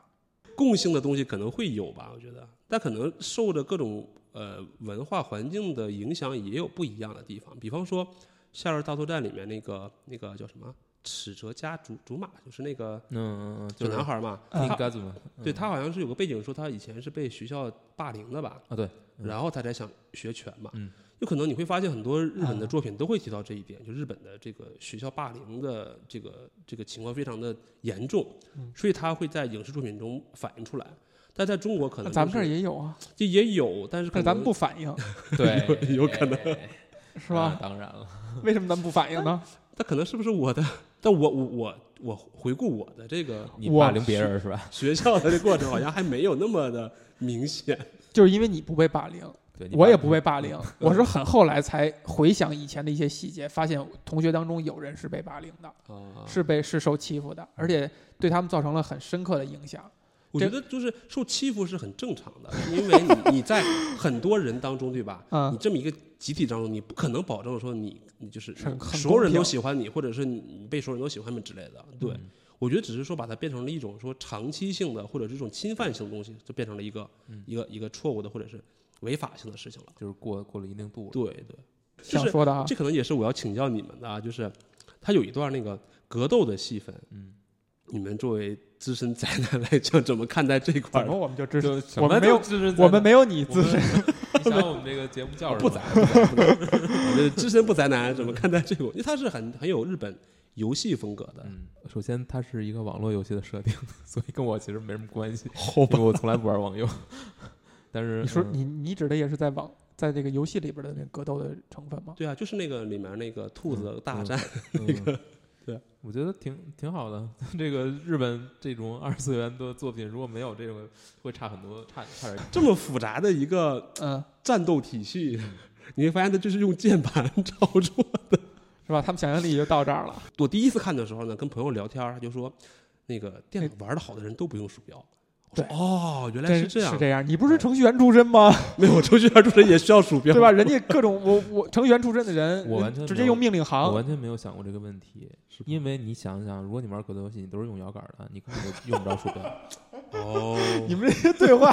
[SPEAKER 3] 共性的东西可能会有吧，我觉得，但可能受着各种呃文化环境的影响，也有不一样的地方。比方说《夏日大作战》里面那个那个叫什么尺哲家竹竹马，就是那个
[SPEAKER 2] 嗯，嗯嗯就
[SPEAKER 3] 小
[SPEAKER 2] 是
[SPEAKER 3] 男孩嘛，
[SPEAKER 1] 啊
[SPEAKER 3] 他
[SPEAKER 2] Kigazu 嘛，嗯
[SPEAKER 3] 对他好像是有个背景，说他以前是被学校霸凌的吧，
[SPEAKER 2] 啊对，嗯
[SPEAKER 3] 然后他才想学拳嘛。
[SPEAKER 2] 嗯，
[SPEAKER 3] 有可能你会发现很多日
[SPEAKER 1] 啊
[SPEAKER 3] 本的作品都会提到这一点，就日本的这个学校霸凌的这个这个情况非常的严重
[SPEAKER 1] 嗯，
[SPEAKER 3] 所以他会在影视作品中反映出来。但在中国可能、
[SPEAKER 1] 那
[SPEAKER 3] 就是、
[SPEAKER 1] 咱们这儿也有啊，
[SPEAKER 3] 就也有，但是可
[SPEAKER 1] 可
[SPEAKER 3] 能
[SPEAKER 1] 是咱们不反 应，
[SPEAKER 2] 对，哎
[SPEAKER 3] 有有可能
[SPEAKER 1] 是吧
[SPEAKER 2] 啊？当然了，
[SPEAKER 3] 嗯
[SPEAKER 1] 为什么咱们不反应 呢？
[SPEAKER 3] 他可能是不是我的？但我我我我回顾我的这个
[SPEAKER 2] 你
[SPEAKER 1] 我
[SPEAKER 2] 霸凌别人是吧？
[SPEAKER 3] 学校的这过程，好像还没有那么的明显。
[SPEAKER 1] 就是因为你不被霸凌，
[SPEAKER 2] 对，你
[SPEAKER 1] 我
[SPEAKER 2] 霸
[SPEAKER 1] 也
[SPEAKER 2] 凌
[SPEAKER 1] 不被霸凌，
[SPEAKER 3] 嗯
[SPEAKER 1] 我是很后来才回想以前的一些细节，发现同学当中有人是被霸凌的，
[SPEAKER 3] 啊
[SPEAKER 1] 是被是受欺负的，而且对他们造成了很深刻的影响。
[SPEAKER 3] 我
[SPEAKER 1] 这
[SPEAKER 3] 觉得就是受欺负是很正常的，因为你你在很多人当中，对吧？你
[SPEAKER 1] 嗯，
[SPEAKER 3] 这么一个集体当中，你不可能保证说你你就是
[SPEAKER 1] 是很公
[SPEAKER 3] 所有人都
[SPEAKER 1] 平
[SPEAKER 3] 喜欢你，或者是你被所有人都喜欢你之类的。对，
[SPEAKER 2] 嗯
[SPEAKER 3] 我觉得只是说把它变成了一种说长期性的或者这种侵犯性的东西，就变成了一个、
[SPEAKER 2] 嗯
[SPEAKER 3] 一个一个错误的或者是违法性的事情了。
[SPEAKER 2] 就是过过了一定度了，
[SPEAKER 3] 对对，就
[SPEAKER 1] 想
[SPEAKER 3] 是
[SPEAKER 1] 说的啊，
[SPEAKER 3] 这可能也是我要请教你们的啊，就是他有一段那个格斗的戏份，
[SPEAKER 2] 嗯，
[SPEAKER 3] 你们作为资深宅男来讲，怎么看待这块
[SPEAKER 1] 怎
[SPEAKER 3] 儿
[SPEAKER 1] 么
[SPEAKER 3] 呢？
[SPEAKER 1] 我们就知道？
[SPEAKER 2] 什
[SPEAKER 1] 我
[SPEAKER 2] 么
[SPEAKER 1] 们没
[SPEAKER 2] 都
[SPEAKER 1] 有
[SPEAKER 2] 知识在
[SPEAKER 1] 我们没有你
[SPEAKER 2] 我
[SPEAKER 1] 自
[SPEAKER 2] 们
[SPEAKER 1] 身，
[SPEAKER 2] 你想我们这个节目叫什么？
[SPEAKER 3] 不宅，不宅不宅我这资深不宅男怎么看待这个？因为他是很很有日本游戏风格的，
[SPEAKER 2] 嗯，首先它是一个网络游戏的设定， 所以跟我其实没什么关系，因为我从来不玩网游。 但是
[SPEAKER 1] 你说
[SPEAKER 2] 嗯
[SPEAKER 1] 你你指的也是在网在这个游戏里边的那个格斗的成分吗？
[SPEAKER 3] 对啊，就是那个里面那个
[SPEAKER 1] 嗯
[SPEAKER 3] 兔子大战，
[SPEAKER 2] 那个，
[SPEAKER 3] 对，
[SPEAKER 2] 嗯我觉得挺挺好的。 这个日本这种二次元的作品，如果没有这个，会差很多，差差点。
[SPEAKER 3] 这么复杂的一个
[SPEAKER 1] 嗯，
[SPEAKER 3] 战斗体系， 你会发现它就是用键盘 操作。
[SPEAKER 1] 是吧？他们想象力就到这儿了。
[SPEAKER 3] 我第一次看的时候呢，跟朋友聊天儿，他就说，那个电脑玩的好的人都不用鼠标。我说
[SPEAKER 1] 哎对
[SPEAKER 3] 哦，原来
[SPEAKER 1] 真
[SPEAKER 3] 是这样
[SPEAKER 1] 是，这样。你不是程序员出身 吗？
[SPEAKER 3] 没有程序员出身也需要鼠标，
[SPEAKER 1] 对吧？人家各种我我程序员出身的人，
[SPEAKER 2] 我完全没有
[SPEAKER 1] 直接用命令
[SPEAKER 2] 我
[SPEAKER 1] 行。
[SPEAKER 2] 完全没有想过这个问题，
[SPEAKER 3] 是吧
[SPEAKER 2] 因为你想想，如果你玩格斗游戏，你都是用摇杆的，你根本就用不着鼠标。
[SPEAKER 3] 哦，
[SPEAKER 1] 你们这些对 话，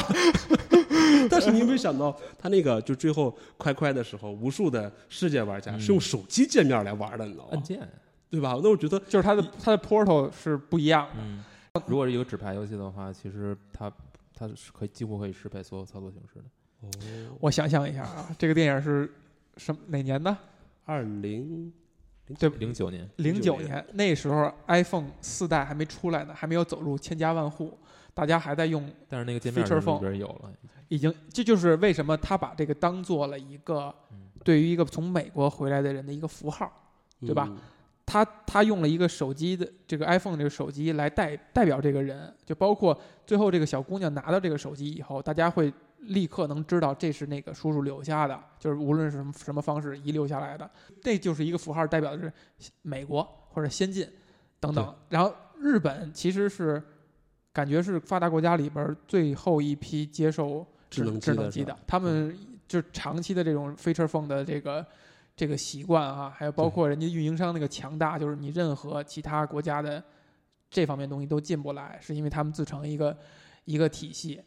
[SPEAKER 3] 但是你有没有想到，他那个就最后快快的时候，无数的世界玩家
[SPEAKER 2] 嗯
[SPEAKER 3] 是用手机界面来玩的，你知道
[SPEAKER 1] 嗯
[SPEAKER 2] 按
[SPEAKER 3] 吗？
[SPEAKER 2] 键，
[SPEAKER 3] 对吧？那我觉得
[SPEAKER 1] 就是他的他的 portal 是不一样的。
[SPEAKER 2] 嗯，如果是一个纸牌游戏的话，其实它它是可以几乎可以适配所有操作形式的。
[SPEAKER 3] 哦
[SPEAKER 1] 我想象一下啊，这个电影是什么哪年的？
[SPEAKER 3] 二零
[SPEAKER 2] 零九年，
[SPEAKER 1] 零
[SPEAKER 3] 09
[SPEAKER 1] 九
[SPEAKER 3] 年
[SPEAKER 1] 年，那时候 iPhone 四代还没出来呢，还没有走入千家万户，大家还在用
[SPEAKER 2] 但是那个界面
[SPEAKER 1] Feature
[SPEAKER 2] 里
[SPEAKER 1] phone
[SPEAKER 2] 边有了，
[SPEAKER 1] 已经，这就是为什么他把这个当做了一个
[SPEAKER 2] 嗯
[SPEAKER 1] 对于一个从美国回来的人的一个符号。对
[SPEAKER 3] 嗯
[SPEAKER 1] 吧？他他用了一个手机的这个 iPhone 这个手机来代代表这个人，就包括最后这个小姑娘拿到这个手机以后，大家会立刻能知道这是那个叔叔留下的，就是无论是什么什么方式遗留下来的，这就是一个符号，代表的是美国或者先进等等。然后日本其实是感觉是发达国家里边儿最后一批接受
[SPEAKER 3] 智能
[SPEAKER 1] 智能
[SPEAKER 3] 机
[SPEAKER 1] 机
[SPEAKER 3] 的嗯
[SPEAKER 1] 的，他们就是长期的这种 feature phone 的这个这个习惯啊，还有包括人家运营商那个强大，就是你任何其他国家的这方面东西都进不来，是因为他们自成一个一个体系。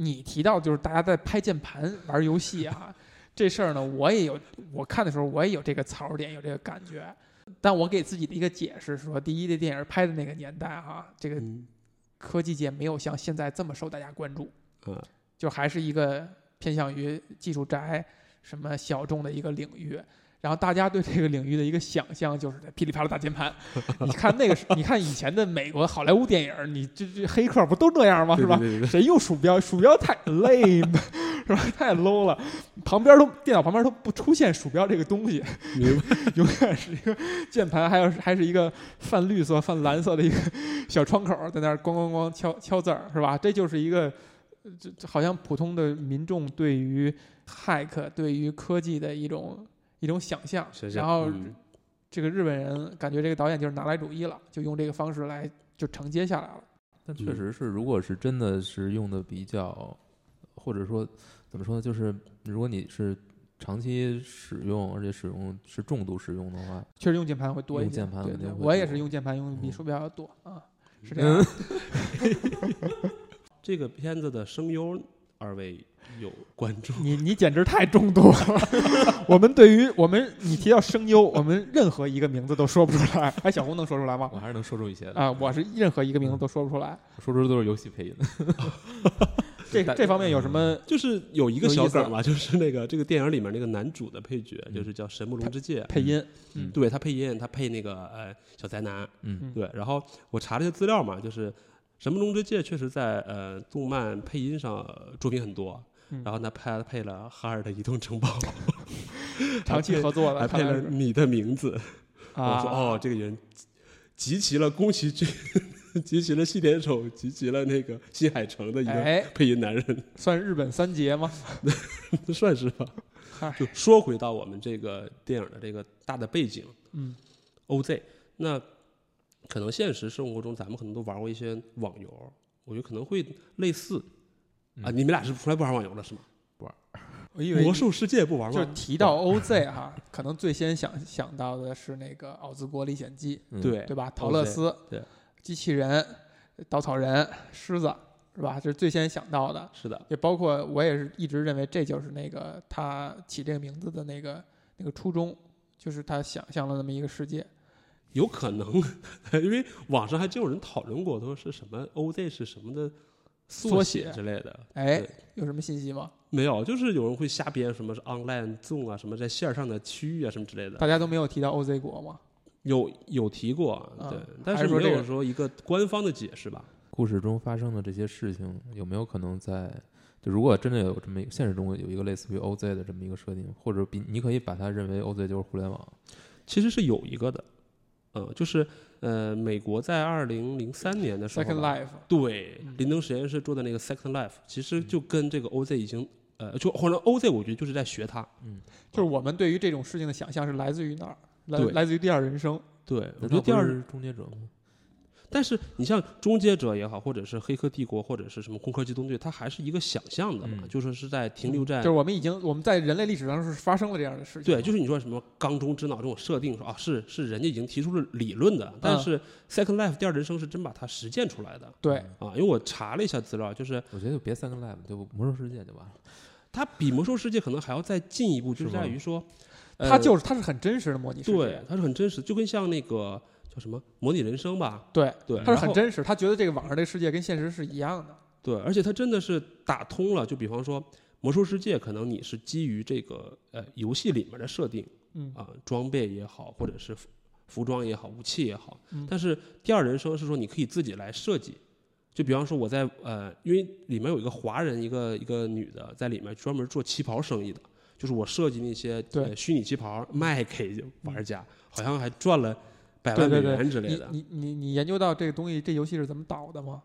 [SPEAKER 1] 你提到就是大家在拍键盘玩游戏啊，这事儿呢，我也有，我看的时候我也有这个槽点，有这个感觉。但我给自己的一个解释是说，第一，这电影拍的那个年代哈、这个
[SPEAKER 3] 嗯
[SPEAKER 1] 科技界没有像现在这么受大家关注，
[SPEAKER 3] 啊，
[SPEAKER 1] 就还是一个偏向于技术宅、什么小众的一个领域。然后大家对这个领域的一个想象就是噼里啪啦大键 盘，你看那个时，你看以前的美国好莱坞电影，你这这黑客不都这样吗？是吧？
[SPEAKER 3] 对对对对
[SPEAKER 1] 谁用鼠标？鼠标太 lame，是吧？太 low 了，旁边都电脑旁边都不出现鼠标这个东西，
[SPEAKER 3] 明 白。
[SPEAKER 1] 永远是一个键盘，还有还是一个泛绿色、泛蓝色的一个小窗口，在那儿咣咣咣敲敲字儿，是吧？这就是一个，呃这这好像普通的民众对于 hack 对于科技的一种一种想象，
[SPEAKER 3] 想象
[SPEAKER 1] 然后
[SPEAKER 3] 嗯
[SPEAKER 1] 这个日本人感觉这个导演就是拿来主义了，就用这个方式来就承接下来了。
[SPEAKER 2] 但确实是，如果是真的是用的比较，或者说怎么说呢，就是如果你是长期使用，而且使用是重度使用的话，
[SPEAKER 1] 确实用键盘会多一
[SPEAKER 2] 用
[SPEAKER 1] 些，
[SPEAKER 2] 键盘
[SPEAKER 1] 对
[SPEAKER 2] 肯
[SPEAKER 1] 对
[SPEAKER 2] 定，会
[SPEAKER 1] 我也
[SPEAKER 2] 多
[SPEAKER 1] 是用键盘用的比
[SPEAKER 2] 嗯
[SPEAKER 1] 鼠标要多啊，是这样
[SPEAKER 2] 嗯
[SPEAKER 1] 的。，
[SPEAKER 3] 这个片子的声优，二位有关 注？
[SPEAKER 1] 你你简直太中毒了！我们对于我们你提到声优，我们任何一个名字都说不出来。哎，小红能说出来吗？
[SPEAKER 2] 我还是能说出一些的。
[SPEAKER 1] 啊，我是任何一个名字都说不出来。
[SPEAKER 2] 说出的都是游戏配音，
[SPEAKER 1] 这
[SPEAKER 2] 但
[SPEAKER 1] 这方面有什么？
[SPEAKER 3] 就是有嗯一个
[SPEAKER 1] 有意
[SPEAKER 3] 小
[SPEAKER 1] 思
[SPEAKER 3] 梗嘛，就是那个这个电影里面那个男主的配角，就是叫神木隆之介，
[SPEAKER 1] 配音，
[SPEAKER 2] 嗯
[SPEAKER 3] 对他配音，他配那个呃小宅男，
[SPEAKER 2] 嗯
[SPEAKER 3] 对。然后我查了一些资料嘛，就是神木隆之介确实在呃动漫配音上呃作品很多
[SPEAKER 1] 嗯，
[SPEAKER 3] 然后呢拍配了《 哈尔的移动城堡》，
[SPEAKER 1] 长期合作的，
[SPEAKER 3] 还
[SPEAKER 1] 看
[SPEAKER 3] 嗯啊配
[SPEAKER 1] 来
[SPEAKER 3] 了
[SPEAKER 1] 是
[SPEAKER 3] 你的名字。我说
[SPEAKER 1] 啊，
[SPEAKER 3] 哦，这个人集齐了宫崎骏， 集齐了细田守，集齐了那个新海诚的一个
[SPEAKER 1] 哎，
[SPEAKER 3] 配音男人，
[SPEAKER 1] 算日本三杰吗？
[SPEAKER 3] 算是吧。
[SPEAKER 1] 嗨
[SPEAKER 3] 就说回到我们这个电影的这个大的背景
[SPEAKER 1] 嗯
[SPEAKER 3] OZ，那可能现实生活中咱们可能都玩过一些网游，我觉得可能会类似啊。
[SPEAKER 2] 嗯
[SPEAKER 3] 你们俩是从来不玩网游了是吗？
[SPEAKER 1] 我以为
[SPEAKER 3] 魔兽世界不玩
[SPEAKER 1] 就
[SPEAKER 3] 吗？
[SPEAKER 1] 提到 OZ 哈，可能最先想想到的是那个《奥兹国历险记》，
[SPEAKER 2] 嗯，
[SPEAKER 3] 对
[SPEAKER 1] 对吧？陶乐斯、
[SPEAKER 3] 对
[SPEAKER 1] 机器人、稻草人、狮子，是吧？这是最先想到的。
[SPEAKER 3] 是的，
[SPEAKER 1] 也包括我也是一直认为这就是那个他起这个名字的那个那个初衷，就是他想象了那么一个世界。
[SPEAKER 3] 有可能， 因为网上还真有人讨论过，说是什么 OZ 是什么的缩
[SPEAKER 1] 缩
[SPEAKER 3] 写
[SPEAKER 1] 写
[SPEAKER 3] 之类的。
[SPEAKER 1] 哎
[SPEAKER 3] 对，
[SPEAKER 1] 有什么信息吗？
[SPEAKER 3] 没有，就是有人会瞎编什么是 online zone 啊，什么在线上的区域啊，什么之类的。
[SPEAKER 1] 大家都没有提到 OZ 国吗？
[SPEAKER 3] 有有提过，
[SPEAKER 1] 啊
[SPEAKER 3] 对，但
[SPEAKER 1] 还是
[SPEAKER 3] 是
[SPEAKER 1] 说
[SPEAKER 3] 没
[SPEAKER 1] 这
[SPEAKER 3] 有
[SPEAKER 1] 个
[SPEAKER 3] 说一个官方的解释吧。
[SPEAKER 2] 故事中发生的这些事情，有没有可能在就如果真的有这么一个现实中有一个类似于 OZ 的这么一个设定，或者比你可以把它认为 OZ 就是互联网，
[SPEAKER 3] 其实是有一个的，嗯，就是呃，美国在二零零三年的时候吧
[SPEAKER 1] Second Life，
[SPEAKER 3] 对
[SPEAKER 1] 嗯
[SPEAKER 3] 林登实验室做的那个 Second Life，其实就跟这个 OZ 已经呃，就或者 OZ 我觉得就是在学它。
[SPEAKER 1] 就是我们对于这种事情的想象是来自于哪儿？来
[SPEAKER 3] 对
[SPEAKER 1] 来自于第二人生。
[SPEAKER 3] 对，我
[SPEAKER 2] 那
[SPEAKER 3] 觉得
[SPEAKER 2] 它
[SPEAKER 3] 第
[SPEAKER 2] 不
[SPEAKER 3] 二
[SPEAKER 2] 是终结者吗？
[SPEAKER 3] 但是你像《终结者》也好，或者是《黑客帝国》，或者是什么《空壳机动队》，它还是一个想象的嘛，
[SPEAKER 2] 嗯
[SPEAKER 3] 就说是在停留在
[SPEAKER 1] 就是我们已经我们在人类历史上是发生了这样的事情。
[SPEAKER 3] 哎对，就是你说什么缸中之脑这种设定，说啊是是人家已经提出了理论的，
[SPEAKER 1] 嗯
[SPEAKER 3] 但是 Second Life 第二人生是真把它实践出来的
[SPEAKER 1] 对，
[SPEAKER 3] 啊。因为我查了一下资料，就是
[SPEAKER 2] 嗯我觉得就别三个 lab，就魔兽世界就完了。
[SPEAKER 3] 它比魔兽世界可能还要再进一步，就是
[SPEAKER 2] 是吗
[SPEAKER 3] 在于说，呃
[SPEAKER 1] 它就是它是很真实的模拟世
[SPEAKER 3] 对
[SPEAKER 1] 界，，
[SPEAKER 3] 它是很真实，就跟像那个叫什么模拟人生吧，
[SPEAKER 1] 对，
[SPEAKER 3] 对，
[SPEAKER 1] 它是
[SPEAKER 3] 然
[SPEAKER 1] 很
[SPEAKER 3] 后
[SPEAKER 1] 真实。他觉得这个网上这个世界跟现实是一样的。
[SPEAKER 3] 对，而且它真的是打通了，就比方说。魔兽世界可能你是基于这个呃游戏里面的设定
[SPEAKER 1] 嗯，
[SPEAKER 3] 啊、装备也好，或者是服服装也好，武器也好，
[SPEAKER 1] 嗯
[SPEAKER 3] 但是第二人生是说你可以自己来设计。就比方说我在呃，因为里面有一个华人，一个一个女的在里面专门做旗袍生意的，就是我设计那些
[SPEAKER 1] 对嗯
[SPEAKER 3] 呃虚拟旗袍卖给玩家，好像还赚了百万美
[SPEAKER 1] 对对对
[SPEAKER 3] 元之类
[SPEAKER 1] 你
[SPEAKER 3] 的。
[SPEAKER 1] 你你你研究到这个东西，这游戏是怎么导的吗？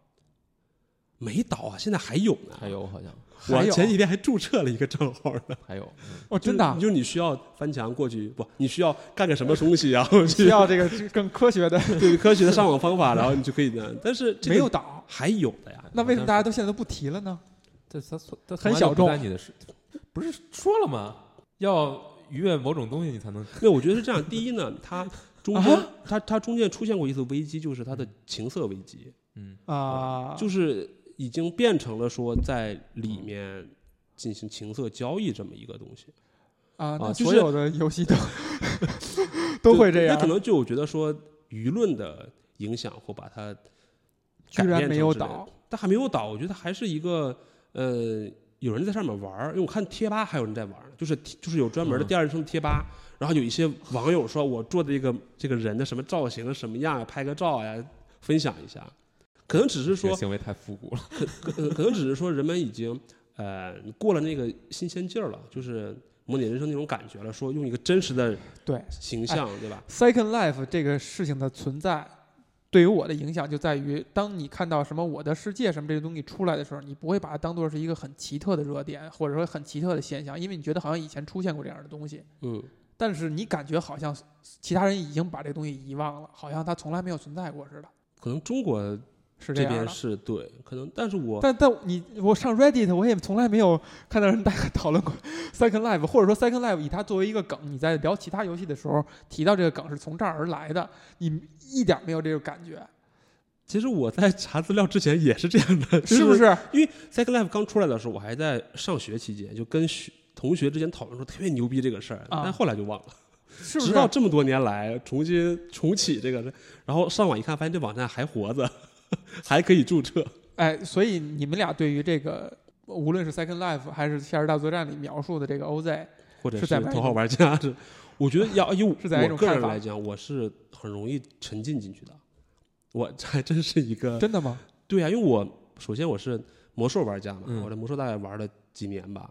[SPEAKER 3] 没倒啊，现在还有呢。
[SPEAKER 2] 还，有好 像
[SPEAKER 1] 还
[SPEAKER 3] 我
[SPEAKER 1] 有
[SPEAKER 3] 前几天还注册了一个账号呢。
[SPEAKER 2] 还有，嗯
[SPEAKER 1] 哦，
[SPEAKER 3] 就
[SPEAKER 1] 真的啊
[SPEAKER 3] 就你需要翻墙过去，不，你需要干个什么东 西，然后
[SPEAKER 1] 需
[SPEAKER 3] 去
[SPEAKER 1] 要这个这更科学的，
[SPEAKER 3] 对科学的上网方法，然后你就可以呢。但是这个
[SPEAKER 1] 没有倒。
[SPEAKER 3] 还有的呀，
[SPEAKER 1] 那为什么大家
[SPEAKER 2] 都
[SPEAKER 1] 都现在都不提了呢？
[SPEAKER 2] 这它它
[SPEAKER 1] 很小众
[SPEAKER 2] 在你的是不是说了吗？要逾越某种东西你才能
[SPEAKER 3] 对，我觉得是这样。第一呢，它中
[SPEAKER 1] 啊
[SPEAKER 3] 间、它它中间出现过一次危机，就是它的情色危机，
[SPEAKER 2] 嗯
[SPEAKER 1] 啊，
[SPEAKER 3] 哦就是已经变成了说在里面进行情色交易这么一个东西。
[SPEAKER 1] 啊，那
[SPEAKER 3] 啊
[SPEAKER 1] 所
[SPEAKER 3] 就是
[SPEAKER 1] 有的游 戏都都会这
[SPEAKER 3] 对
[SPEAKER 1] 样
[SPEAKER 3] 那可，能就我觉得说舆论的影响或把它
[SPEAKER 1] 居
[SPEAKER 3] 改变
[SPEAKER 1] 然
[SPEAKER 3] 成
[SPEAKER 1] 没有
[SPEAKER 3] 之类的
[SPEAKER 1] 倒。
[SPEAKER 3] 它还没有倒，我觉得还是一个呃有人在上面玩儿，因为我看贴吧还有人在玩儿，就是就是有专门
[SPEAKER 1] 嗯
[SPEAKER 3] 的第二人称贴吧，然后有一些网友说我做的这个这个人的什么造型什么样啊，拍个照呀，分享一下，可能只是
[SPEAKER 2] 这
[SPEAKER 3] 说
[SPEAKER 2] 个行为太复古了。
[SPEAKER 3] 可可能只是说人们已经呃过了那个新鲜劲儿了，就是模拟人生那种感觉了。说用一个真实的
[SPEAKER 1] 对
[SPEAKER 3] 形象，对吧？
[SPEAKER 1] Second Life 这个事情的存在，对于我的影响就在于，当你看到什么“我的世界”什么这些东西出来的时候，你不会把它当做是一个很奇特的热点，或者说很奇特的现象，因为你觉得好像以前出现过这样的东西，
[SPEAKER 3] 嗯，
[SPEAKER 1] 但是你感觉好像其他人已经把这东西遗忘了，好像它从来没有存在过似的，
[SPEAKER 3] 可能中国
[SPEAKER 1] 是
[SPEAKER 3] 这
[SPEAKER 1] 样的。
[SPEAKER 3] 边是对，可能但是我
[SPEAKER 1] 但但你我上 Reddit，我也从来没有看到人大家 讨论过 Second Life，或者说 Second Life 以它作为一个梗，你在聊其他游戏的时候提到这个梗是从这儿而来的，你一点没有这个感觉，
[SPEAKER 3] 其实我在查资料之前也是这样的，就是
[SPEAKER 1] 不是？
[SPEAKER 3] Second Life 刚出来的时候，我还在上学期间，就跟学同学之间讨论说特别牛逼这个事儿，
[SPEAKER 1] 啊
[SPEAKER 3] 但后来就忘了。
[SPEAKER 1] 是不
[SPEAKER 3] 直到
[SPEAKER 1] 是？
[SPEAKER 3] 这么多年来重新重启这个，然后上网一看，发现这网站还活着， 还可以注册。
[SPEAKER 1] 哎，所以你们俩对于这个，无论是 Second Life 还是《夏日大作战》里描述的这个 OZ，
[SPEAKER 3] 或者
[SPEAKER 1] 是在玩一
[SPEAKER 3] 头
[SPEAKER 1] 种
[SPEAKER 3] 号玩家 是，我觉得要以我
[SPEAKER 1] 是在玩一种
[SPEAKER 3] 我个人
[SPEAKER 1] 看法
[SPEAKER 3] 来讲，我是很容易沉浸进去的。我还真是一个
[SPEAKER 1] 真的吗？
[SPEAKER 3] 对啊呀、因为我首先我是魔兽玩家嘛，
[SPEAKER 2] 嗯
[SPEAKER 3] 我这魔兽大概玩了几年吧，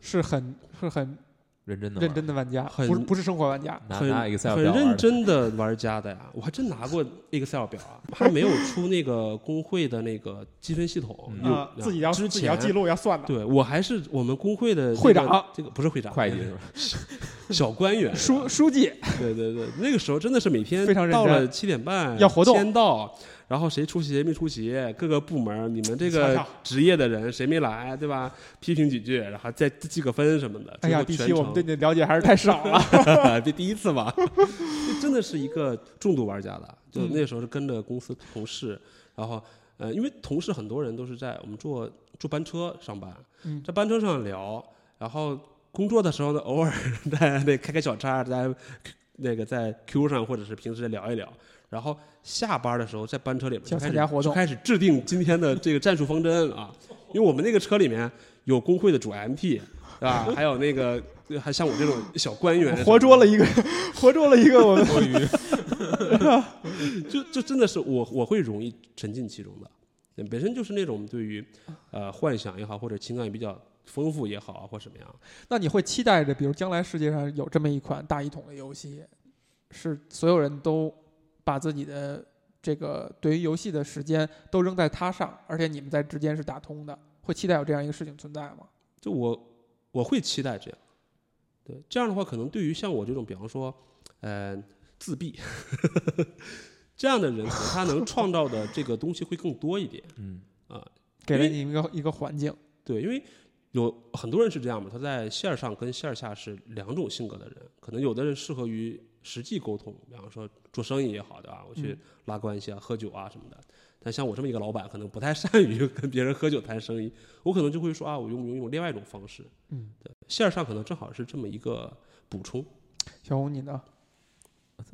[SPEAKER 1] 是很是很
[SPEAKER 2] 认真的，
[SPEAKER 1] 认真的玩家，
[SPEAKER 3] 很
[SPEAKER 1] 不是不是生活玩家。
[SPEAKER 2] 拿
[SPEAKER 3] 很
[SPEAKER 2] 拿 Excel
[SPEAKER 3] 很
[SPEAKER 2] 表玩
[SPEAKER 3] 认
[SPEAKER 2] 的
[SPEAKER 3] 真的玩家的呀，我还真拿过 Excel 表啊，还没有出那个工会的那个积分系统，
[SPEAKER 2] 嗯
[SPEAKER 3] 有
[SPEAKER 1] 啊、自己要
[SPEAKER 3] 之
[SPEAKER 1] 自
[SPEAKER 3] 前
[SPEAKER 1] 己要记录要算的，
[SPEAKER 3] 对我还是我们工会的这个
[SPEAKER 1] 会长，
[SPEAKER 3] 这个不是会长，
[SPEAKER 2] 会计是吧？
[SPEAKER 3] 小官员，
[SPEAKER 1] 书书记
[SPEAKER 3] 对对对，那个时候真的是每天
[SPEAKER 1] 非常认
[SPEAKER 3] 到
[SPEAKER 1] 真
[SPEAKER 3] 了七点半
[SPEAKER 1] 要活动
[SPEAKER 3] 签到，然后谁出席谁没出席，各个部门你们这
[SPEAKER 1] 瞧
[SPEAKER 3] 个
[SPEAKER 1] 瞧
[SPEAKER 3] 职业的人谁没来，对吧？批评几句，然后再记个分什么的。
[SPEAKER 1] 哎呀，
[SPEAKER 3] 最
[SPEAKER 1] 第
[SPEAKER 3] 后
[SPEAKER 1] 七，
[SPEAKER 3] 全
[SPEAKER 1] 我们对你的了解还是太少了。
[SPEAKER 3] 程 这第一次吧，这真的是一个重度玩家的。就
[SPEAKER 1] 嗯
[SPEAKER 3] 那时候是跟着公司同事，然后呃，因为同事很多人都是在我们坐坐班车上班，
[SPEAKER 1] 嗯
[SPEAKER 3] 在班车上聊，然后工作的时候呢，偶尔在那开开小差，在 Q- 那个在 Q 上或者是平时聊一聊，然后下班的时候在班车里面
[SPEAKER 1] 就
[SPEAKER 3] 就开
[SPEAKER 1] 参
[SPEAKER 3] 始
[SPEAKER 1] 加活动
[SPEAKER 3] 就开始制定今天的这个战术方针啊，因为我们那个车里面有工会的主 MP。对吧？还有那个，还像我这种小官员，
[SPEAKER 1] 活捉了一个，活捉了一个我们
[SPEAKER 3] 就就真的是我我会容易沉浸其中的，对本身就是那种对于呃幻想也好，或者情感也比较丰富也好啊，或什么样，
[SPEAKER 1] 那你会期待着，比如将来世界上有这么一款大一统的游戏，是所有人都把自己的这个对于游戏的时间都扔在它上，而且你们在之间是打通的，会期待有这样一个事情存在吗？
[SPEAKER 3] 就我我会期待这样，对，这样的话可能对于像我这种，比方说呃自闭 这样的人，可能他能创造的这个东西会更多一点。
[SPEAKER 2] 嗯，
[SPEAKER 1] 给了你一个一个环境，
[SPEAKER 3] 对，因为有很多人是这样嘛，他在线儿上跟线儿下是两种性格的人，可能有的人适合于实际沟通，比方说做生意也好的啊，我去
[SPEAKER 1] 嗯
[SPEAKER 3] 拉关系啊、喝酒啊什么的。但像我这么一个老板，可能不太 善于跟别人喝酒谈生意，我可能就会说啊，我用用一种另外一种方式。
[SPEAKER 1] 嗯
[SPEAKER 3] 对，线儿上可能正好是这么一个补充。
[SPEAKER 1] 小红你呢？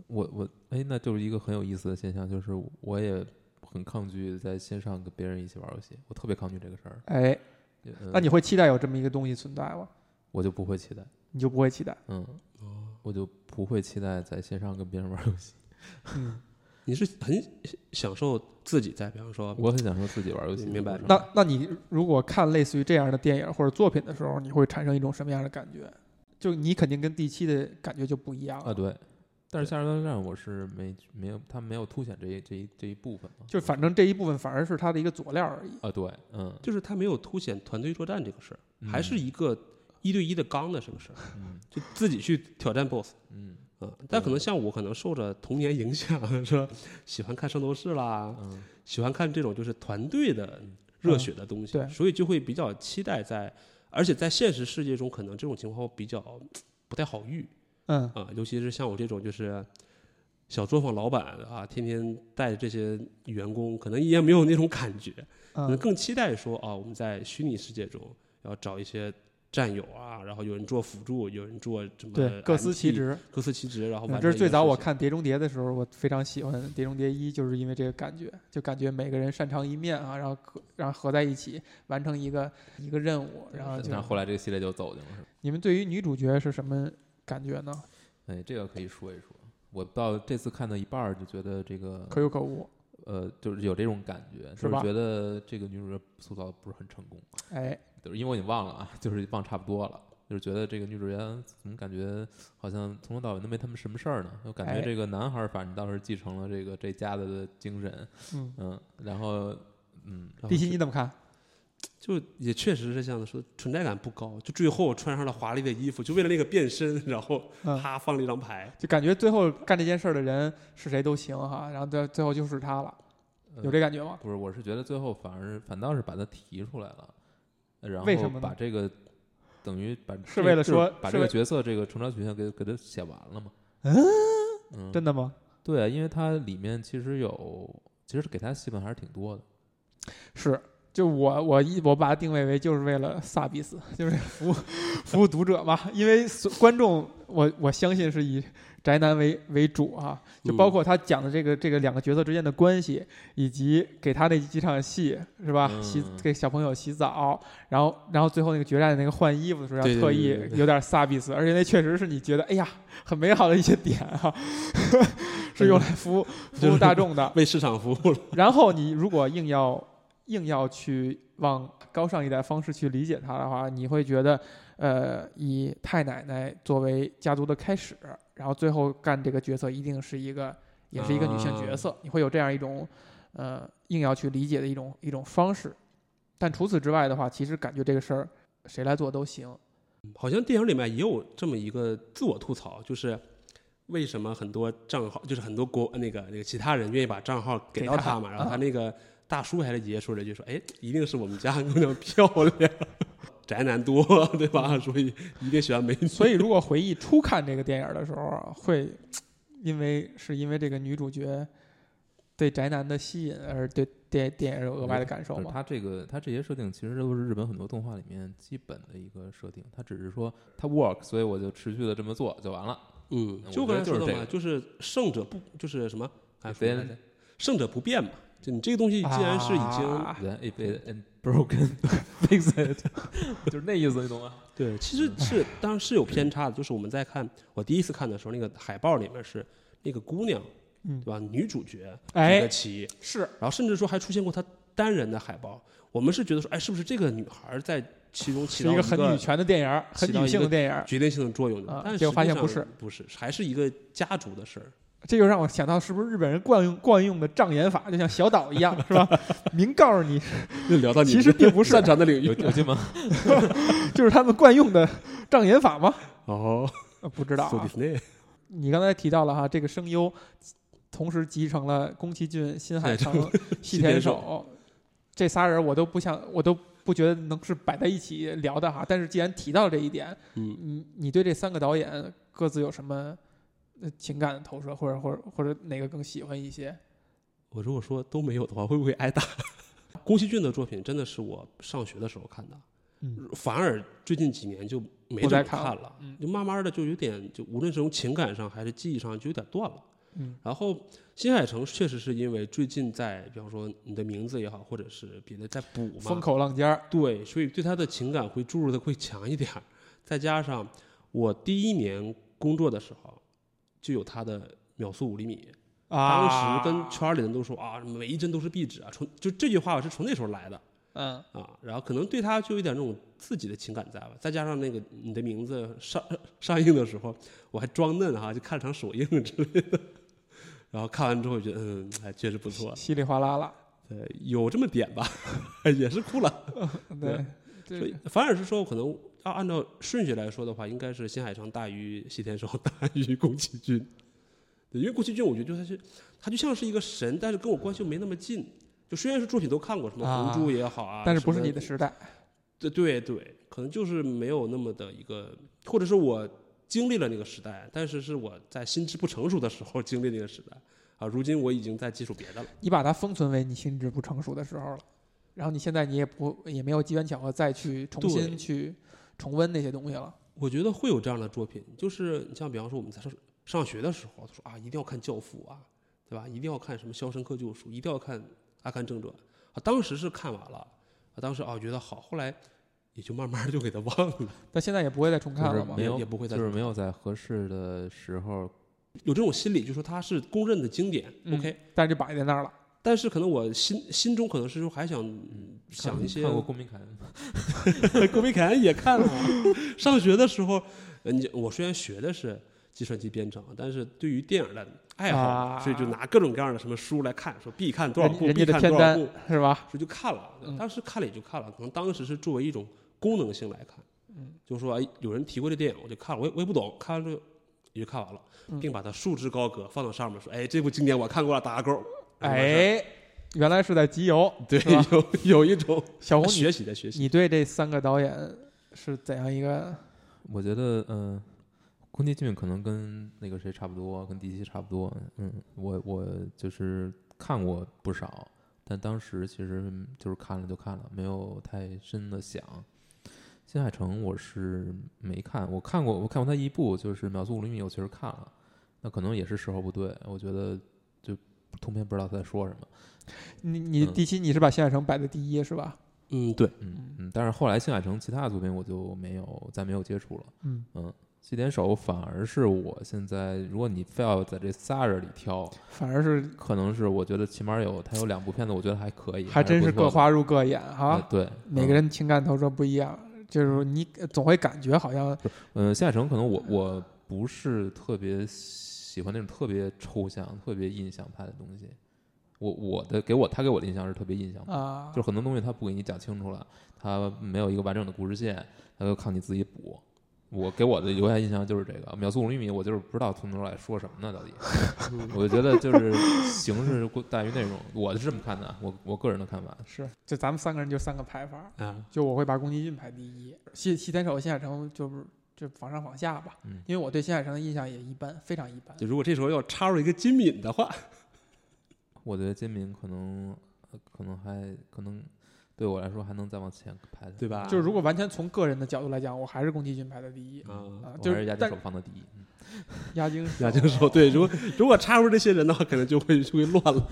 [SPEAKER 2] 我我哎，那就是一个很有意思的现象，就是我也很抗拒在线上跟别人一起玩游戏，我特别抗拒这个事儿。
[SPEAKER 1] 哎，
[SPEAKER 2] 嗯
[SPEAKER 1] 那你会期待有这么一个东西存在吗？
[SPEAKER 2] 我就不会期待，
[SPEAKER 1] 你就不会期待。
[SPEAKER 2] 嗯，
[SPEAKER 3] 哦
[SPEAKER 2] 我就不会期待在线上跟别人玩游戏。
[SPEAKER 1] 嗯，
[SPEAKER 3] 你是很享受自己在，比方说，
[SPEAKER 2] 我很享受自己玩游戏，
[SPEAKER 3] 明白
[SPEAKER 1] 那那你如果看类似于这样的电影或者作品的时候，你会产生一种什么样的感觉？就你肯定跟第七的感觉就不一样了
[SPEAKER 2] 啊，对。但是《夏日大作战》我是没没有，他没有凸显这一这一这一部分嘛。
[SPEAKER 1] 就反正这一部分反而是它的一个佐料而已。
[SPEAKER 2] 啊，对，嗯，
[SPEAKER 3] 就是他没有凸显团队作战这个事儿，
[SPEAKER 2] 嗯
[SPEAKER 3] 还是一个一对一的刚的这个事儿，
[SPEAKER 2] 嗯
[SPEAKER 3] 就自己去挑战 BOSS。
[SPEAKER 2] 嗯
[SPEAKER 3] 啊，但可能像我，可能受着童年影响，说喜欢看《圣斗士》啦，
[SPEAKER 2] 嗯
[SPEAKER 3] 喜欢看这种就是团队的热血的东西，
[SPEAKER 1] 嗯对
[SPEAKER 3] 所以就会比较期待在，而且在现实世界中，可能这种情况比较不太好遇
[SPEAKER 1] 嗯，
[SPEAKER 3] 啊，尤其是像我这种就是小作坊老板啊，天天带着这些员工，可能也没有那种感觉，可能
[SPEAKER 1] 嗯
[SPEAKER 3] 更期待说啊，我们在虚拟世界中要找一些战友啊，然后有人做辅助，有人做什么
[SPEAKER 1] 对，各司其
[SPEAKER 3] MT，
[SPEAKER 1] 职。
[SPEAKER 3] 各司其职，然后
[SPEAKER 1] 嗯
[SPEAKER 3] 完
[SPEAKER 1] 这
[SPEAKER 3] 成
[SPEAKER 1] 是
[SPEAKER 3] 一
[SPEAKER 1] 最
[SPEAKER 3] 个
[SPEAKER 1] 早
[SPEAKER 3] 事
[SPEAKER 1] 我
[SPEAKER 3] 情
[SPEAKER 1] 看《碟中谍》的时候，我非常喜欢《碟中谍一》，就是因为这个感觉，就感觉每个人擅长一面啊，然后合然后合在一起完成一个一个任务，然后就
[SPEAKER 2] 嗯但是后来这个系列就走进了，是吧？
[SPEAKER 1] 你们对于女主角是什么感觉呢？
[SPEAKER 2] 哎，这个可以说一说。我到这次看到一半儿就觉得这个
[SPEAKER 1] 可有可无。
[SPEAKER 2] 呃，就是有这种感觉，就是
[SPEAKER 1] 吧
[SPEAKER 2] 觉得这个女主角塑造得不是很成功，啊
[SPEAKER 1] 哎，
[SPEAKER 2] 就是因为我已经忘了啊， 就是忘差不多了，就是觉得这个女主角怎么感觉好像从头到尾都没他们什么事儿呢？就感
[SPEAKER 1] 哎
[SPEAKER 2] 觉这个男孩儿反正倒是继承了这个这家的的精神，
[SPEAKER 1] 嗯，
[SPEAKER 2] 嗯，然后嗯，
[SPEAKER 3] 然后
[SPEAKER 1] 迪西你怎么看？
[SPEAKER 3] 就也确实是像说存在感不高，就最后穿上了华丽的衣服，就为了那个变身，然后
[SPEAKER 1] 嗯
[SPEAKER 3] 啪放了一张牌，
[SPEAKER 1] 就感觉最后干这件事儿的人是谁都行哈，然后最最后就是他了，
[SPEAKER 2] 呃
[SPEAKER 1] 有这感觉吗？
[SPEAKER 2] 不是，我是觉得最后反而反倒是把它提出来了，然
[SPEAKER 1] 为什么
[SPEAKER 2] 后
[SPEAKER 1] 呢
[SPEAKER 2] 把这个等于把
[SPEAKER 1] 是
[SPEAKER 2] 这
[SPEAKER 1] 为了
[SPEAKER 2] 就是
[SPEAKER 1] 说
[SPEAKER 2] 把
[SPEAKER 1] 是
[SPEAKER 2] 这个
[SPEAKER 1] 为
[SPEAKER 2] 角色这个成长曲线给给他写完了嘛？嗯
[SPEAKER 1] 真的吗？
[SPEAKER 2] 对，因为它里面其实有，其实给他戏份还是挺多的。
[SPEAKER 1] 是，就我我一我把它定位为就是为了萨比斯，就是 服务服务读者嘛，因为所观众我我相信是以宅男为为主啊，就
[SPEAKER 3] 嗯
[SPEAKER 1] 包括他讲的这个这个两个角色之间的关系，以及给他那几场戏是吧？洗
[SPEAKER 2] 嗯
[SPEAKER 1] 给小朋友洗澡，然后然后最后那个决战那个换衣服的时候，要
[SPEAKER 3] 对对
[SPEAKER 1] 特
[SPEAKER 3] 对
[SPEAKER 1] 意
[SPEAKER 3] 对对
[SPEAKER 1] 有点萨比斯，而且那确实是你觉得哎呀很美好的一些点啊， 是用来
[SPEAKER 3] 嗯
[SPEAKER 1] 服务服务大众的。
[SPEAKER 3] 为市场服务了。
[SPEAKER 1] 然后你如果硬要硬要去往高尚一点方式去理解它的话，你会觉得，呃，以太奶奶作为家族的开始，然后最后干这个角色一定是一个，也是一个女性角色，你会有这样一种，呃，硬要去理解的一种一种方式。但除此之外的话，其实感觉这个事儿谁来做都行。
[SPEAKER 3] 好像电影里面也有这么一个自我吐槽，就是为什么很多账号，就是很多国那个那个其他人愿意把账号给到
[SPEAKER 1] 给他
[SPEAKER 3] 他嘛，然后
[SPEAKER 1] 啊
[SPEAKER 3] 他那个大叔还是爷爷说了一句说，哎，一定是我们家姑娘漂亮， 宅男多，对吧？所以一定喜欢美 女。
[SPEAKER 1] 所以如果回忆初看这个电影的时候啊，会因为是因为这个女主角对宅男的吸引而对电电影有额外的感受
[SPEAKER 2] 就是
[SPEAKER 1] 吗？
[SPEAKER 2] 它这个它这些设定其实都是日本很多动画里面基本的一个设定，它只是说它 work，所以我就持续的这么做就完了。
[SPEAKER 3] 嗯，
[SPEAKER 2] 我
[SPEAKER 3] 就
[SPEAKER 2] 觉
[SPEAKER 3] 刚
[SPEAKER 2] 得就是
[SPEAKER 3] 才说的
[SPEAKER 2] 这
[SPEAKER 3] 嘛，
[SPEAKER 2] 个
[SPEAKER 3] 就是胜者不就是什么？还说来着
[SPEAKER 2] Then
[SPEAKER 3] 胜者不变嘛。就你这个东西既然是已经、
[SPEAKER 1] 啊
[SPEAKER 2] then it is and broken fix it，就是那意思，你懂吗？
[SPEAKER 3] 对，其实是当然是有偏差的。就是我们在看我第一次看的时候，那个海报里面是那个姑娘，
[SPEAKER 1] 嗯
[SPEAKER 3] 对吧？女主角举
[SPEAKER 1] 哎
[SPEAKER 3] 个，旗，
[SPEAKER 1] 是
[SPEAKER 3] 然后甚至说还出现过她单人的海报。我们是觉得说，哎，是不是这个女孩在其中起
[SPEAKER 1] 是
[SPEAKER 3] 到
[SPEAKER 1] 一个
[SPEAKER 3] 个
[SPEAKER 1] 很女权的电影儿，很
[SPEAKER 3] 起到
[SPEAKER 1] 女
[SPEAKER 3] 一
[SPEAKER 1] 性的
[SPEAKER 3] 个
[SPEAKER 1] 电影儿。
[SPEAKER 3] 决定性的作用
[SPEAKER 1] 啊
[SPEAKER 3] 的？但
[SPEAKER 1] 结果发现
[SPEAKER 3] 实际
[SPEAKER 1] 不
[SPEAKER 3] 上不是，还是一个家族的事儿。
[SPEAKER 1] 这就让我想到，是不是日本人惯用惯用的障眼法，就像小岛一样，是吧？ 明告诉你，
[SPEAKER 3] 又 聊到你
[SPEAKER 1] 其实并不是
[SPEAKER 3] 擅长的领
[SPEAKER 2] 有
[SPEAKER 3] 域
[SPEAKER 2] 有劲吗？
[SPEAKER 1] 就是他们惯用的障眼法吗？
[SPEAKER 3] 哦，
[SPEAKER 1] 呃不知道、
[SPEAKER 3] So
[SPEAKER 1] 啊
[SPEAKER 3] this，name
[SPEAKER 1] 你刚才提到了哈，这个声优同时集成了宫崎骏、新海诚、 细田守这仨人，我都不想，我都不觉得能是摆在一起聊的哈。但是既然提到这一点，
[SPEAKER 3] 嗯，
[SPEAKER 1] 你你对这三个导演各自有什么呃情感的投射，或者或者或者哪个更喜欢一些？
[SPEAKER 3] 我如果说都没有的话，会不会挨打？ 宫崎骏的作品真的是我上学的时候看的，
[SPEAKER 1] 嗯
[SPEAKER 3] 反而最近几年就
[SPEAKER 1] 不
[SPEAKER 3] 没怎
[SPEAKER 1] 再
[SPEAKER 3] 么
[SPEAKER 1] 看
[SPEAKER 3] 看
[SPEAKER 1] 了
[SPEAKER 3] 了，
[SPEAKER 1] 嗯
[SPEAKER 3] 就慢慢的就有点，就无论是从情感上还是记忆上就有点断了。
[SPEAKER 1] 嗯，
[SPEAKER 3] 然后新海诚确实是因为最近在，比方说你的名字也好，或者是别的在补嘛，
[SPEAKER 1] 风口浪尖儿，
[SPEAKER 3] 对，所以对他的情感会注入的会强一点儿。再加上我第一年工作的时候，就有他的《秒速五厘米》，当时跟圈儿里人都说啊，每一帧都是壁纸啊，从就这句话我是从那时候来的
[SPEAKER 1] 嗯
[SPEAKER 3] 啊。然后可能对他就有点那种自己的情感在吧，再加上那个你的名字上 上映的时候，我还装嫩哈、就看了场首映之类的。然后看完之后，觉得嗯，还确实不错，
[SPEAKER 1] 稀里哗啦了，
[SPEAKER 3] 呃，有这么点吧， 也是哭了。
[SPEAKER 1] 对
[SPEAKER 3] 对，
[SPEAKER 1] 这
[SPEAKER 3] 所以反而是说，可能要按照顺序来说的话，应该是新海诚大于西天守 大于宫崎骏。对，因为宫崎骏，我觉得就他是他就像是一个神，但是跟我关系又没那么近。就虽然是作品都看过，什么
[SPEAKER 1] 啊
[SPEAKER 3] 《红猪》也好啊，
[SPEAKER 1] 但是
[SPEAKER 3] 什
[SPEAKER 1] 不是
[SPEAKER 3] 么
[SPEAKER 1] 你的时代，
[SPEAKER 3] 对对对，可能就是没有那么的一个，或者是我经历了那个时代，但是是我在心智不成熟的时候经历那个时代啊。如今我已经在接触别的了。
[SPEAKER 1] 你把它封存为你心智不成熟的时候了，然后你现在你也不也没有机缘巧合再去重
[SPEAKER 3] 对
[SPEAKER 1] 新去重温那些东西了。
[SPEAKER 3] 我觉得会有这样的作品，就是你像比方说我们在上上学的时候，他说啊一定要看《教父》啊，对吧？一定要看什么《肖申克救赎》，一定要看《阿甘正传》啊。当时是看完了，啊，当时啊觉得好，后来也就慢慢就给他忘了。
[SPEAKER 1] 但现在也不会再重 看
[SPEAKER 2] 就
[SPEAKER 1] 了
[SPEAKER 2] 是
[SPEAKER 1] 嘛
[SPEAKER 2] 没。有
[SPEAKER 3] 也不会再
[SPEAKER 2] 就是没有在合适的时候，
[SPEAKER 3] 有这种心理，就说它是公认的经典、
[SPEAKER 1] 嗯
[SPEAKER 3] o k
[SPEAKER 1] 但是就摆在那儿了。
[SPEAKER 3] 但是可能我心心中可能是说还想嗯想一些
[SPEAKER 2] 看过《公民凯恩》吗？
[SPEAKER 3] 郭明凯恩也看了。上学的时候，呃你我虽然学的是计算机编程，但是对于电影的爱好，
[SPEAKER 1] 啊
[SPEAKER 3] 所以就拿各种各样的什么书来看，说必看多少部，
[SPEAKER 1] 人
[SPEAKER 3] 必
[SPEAKER 1] 人家的
[SPEAKER 3] 看多少
[SPEAKER 1] 片
[SPEAKER 3] 部，
[SPEAKER 1] 是吧？
[SPEAKER 3] 所以就看了
[SPEAKER 1] 嗯。
[SPEAKER 3] 当时看了也就看了，可能当时是作为一种功能性来看，
[SPEAKER 1] 嗯
[SPEAKER 3] 就说哎，有人提过这电影，我就看了，我也我也不懂，看完之后也就看完了，
[SPEAKER 1] 嗯
[SPEAKER 3] 并把它束之高阁，放到上面说，哎，这部经典我看过了，打个勾。 完事儿，
[SPEAKER 1] 哎，原来是在集邮。
[SPEAKER 3] 对
[SPEAKER 1] 是吧，
[SPEAKER 3] 有有一种
[SPEAKER 1] 小哦红，你
[SPEAKER 3] 学习的学习，
[SPEAKER 1] 你对这三个导演是怎样一个？
[SPEAKER 2] 我觉得，嗯、宫崎骏可能跟那个谁差不多，跟迪西差不多。嗯，我我就是看过不少，但当时其实就是看了就看了，没有太深的想。新海诚我是没看，我看过，我看过他一部，就是《秒速五厘米》，我确实看了。那可能也是时候不对，我觉得就通篇不知道他在说什么。
[SPEAKER 1] 你你
[SPEAKER 2] 嗯
[SPEAKER 1] 第七你是把新海诚摆在第一是吧？
[SPEAKER 3] 嗯，对，
[SPEAKER 2] 嗯嗯，但是后来新海诚其他的作品我就没有再没有接触了。
[SPEAKER 1] 嗯
[SPEAKER 2] 西点手反而是我现在，如果你非要在这仨人里挑，
[SPEAKER 1] 反而是
[SPEAKER 2] 可能是我觉得起码有他有两部片子，我觉得还可以，
[SPEAKER 1] 还真是
[SPEAKER 2] 不错
[SPEAKER 1] 各
[SPEAKER 2] 的
[SPEAKER 1] 花入各眼
[SPEAKER 2] 呃
[SPEAKER 1] 哈，
[SPEAKER 2] 对，
[SPEAKER 1] 每个人情感投射不一样，就是你总会感觉好像
[SPEAKER 2] 嗯，呃新海诚可能我我不是特别喜欢那种特别抽象、特别印象派的东西。我我的给我他给我的印象是特别印象派，
[SPEAKER 1] 啊
[SPEAKER 2] 就是很多东西他不给你讲清楚了，他没有一个完整的故事线，他就靠你自己补。我给我的留下印象就是这个《秒速五厘米》，我就是不知道从头来说什么呢，到底。我就觉得就是形式过大于内容，我是这么看的，啊我我个人的看法。
[SPEAKER 1] 是，就咱们三个人就三个排法，
[SPEAKER 3] 啊，
[SPEAKER 1] 就我会把宫崎骏排第一，西西天手、新海诚就是就往上往下吧，
[SPEAKER 2] 嗯
[SPEAKER 1] 因为我对新海诚的印象也一般，非常一般。
[SPEAKER 3] 就如果这时候要插入一个金敏的话，
[SPEAKER 2] 我觉得金敏可能呃可能还可能对我来说还能再往前排的，
[SPEAKER 3] 对吧？
[SPEAKER 1] 就是如果完全从个人的角度来讲，我还是宫崎骏排的第一
[SPEAKER 3] 啊，
[SPEAKER 1] 啊，
[SPEAKER 2] 嗯我
[SPEAKER 1] 就
[SPEAKER 2] 还是压低
[SPEAKER 1] 但
[SPEAKER 2] 手放的第一。嗯
[SPEAKER 1] 押 金
[SPEAKER 3] 亚静说对，如果如果插入这些人的话，可能就会就会乱了。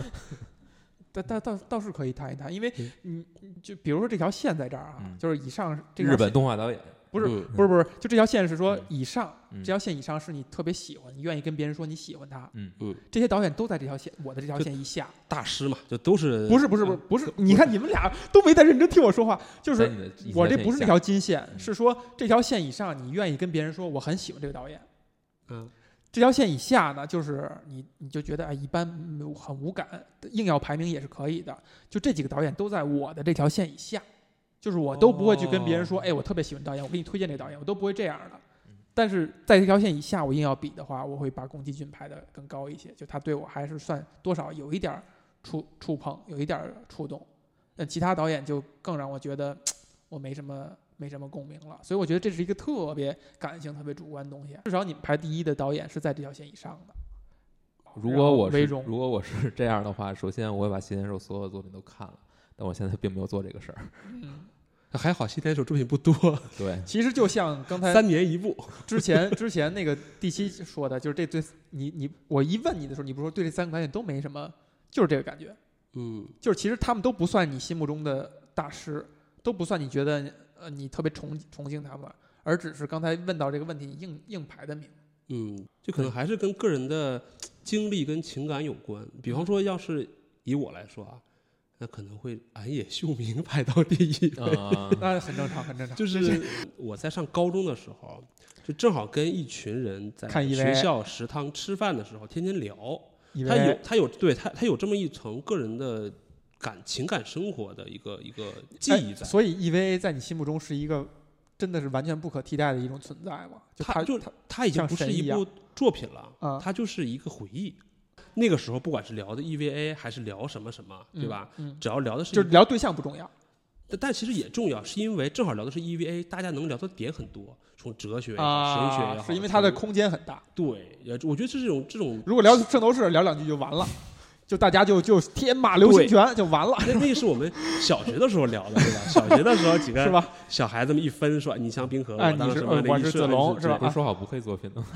[SPEAKER 1] 但但倒倒是可以谈一谈，因为
[SPEAKER 3] 嗯
[SPEAKER 1] 你你就比如说这条线在这儿啊，
[SPEAKER 2] 嗯
[SPEAKER 1] 就是以上这条
[SPEAKER 2] 日本动画导演
[SPEAKER 1] 不是
[SPEAKER 3] 嗯
[SPEAKER 1] 不是不是，就这条线是说
[SPEAKER 2] 嗯
[SPEAKER 1] 以上、
[SPEAKER 2] 嗯
[SPEAKER 1] 这条线以上是你特别喜欢，你愿意跟别人说你喜欢他，
[SPEAKER 2] 嗯
[SPEAKER 3] 嗯
[SPEAKER 1] 这些导演都在这条线，我的这条
[SPEAKER 3] 就
[SPEAKER 1] 线以下，
[SPEAKER 3] 大师嘛，就都是
[SPEAKER 1] 不是不是不
[SPEAKER 2] 嗯
[SPEAKER 1] 是不是，你看你们俩都没在认真听我说话，就
[SPEAKER 2] 在
[SPEAKER 1] 是
[SPEAKER 2] 你的一
[SPEAKER 1] 我
[SPEAKER 2] 条
[SPEAKER 1] 这不
[SPEAKER 2] 线哎以
[SPEAKER 1] 是那
[SPEAKER 2] 下
[SPEAKER 1] 条金线，
[SPEAKER 2] 嗯
[SPEAKER 1] 是说这条线以上你愿意跟别人说我很喜欢这个导演，
[SPEAKER 3] 嗯
[SPEAKER 1] 这条线以下呢，就是你你就觉得啊、哎、一般嗯很无感，硬要排名也是可以的。就这几个导演都在我的这条线以下，就是我都不会去跟别人说，
[SPEAKER 3] 哦嗯
[SPEAKER 1] 哎，我特别喜欢导演，我给你推荐这个导演，我都不会这样的。但是在这条线以下，我硬要比的话，我会把宫崎骏排的更高一些，就他对我还是算多少有一点儿触触碰，有一点儿触动。那其他导演就更让我觉得我没什么没什么共鸣了。所以我觉得这是一个特别感性、特别主观的东西。啊至少你们排第一的导演是在这条线以上的。
[SPEAKER 2] 如果我
[SPEAKER 1] 微
[SPEAKER 2] 是
[SPEAKER 1] 容
[SPEAKER 2] 如果我是 这样的话，首先我会把西田守所有的作品都看了，但我现在并没有做这个 事儿。
[SPEAKER 1] 嗯，
[SPEAKER 3] 还好，西天手作品不多，
[SPEAKER 2] 对，
[SPEAKER 1] 其实就像刚才
[SPEAKER 3] 三年一部。
[SPEAKER 1] 之前 之前那个第七说的，就是这对你你我一问你的时候，你不是说对这三个导演都没什么，就是这个感觉，
[SPEAKER 3] 嗯，
[SPEAKER 1] 就是其实他们都不算你心目中的大师，都不算你觉得呃你特别崇崇敬他们，而只是刚才问到这个问题，你硬硬排的名。
[SPEAKER 3] 嗯，就可能还是跟个人的经历跟情感有关。比方说，要是以我来说啊，那可能会暗野秀明排到第一位。
[SPEAKER 2] 啊，
[SPEAKER 1] 那很正常，很 正常。
[SPEAKER 3] 就是 我在上高中的时候，就正好跟一群人在
[SPEAKER 1] 看 EVA
[SPEAKER 3] 学校食堂吃饭的时候，天天聊。
[SPEAKER 1] 以
[SPEAKER 3] 他有
[SPEAKER 1] 为
[SPEAKER 3] 他有对他他有这么一层个人的感情感生活的一个一个记
[SPEAKER 1] 哎
[SPEAKER 3] 忆在。
[SPEAKER 1] 所以 EVA 在你心目中是一个真的是完全不可替代的一种存在嘛？就
[SPEAKER 3] 他就
[SPEAKER 1] 他
[SPEAKER 3] 他已经
[SPEAKER 1] 像
[SPEAKER 3] 不是
[SPEAKER 1] 神一
[SPEAKER 3] 一
[SPEAKER 1] 样
[SPEAKER 3] 部作品了
[SPEAKER 1] 啊，
[SPEAKER 3] 他就是一个回忆。那个时候，不管是聊的 EVA 还是聊什么什么，对吧？？
[SPEAKER 1] 嗯嗯，
[SPEAKER 3] 只要聊的是
[SPEAKER 1] 就是聊对象不重要。
[SPEAKER 3] 但但其实也重要，是因为正好聊的是 EVA，大家能聊的点很多，从哲学也好，
[SPEAKER 1] 啊，
[SPEAKER 3] 神学也好，
[SPEAKER 1] 是因为它的
[SPEAKER 3] 从
[SPEAKER 1] 空间很大。
[SPEAKER 3] 对，也我觉得这是一种这种
[SPEAKER 1] 如果聊圣斗士聊两句就完了，就大家就就天马流星拳就完了，
[SPEAKER 3] 那啊那是我们小学的时候聊的，对吧？小学的时候几
[SPEAKER 1] 是
[SPEAKER 3] 个
[SPEAKER 1] 吧？
[SPEAKER 3] 小孩子们一分说你像冰河，
[SPEAKER 1] 哎
[SPEAKER 3] 我当
[SPEAKER 1] 你是
[SPEAKER 3] 时往那
[SPEAKER 1] 我
[SPEAKER 3] 一
[SPEAKER 1] 是
[SPEAKER 3] 射
[SPEAKER 1] 子龙
[SPEAKER 3] 你
[SPEAKER 1] 是吧
[SPEAKER 2] 不是说好不配作品 的吗？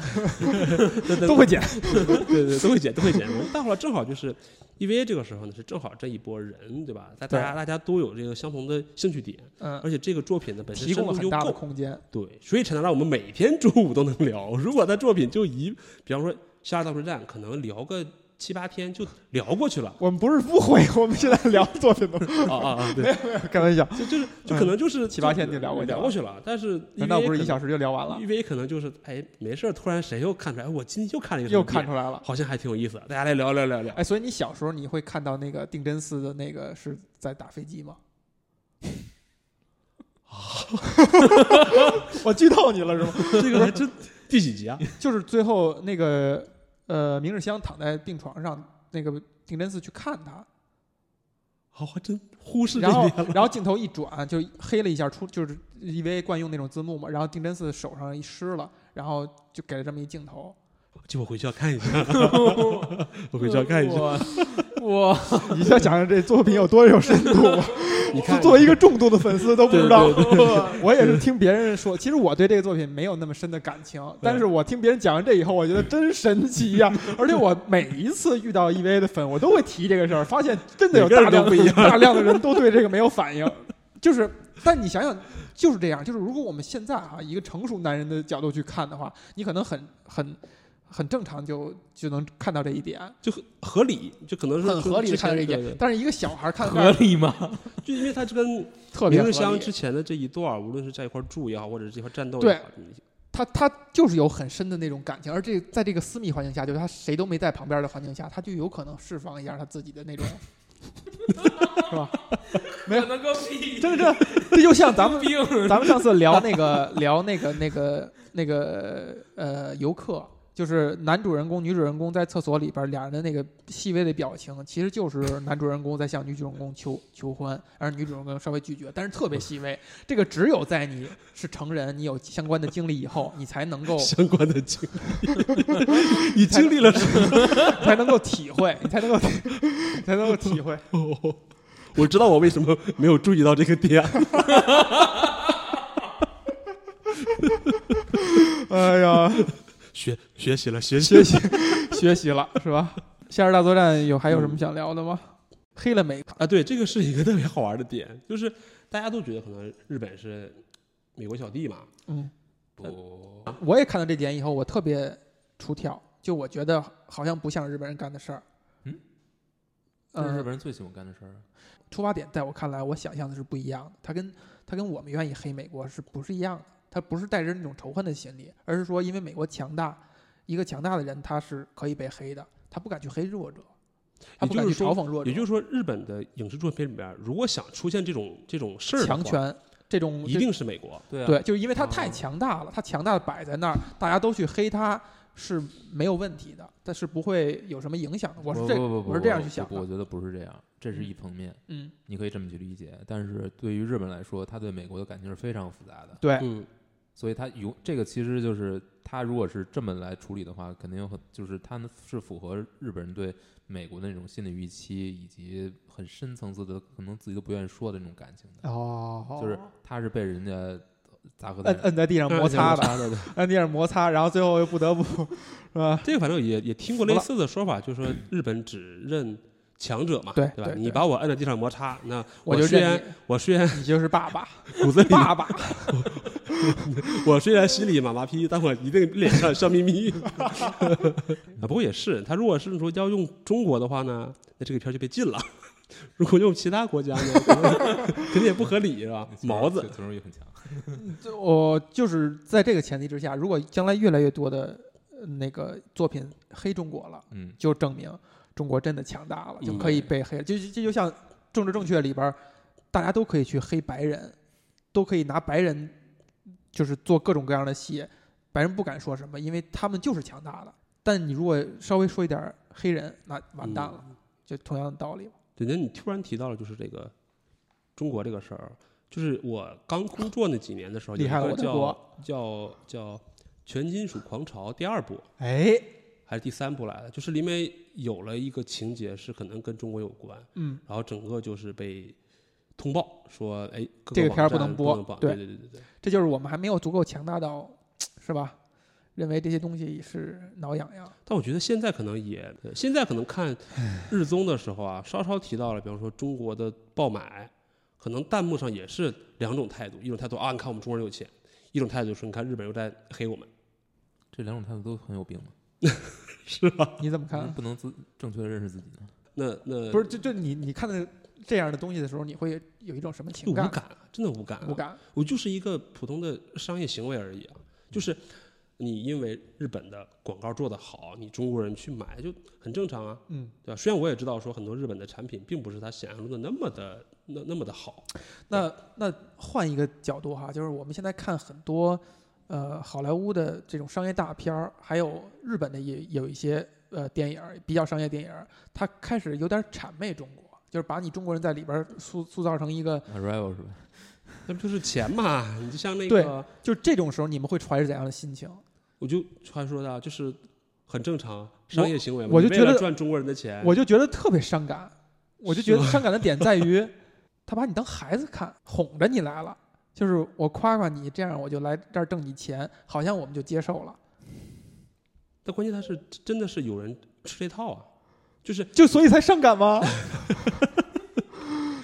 [SPEAKER 3] 对对
[SPEAKER 1] 都会剪，
[SPEAKER 3] 对 对，都会减，都会减。我们大伙儿正好就是 EVA 这个时候呢，是正好这一波人，对吧？大大家大家都有这个相同的兴趣点，
[SPEAKER 1] 嗯，
[SPEAKER 3] 而且这个作品呢本身
[SPEAKER 1] 提
[SPEAKER 3] 深
[SPEAKER 1] 供了
[SPEAKER 3] 度
[SPEAKER 1] 很
[SPEAKER 3] 又
[SPEAKER 1] 大的
[SPEAKER 3] 够，
[SPEAKER 1] 空间，。
[SPEAKER 3] 对，所以才能让我们每天中午都能聊。如果他作品就一，比方说《夏尔大作战》，可能聊个七八天就聊过去了
[SPEAKER 1] 我们不是不会，我们现在聊作品都
[SPEAKER 3] 啊啊啊！对，
[SPEAKER 1] 开玩笑，
[SPEAKER 3] 就就是就可能就是
[SPEAKER 1] 哎嗯七八天就聊过去了
[SPEAKER 3] 聊过去了，但是 E EVA
[SPEAKER 1] 难道不是一小
[SPEAKER 3] 时
[SPEAKER 1] 时就聊完了？
[SPEAKER 3] ？EVA 可能就是哎没事儿，突然谁又看出来，哎我今天又看了一个什么
[SPEAKER 1] 又看
[SPEAKER 3] 点
[SPEAKER 1] 出来了。
[SPEAKER 3] 好像还挺有意思的，大家来聊聊聊聊。
[SPEAKER 1] 哎，所以你小时候你会看到那个定真寺的那个是在打飞机吗？ 我剧透你了是吗？
[SPEAKER 3] 这个还真第几集啊？
[SPEAKER 1] 就是最后那个呃，明日香躺在病床上，那个定真寺去看他，
[SPEAKER 3] 好，还真忽视这
[SPEAKER 1] 然后
[SPEAKER 3] 点了。
[SPEAKER 1] 然后镜头一转就黑了一下出，就是 EVA 惯用那种字幕嘛，然后定真寺手上一湿了，然后就给了这么一镜头，
[SPEAKER 3] 就我回去要看一下，我回去要看一下。
[SPEAKER 4] 我
[SPEAKER 1] 哎 你就想想这作品有多有深度啊吧。
[SPEAKER 3] 你看，
[SPEAKER 1] 作为一个重度的粉丝都不知道
[SPEAKER 3] 对，
[SPEAKER 1] 我 也是听别人说。其实我对这个作品没有那么深的感情，但是我听别人讲完这以后，我觉得真神奇 呀、而且我每一次遇到 EVA 的粉，我都会提这个事儿，发现真的有
[SPEAKER 3] 每个
[SPEAKER 1] 大
[SPEAKER 3] 人
[SPEAKER 1] 量
[SPEAKER 3] 都不一样
[SPEAKER 1] 大量的人都对这个没有反应。就是，但你想想，就是这样。就是如果我们现在啊，以一个成熟男人的角度去看的话，你可能很很。很正常就就能看到这一点，
[SPEAKER 3] 就很合理，就可能是
[SPEAKER 1] 很合理
[SPEAKER 3] 之
[SPEAKER 1] 地看
[SPEAKER 3] 前
[SPEAKER 1] 到这一点
[SPEAKER 3] 对。对
[SPEAKER 1] 但是一个小孩看
[SPEAKER 2] 合理吗？
[SPEAKER 3] 就因为他这跟
[SPEAKER 1] 特别
[SPEAKER 3] 明
[SPEAKER 1] 合理。
[SPEAKER 3] 日香之前的这一段儿，无论是在一块儿住也好，或者是这块儿战斗
[SPEAKER 1] 对
[SPEAKER 3] 也好，
[SPEAKER 1] 他他就是有很深的那种感情，而这在这个私密环境下，就是他谁都没在旁边的环境下，他就有可能释放一下他自己的那种，是吧？没有
[SPEAKER 4] 可能个屁，
[SPEAKER 1] 真的，真的这 就像咱们
[SPEAKER 4] 病
[SPEAKER 1] 咱们上次聊那个聊那个那个那个呃游客，就是男主人公女主人公在厕所里边俩人的那个细微的表情，其实就是男主人公在向女主人公求求婚，而女主人公稍微拒绝，但是特别细微。这个只有在你是成人，你有相关的经历以后，你才 能够
[SPEAKER 3] 相关的经历， 你经历了什
[SPEAKER 1] 才能够体会，你 才能够才能够体会。
[SPEAKER 3] 么？我知道我为什么没有注意到这个点。
[SPEAKER 1] 哎呀，
[SPEAKER 3] 学学习了，学习了。
[SPEAKER 1] 学习了是吧？夏日大作战有还有什么想聊的吗？黑了美
[SPEAKER 3] 啊，对，这个是一个特别好玩的点，就是大家都觉得可能日本是美国小弟嘛，
[SPEAKER 1] 嗯。
[SPEAKER 2] 不，
[SPEAKER 1] 我也看到这点以后，我特别出挑，就我觉得好像不像日本人干的事儿。
[SPEAKER 2] 嗯，这
[SPEAKER 1] 呃，
[SPEAKER 2] 是日本人最喜欢干的事儿啊。
[SPEAKER 1] 出发点在我看来，我想象的是不一样的。他跟他跟我们愿意黑美国是不是一样的？他不是带着那种仇恨的心理，而是说因为美国强大，一个强大的人他是可以被黑的，他不敢去黑弱者，他不敢去
[SPEAKER 3] 也就是
[SPEAKER 1] 嘲
[SPEAKER 3] 说
[SPEAKER 1] 讽弱者，
[SPEAKER 3] 也就是说，日本的影视作品里边儿，如果想出现这种这种事儿的
[SPEAKER 1] 强
[SPEAKER 3] 话，
[SPEAKER 1] 权这种
[SPEAKER 3] 一定是美国。
[SPEAKER 2] 对啊，
[SPEAKER 1] 对，就是因为他
[SPEAKER 2] 哦
[SPEAKER 1] 太强大了，他强大的摆在那儿，大家都去黑他是没有问题的，但是不会有什么影响的。我是
[SPEAKER 2] 不
[SPEAKER 1] 这，
[SPEAKER 2] 不不不
[SPEAKER 1] 我是这样去
[SPEAKER 2] 不
[SPEAKER 1] 想
[SPEAKER 2] 不我
[SPEAKER 1] 的。
[SPEAKER 2] 觉得不是这样，这是一层面，
[SPEAKER 1] 嗯，
[SPEAKER 2] 你可以这么去理解。但是对于日本来说，他对美国的感情是非常复杂的，
[SPEAKER 1] 对，
[SPEAKER 3] 嗯，
[SPEAKER 2] 所以他有这个其实就是他如果是这么来处理的话，肯定有很就是他是符合日本人对美国的那种心理预期，以及很深层次的可能自己都不愿意说的那种感情的，
[SPEAKER 1] 哦
[SPEAKER 2] 就是他是被人家砸和
[SPEAKER 1] 摁摁在地上摩擦的，
[SPEAKER 2] 的，对
[SPEAKER 1] 摁地上摩擦，然后最后又不得不，是吧？
[SPEAKER 3] 这个反正也也听过类似的说法，就是说日本只认强者嘛，
[SPEAKER 1] 对
[SPEAKER 3] 吧？
[SPEAKER 1] 对对
[SPEAKER 3] 你把我摁在地上摩擦，那
[SPEAKER 1] 我就
[SPEAKER 3] 虽
[SPEAKER 1] 认
[SPEAKER 3] 然我虽然
[SPEAKER 1] 你，你就是爸爸，
[SPEAKER 3] 骨子 里
[SPEAKER 1] 爸爸。
[SPEAKER 3] 我虽然心里马麻批，但我一定脸上笑眯眯。 啊，不过也是，他如果是说要用中国的话呢，那这个片儿就被禁了。 如果用其他国家呢， 可能肯定也不合理，是吧？毛子，
[SPEAKER 2] 求生欲很强，
[SPEAKER 1] 就我就是在这个前提之下，如果将来越来越多的呃那个作品黑中国了。
[SPEAKER 2] 嗯，
[SPEAKER 1] 就证明中国真的强大了，就
[SPEAKER 3] 嗯
[SPEAKER 1] 可以被黑了。就就这就像《政治正确》里边儿，大家都可以去黑白人，都可以拿白人就是做各种各样的戏，白人不敢说什么，因为他们就是强大的。但你如果稍微说一点儿黑人，那完蛋了，就同样的道理。
[SPEAKER 3] 对，那你突然提到了就是这个中国这个事儿，就是我刚工作那几年的时候，
[SPEAKER 1] 厉害了
[SPEAKER 3] 有一
[SPEAKER 1] 我
[SPEAKER 3] 个
[SPEAKER 1] 的国
[SPEAKER 3] 叫叫叫《全金属狂潮》第二部，
[SPEAKER 1] 哎，
[SPEAKER 3] 还是第三部来的，就是里面有了一个情节是可能跟中国有关，
[SPEAKER 1] 嗯，
[SPEAKER 3] 然后整个就是被通报说，哎，各
[SPEAKER 1] 这个片儿
[SPEAKER 3] 网
[SPEAKER 1] 不
[SPEAKER 3] 站
[SPEAKER 1] 能
[SPEAKER 3] 不
[SPEAKER 1] 播
[SPEAKER 3] 能
[SPEAKER 1] 对
[SPEAKER 3] 对对对对对，
[SPEAKER 1] 这就是我们还没有足够强大到，是吧？认为这些东西是挠痒痒。
[SPEAKER 3] 但我觉得现在可能也，对现在可能看日综的时候啊，稍稍提到了，比方说中国的爆买，可能弹幕上也是两种态度，一种态度啊，你看我们中国人有钱；一种态度是，你看日本又在黑我们，
[SPEAKER 2] 这两种态度都很有病嘛，
[SPEAKER 3] 是吧？
[SPEAKER 1] 你怎么
[SPEAKER 2] 你
[SPEAKER 1] 看？
[SPEAKER 2] 不能自正确的认识自己呢？
[SPEAKER 3] 那那
[SPEAKER 1] 不是，就就你你看的这样的东西的时候，你会有一种什么
[SPEAKER 3] 就
[SPEAKER 1] 情
[SPEAKER 3] 无
[SPEAKER 1] 感？
[SPEAKER 3] 感，真的无感、啊，
[SPEAKER 1] 无感。
[SPEAKER 3] 我就是一个普通的商业行为而已啊，就是你因为日本的广告做得好，你中国人去买就很正常啊，
[SPEAKER 1] 嗯，
[SPEAKER 3] 对吧？虽然我也知道说很多日本的产品并不是他想象中的那么的那那么的好，
[SPEAKER 1] 那那换一个角度哈，就是我们现在看很多呃好莱坞的这种商业大片儿，还有日本的也有一些呃电影儿比较商业电影儿，它开始有点谄媚中国，就是把你中国人在里边儿塑塑造成一个，
[SPEAKER 2] Arrival 是吧？
[SPEAKER 3] 那不就是钱嘛？你就像那
[SPEAKER 1] 对
[SPEAKER 3] 个，
[SPEAKER 1] 就是这种时候你们会怀着怎样的心情？
[SPEAKER 3] 我就传说的啊，就是很正常商业行为嘛，
[SPEAKER 1] 我就
[SPEAKER 3] 你为
[SPEAKER 1] 觉得
[SPEAKER 3] 了赚中国人的钱，
[SPEAKER 1] 我就觉得特别伤感，我就觉得
[SPEAKER 3] 是
[SPEAKER 1] 伤感的点在于， 他把你当孩子看，哄着你来了，就是我夸夸你，这样我就来这儿挣你钱，好像我们就接受了。
[SPEAKER 3] 但关键他是真的是有人吃这套啊，就是
[SPEAKER 1] 就所以才上感 吗？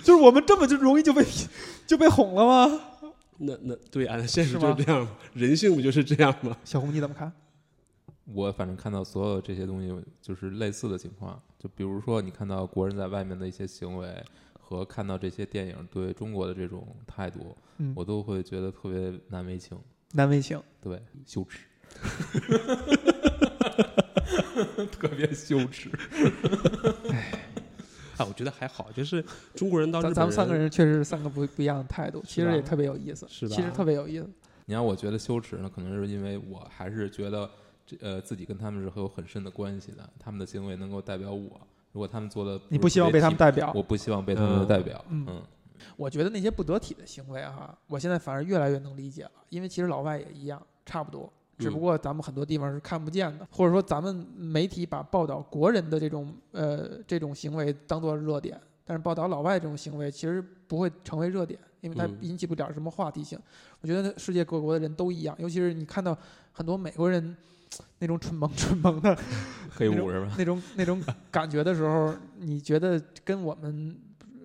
[SPEAKER 1] 就是我们这么就容易就被 就被哄了吗？
[SPEAKER 3] 那那对啊，现实
[SPEAKER 1] 是
[SPEAKER 3] 就
[SPEAKER 1] 吗
[SPEAKER 3] 是这样嘛，人性不就是这样吗？
[SPEAKER 1] 小红你怎么看？
[SPEAKER 2] 我反正看到所有这些东西就是类似的情况，就比如说你看到国人在外面的一些行为和看到这些电影对中国的这种态度，
[SPEAKER 1] 嗯
[SPEAKER 2] 我都会觉得特别难为情，
[SPEAKER 1] 难为情，
[SPEAKER 2] 对，羞耻， 特别羞耻。
[SPEAKER 3] 啊，我觉得还好，就是中国人到日
[SPEAKER 1] 咱
[SPEAKER 3] 本
[SPEAKER 1] 咱们三个人确实是三个不不一样的态度，其实
[SPEAKER 3] 吧
[SPEAKER 1] 也特别有意思，
[SPEAKER 3] 是吧
[SPEAKER 1] 其实特别有意思。
[SPEAKER 2] 你让我觉得羞耻呢，可能是因为我还是觉得这呃自己跟他们是会有很深的关系的，他们的行为能够代表我。如果他们做的
[SPEAKER 1] 你不希望被他们代表？
[SPEAKER 2] 我不希望被他们的代表。
[SPEAKER 1] 嗯
[SPEAKER 2] 嗯
[SPEAKER 1] 我觉得那些不得体的行为哈，我现在反而越来越能理解了，因为其实老外也一样，差不多，只不过咱们很多地方是看不见的，或者说咱们媒体把报道国人的这种呃这种行为当做热点，但是报道老外这种行为其实不会成为热点，因为它
[SPEAKER 3] 嗯
[SPEAKER 1] 引起不了什么话题性。我觉得世界各国的人都一样，尤其是你看到很多美国人那种蠢萌蠢萌的
[SPEAKER 2] 黑五是吧？
[SPEAKER 1] 那种那种感觉的时候，你觉得跟我们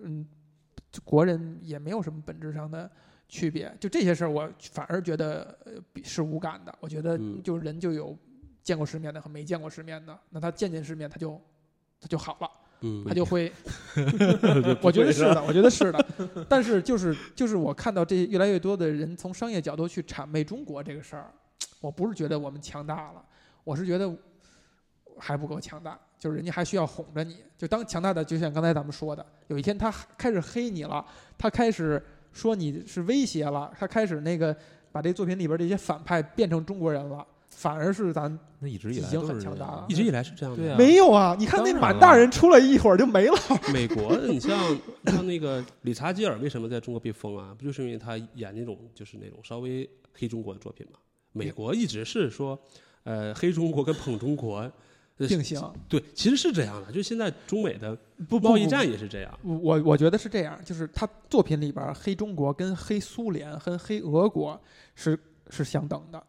[SPEAKER 1] 嗯就国人也没有什么本质上的区别。就这些事儿，我反而觉得呃比是无感的。我觉得
[SPEAKER 3] 嗯
[SPEAKER 1] 就是人就有见过世面的和没见过世面的，那他见见世面，他就他就好了，
[SPEAKER 3] 嗯，
[SPEAKER 1] 他就会
[SPEAKER 3] 就
[SPEAKER 1] 我觉得是的，我觉得是的。但是就是就是我看到这越来越多的人从商业角度去谄媚中国这个事儿，我不是觉得我们强大了，我是觉得还不够强大，就是人家还需要哄着你。就当强大的，就像刚才咱们说的，有一天他开始黑你了，他开始说你是威胁了，他开始那个把这作品里边这些反派变成中国人了。反而是咱
[SPEAKER 2] 那一直以来
[SPEAKER 1] 已经
[SPEAKER 2] 都
[SPEAKER 1] 很
[SPEAKER 2] 是这
[SPEAKER 1] 强大
[SPEAKER 2] 样
[SPEAKER 1] 了
[SPEAKER 3] 一直以来是这样的。
[SPEAKER 2] 对啊
[SPEAKER 1] 没有啊！你看那
[SPEAKER 2] 当然
[SPEAKER 1] 满
[SPEAKER 2] 了
[SPEAKER 1] 大人出来一会儿就没了，
[SPEAKER 3] 美国的，你像像那个理查基尔为什么在中国被封啊？不就是因为他演那种就是那种稍微黑中国的作品嘛？美国一直是说，呃，黑中国跟捧中国，呃
[SPEAKER 1] 并行。
[SPEAKER 3] 对，其实是这样的。就现在中美的
[SPEAKER 1] 不不
[SPEAKER 3] 贸易
[SPEAKER 1] 不
[SPEAKER 3] 战也是这样，
[SPEAKER 1] 我我觉得是这样，就是他作品里边儿黑中国跟黑苏联跟黑俄国是是相等的，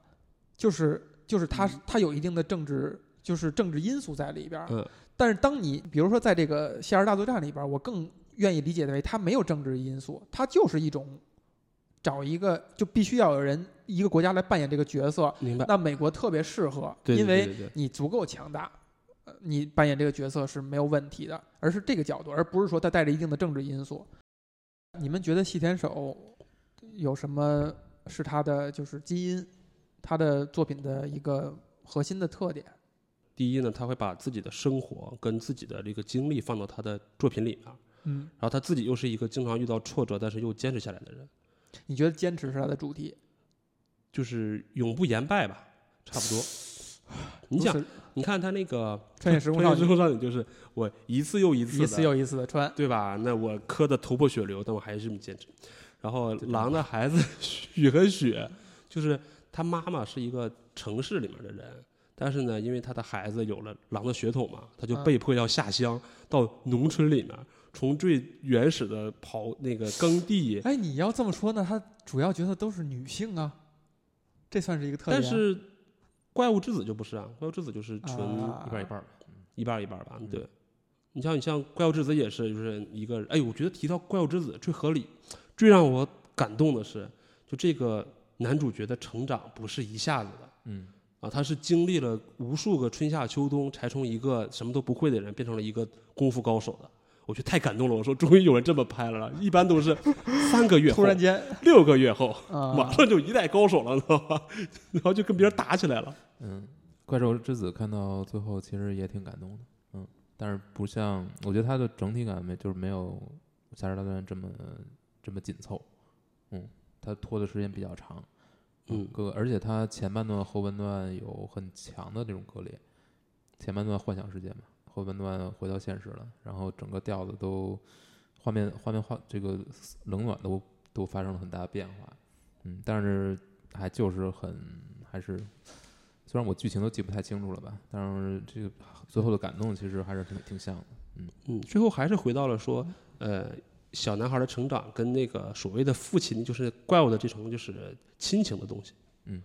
[SPEAKER 1] 就是就是他他有一定的政治就是政治因素在里边儿。
[SPEAKER 3] 嗯
[SPEAKER 1] 但是当你比如说在这个《夏尔大作战》里边儿，我更愿意理解为它没有政治因素，它就是一种找一个就必须要有人一个国家来扮演这个角色。
[SPEAKER 3] 明白？
[SPEAKER 1] 那美国特别适合，
[SPEAKER 3] 对，对
[SPEAKER 1] 因为
[SPEAKER 3] 对对对
[SPEAKER 1] 你足够强大，呃你扮演这个角色是没有问题的，而是这个角度，而不是说它带着一定的政治因素。你们觉得细田守有什么是他的就是基因，他的作品的一个核心的特点？
[SPEAKER 3] 第一呢，他会把自己的生活跟自己的这个经历放到他的作品里面，啊
[SPEAKER 1] 嗯，
[SPEAKER 3] 然后他自己又是一个经常遇到挫折但是又坚持下来的人，
[SPEAKER 1] 你觉得坚持是他的主题？
[SPEAKER 3] 就是永不言败吧，差不多。你想
[SPEAKER 1] 如，此
[SPEAKER 3] 你看他那个
[SPEAKER 1] 穿越时空
[SPEAKER 3] 穿
[SPEAKER 1] 少
[SPEAKER 3] 越时
[SPEAKER 1] 女，
[SPEAKER 3] 空少女就是我一次又一次的，
[SPEAKER 1] 一次又一次的 穿，
[SPEAKER 3] 对吧？那我磕的头破血流，但我还是这么坚持。然后狼的 孩子许和雪，就是他妈妈是一个城市里面的人，但是呢，因为他的孩子有了狼的血统嘛，他
[SPEAKER 1] 嗯
[SPEAKER 3] 就被迫要下乡到农村里面，从最原始的刨那个耕地，
[SPEAKER 5] 哎，你要这么说呢，他主要角色都是女性啊，这算是一个特点。
[SPEAKER 1] 啊
[SPEAKER 3] 但是怪物之子就不是啊，怪物之子就是纯
[SPEAKER 5] 啊
[SPEAKER 2] 一半儿一半儿吧。
[SPEAKER 3] 一半儿一半儿吧
[SPEAKER 2] 嗯。
[SPEAKER 3] 对，你像你像怪物之子也是，就是一个人哎，我觉得提到怪物之子最合理，最让我感动的是，就这个男主角的成长不是一下子的。
[SPEAKER 2] 嗯
[SPEAKER 3] 啊，他是经历了无数个春夏秋冬，才从一个什么都不会的人变成了一个功夫高手的。我觉得太感动了，我说终于有人这么拍了，一般都是三个月后、
[SPEAKER 5] 突然间
[SPEAKER 3] 六个月后，
[SPEAKER 5] 啊，
[SPEAKER 3] 马上就一代高手了，你知道吧？ 然后就跟别人打起来了。
[SPEAKER 2] 嗯，怪兽之子看到最后其实也挺感动的，嗯，但是不像我觉得它的整体感没就是没有《夏日大作战》这么这么紧凑，嗯，它拖的时间比较长，
[SPEAKER 3] 嗯
[SPEAKER 2] 各而且它前半段后半段有很强的这种割裂，前半段幻想世界嘛，后半段回到现实了，然后整个调子都画面画面画这个冷暖都都发生了很大的变化，嗯，但是还就是很还是。虽然我剧情都记不太清楚了吧，但是这个最后的感动其实还是挺挺像的。
[SPEAKER 3] 嗯，最后还是回到了说，呃，小男孩的成长跟那个所谓的父亲，就是怪物的这层就是亲情的东西。
[SPEAKER 2] 嗯，